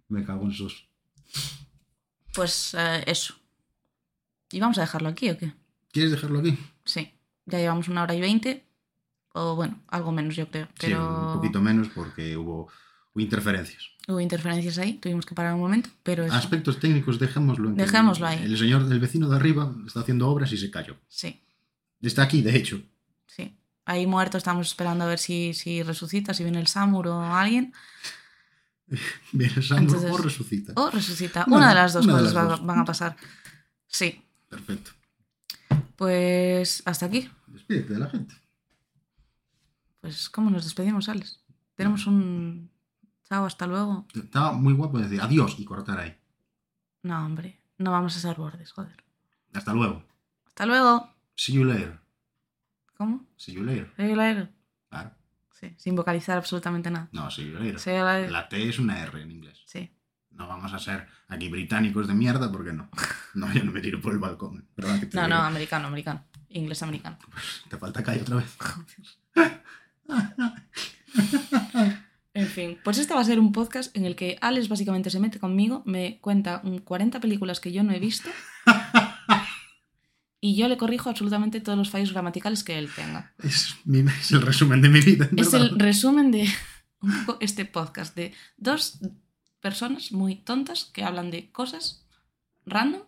Speaker 2: Me cago en sus.
Speaker 1: Pues eh, eso. ¿Y vamos a dejarlo aquí o qué?
Speaker 2: ¿Quieres dejarlo aquí?
Speaker 1: Sí. Ya llevamos una hora y veinte. O bueno, algo menos yo creo.
Speaker 2: Sí,
Speaker 1: Pero
Speaker 2: un poquito menos porque hubo hubo interferencias.
Speaker 1: hubo interferencias ahí, tuvimos que parar un momento. Pero eso.
Speaker 2: Aspectos técnicos, dejémoslo. en que
Speaker 1: Dejémoslo ahí.
Speaker 2: El señor del vecino de arriba está haciendo obras y se cayó.
Speaker 1: Sí,
Speaker 2: Está aquí, de hecho.
Speaker 1: sí. Ahí muerto, estamos esperando a ver si, si resucita, si viene el Samur o alguien.
Speaker 2: Viene Sandro
Speaker 1: Entonces- oh.
Speaker 2: o resucita.
Speaker 1: O resucita.
Speaker 2: Bueno,
Speaker 1: una de las dos
Speaker 2: una de
Speaker 1: cosas
Speaker 2: las
Speaker 1: va-
Speaker 2: dos.
Speaker 1: van a pasar. Sí.
Speaker 2: Perfecto.
Speaker 1: Pues hasta aquí.
Speaker 2: Despídete de la gente.
Speaker 1: Pues, ¿cómo nos despedimos, Alex? Tenemos un. Chao, hasta luego.
Speaker 2: Estaba muy guapo decir adiós y cortar ahí.
Speaker 1: No, hombre. No vamos a ser bordes, joder.
Speaker 2: Hasta luego.
Speaker 1: Hasta luego.
Speaker 2: See you later.
Speaker 1: ¿Cómo?
Speaker 2: See you later.
Speaker 1: See you later.
Speaker 2: Claro.
Speaker 1: Sí, sin vocalizar absolutamente nada.
Speaker 2: No, see you later.
Speaker 1: See you later.
Speaker 2: La T es una R en inglés.
Speaker 1: Sí.
Speaker 2: No vamos a ser aquí británicos de mierda porque no. No, yo no me tiro por el balcón. ¿Verdad que te
Speaker 1: No,
Speaker 2: digo?
Speaker 1: no, americano, americano. Inglés americano.
Speaker 2: Te falta calle otra vez.
Speaker 1: En fin, pues este va a ser un podcast en el que Alex básicamente se mete conmigo, me cuenta un 40 películas que yo no he visto y yo le corrijo absolutamente todos los fallos gramaticales que él tenga.
Speaker 2: Es, mi- es el resumen de mi vida. en
Speaker 1: Es el
Speaker 2: verdad.
Speaker 1: resumen de un poco este podcast de dos personas muy tontas que hablan de cosas random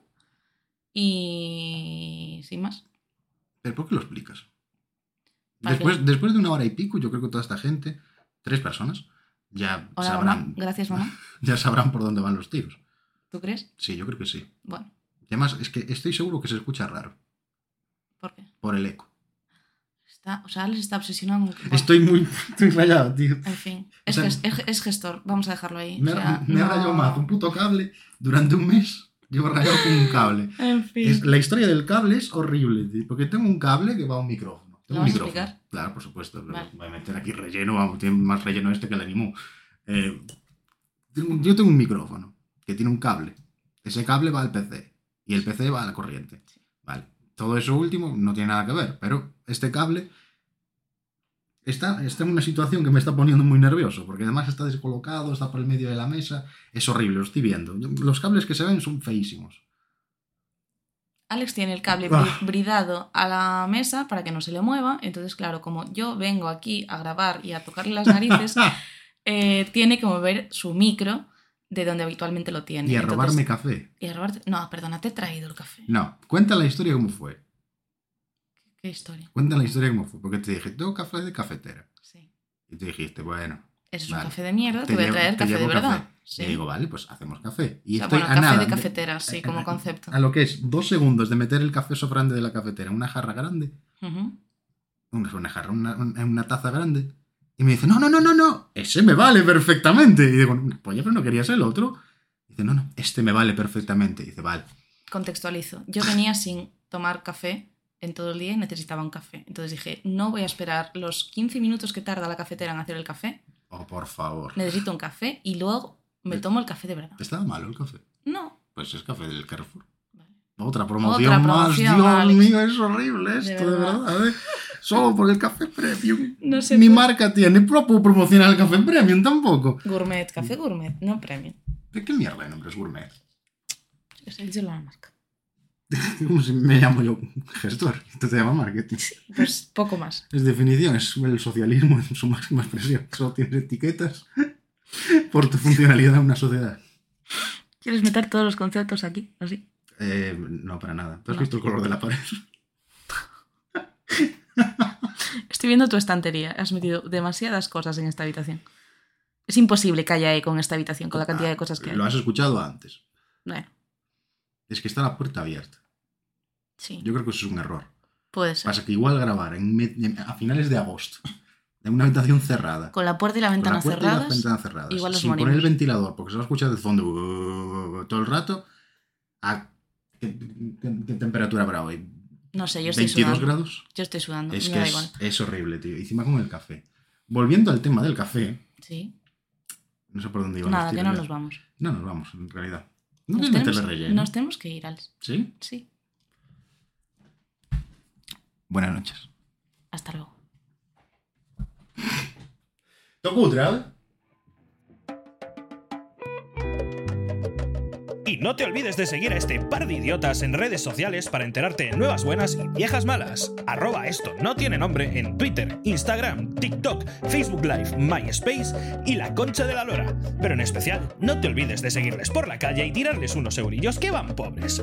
Speaker 1: y sin más.
Speaker 2: ¿Pero por qué lo explicas?
Speaker 1: Para
Speaker 2: Después, después de una hora y pico, yo creo que toda esta gente, tres personas, ya
Speaker 1: Hola, mamá.
Speaker 2: sabrán,
Speaker 1: Gracias, mamá.
Speaker 2: ya sabrán por dónde van los tiros.
Speaker 1: ¿Tú crees?
Speaker 2: Sí, yo creo que sí.
Speaker 1: Bueno,
Speaker 2: Y además, es que estoy seguro que se escucha raro
Speaker 1: ¿por qué?
Speaker 2: por el eco.
Speaker 1: Está, o sea, Alex está obsesionado. con- bueno,
Speaker 2: Estoy muy estoy rayado, tío.
Speaker 1: En fin, es,
Speaker 2: O sea,
Speaker 1: ges- es- es gestor, vamos a dejarlo ahí.
Speaker 2: Me,
Speaker 1: o
Speaker 2: he-
Speaker 1: sea,
Speaker 2: me he
Speaker 1: no-
Speaker 2: rayado más un puto cable durante un mes. Llevo rayado con un cable.
Speaker 1: En fin.
Speaker 2: Es- la historia del cable es horrible, tío, porque tengo un cable que va a un micrófono. Tengo
Speaker 1: ¿Lo
Speaker 2: un
Speaker 1: vas a
Speaker 2: micrófono.
Speaker 1: explicar?
Speaker 2: Claro, por supuesto. pero
Speaker 1: Vale.
Speaker 2: Voy a meter aquí relleno, vamos, tiene más relleno este que el animó. Eh, tengo- yo tengo un micrófono que tiene un cable. Ese cable va al PC y el PC va a la corriente. Vale. Todo eso último no tiene nada que ver, pero este cable está, está en una situación que me está poniendo muy nervioso, porque además está descolocado, está por el medio de la mesa. Es horrible, lo estoy viendo. Yo- Los cables que se ven son feísimos.
Speaker 1: Alex tiene el cable
Speaker 2: Ah.
Speaker 1: bri- bridado a la mesa para que no se le mueva. Entonces, claro, como yo vengo aquí a grabar y a tocarle las narices, eh, tiene que mover su micro de donde habitualmente lo tiene.
Speaker 2: Y a
Speaker 1: Entonces-
Speaker 2: robarme café.
Speaker 1: Y a robarte. No, perdona, te he traído el café.
Speaker 2: No, cuenta la historia como fue.
Speaker 1: Qué historia.
Speaker 2: Cuenta la historia como fue. Porque te dije, tengo café de cafetera.
Speaker 1: Sí.
Speaker 2: Y te dijiste, bueno.
Speaker 1: Eso es
Speaker 2: Vale.
Speaker 1: un café de mierda, te, voy a
Speaker 2: llevo-
Speaker 1: traer
Speaker 2: te
Speaker 1: café de
Speaker 2: llevo
Speaker 1: verdad.
Speaker 2: café.
Speaker 1: Sí.
Speaker 2: Y digo, vale, pues hacemos café. Y
Speaker 1: O sea,
Speaker 2: estoy
Speaker 1: bueno,
Speaker 2: a
Speaker 1: café
Speaker 2: nada
Speaker 1: de cafetera, sí, como concepto.
Speaker 2: A lo que es dos segundos de meter el café sobrante de la cafetera en una jarra grande,
Speaker 1: Ujú.
Speaker 2: una, una jarra, una, una- una taza grande, y me dice, no, no, no, no, no, ese me vale perfectamente. Y digo, pues ya, pero no querías el otro. Y dice, no, no, este me vale perfectamente. Y dice, vale.
Speaker 1: Contextualizo. Yo venía sin tomar café en todo el día y necesitaba un café. Entonces dije, no voy a esperar los 15 minutos que tarda la cafetera en hacer el café.
Speaker 2: Oh, por favor.
Speaker 1: Necesito un café y luego me tomo el café de verdad.
Speaker 2: ¿Estaba malo el café?
Speaker 1: No.
Speaker 2: Pues es café del Carrefour.
Speaker 1: Vale.
Speaker 2: Otra promoción,
Speaker 1: Otra
Speaker 2: más.
Speaker 1: promoción,
Speaker 2: Dios
Speaker 1: Alex.
Speaker 2: mío, es horrible esto, de
Speaker 1: verdad.
Speaker 2: verdad. ¿eh? Solo por el café premium.
Speaker 1: No sé
Speaker 2: Ni
Speaker 1: tú.
Speaker 2: marca tiene propio promocionar el café premium tampoco.
Speaker 1: Gourmet, café gourmet, no premium.
Speaker 2: ¿De qué mierda de nombre es gourmet?
Speaker 1: Yo qué sé, he dicho la marca.
Speaker 2: Como si me llamo yo gestor. Esto se llama marketing.
Speaker 1: Pues poco más.
Speaker 2: Es definición, es el socialismo en su máxima expresión. Solo tienes etiquetas por tu funcionalidad en una sociedad.
Speaker 1: ¿Quieres meter todos los conceptos aquí? Así.
Speaker 2: Eh, no, para nada. ¿Tú has
Speaker 1: No.
Speaker 2: visto el color de la pared?
Speaker 1: Estoy viendo tu estantería. Has metido demasiadas cosas en esta habitación. Es imposible que haya eco en esta habitación con la cantidad de cosas que hay.
Speaker 2: Lo has escuchado antes.
Speaker 1: Bueno,
Speaker 2: Es que está la puerta abierta.
Speaker 1: sí.
Speaker 2: Yo creo que eso es un error.
Speaker 1: Puede ser.
Speaker 2: Pasa que igual grabar en me- en- a finales de agosto, en una habitación cerrada,
Speaker 1: Con la puerta y la
Speaker 2: con
Speaker 1: ventana
Speaker 2: la puerta y las
Speaker 1: cerradas.
Speaker 2: ventanas cerradas,
Speaker 1: igual nos
Speaker 2: sin
Speaker 1: morimos.
Speaker 2: poner el ventilador, porque se va a escuchar de fondo uh, todo el rato, a- ¿qué, qué- qué temperatura habrá hoy?
Speaker 1: No sé, yo estoy
Speaker 2: ¿22
Speaker 1: sudando.
Speaker 2: grados?
Speaker 1: Yo estoy sudando.
Speaker 2: es
Speaker 1: me
Speaker 2: que
Speaker 1: da
Speaker 2: es,
Speaker 1: igual.
Speaker 2: es horrible, tío. Y Encima con el café. Volviendo al tema del café,
Speaker 1: Sí.
Speaker 2: no sé por dónde iba.
Speaker 1: Nada,
Speaker 2: los
Speaker 1: que
Speaker 2: tiros
Speaker 1: no
Speaker 2: ya.
Speaker 1: nos vamos.
Speaker 2: No nos vamos, en realidad. No
Speaker 1: nos,
Speaker 2: quieres meterle
Speaker 1: tenemos,
Speaker 2: relleno,
Speaker 1: nos tenemos que ir, Alex.
Speaker 2: ¿sí?
Speaker 1: Sí.
Speaker 2: Buenas noches.
Speaker 1: Hasta luego.
Speaker 2: Tocutra,
Speaker 3: Y no te olvides de seguir a este par de idiotas en redes sociales para enterarte de nuevas buenas y viejas malas. Arroba esto no tiene nombre en Twitter, Instagram, TikTok, Facebook Live, MySpace y la concha de la lora. Pero en especial, no te olvides de seguirles por la calle y tirarles unos eurillos que van pobres.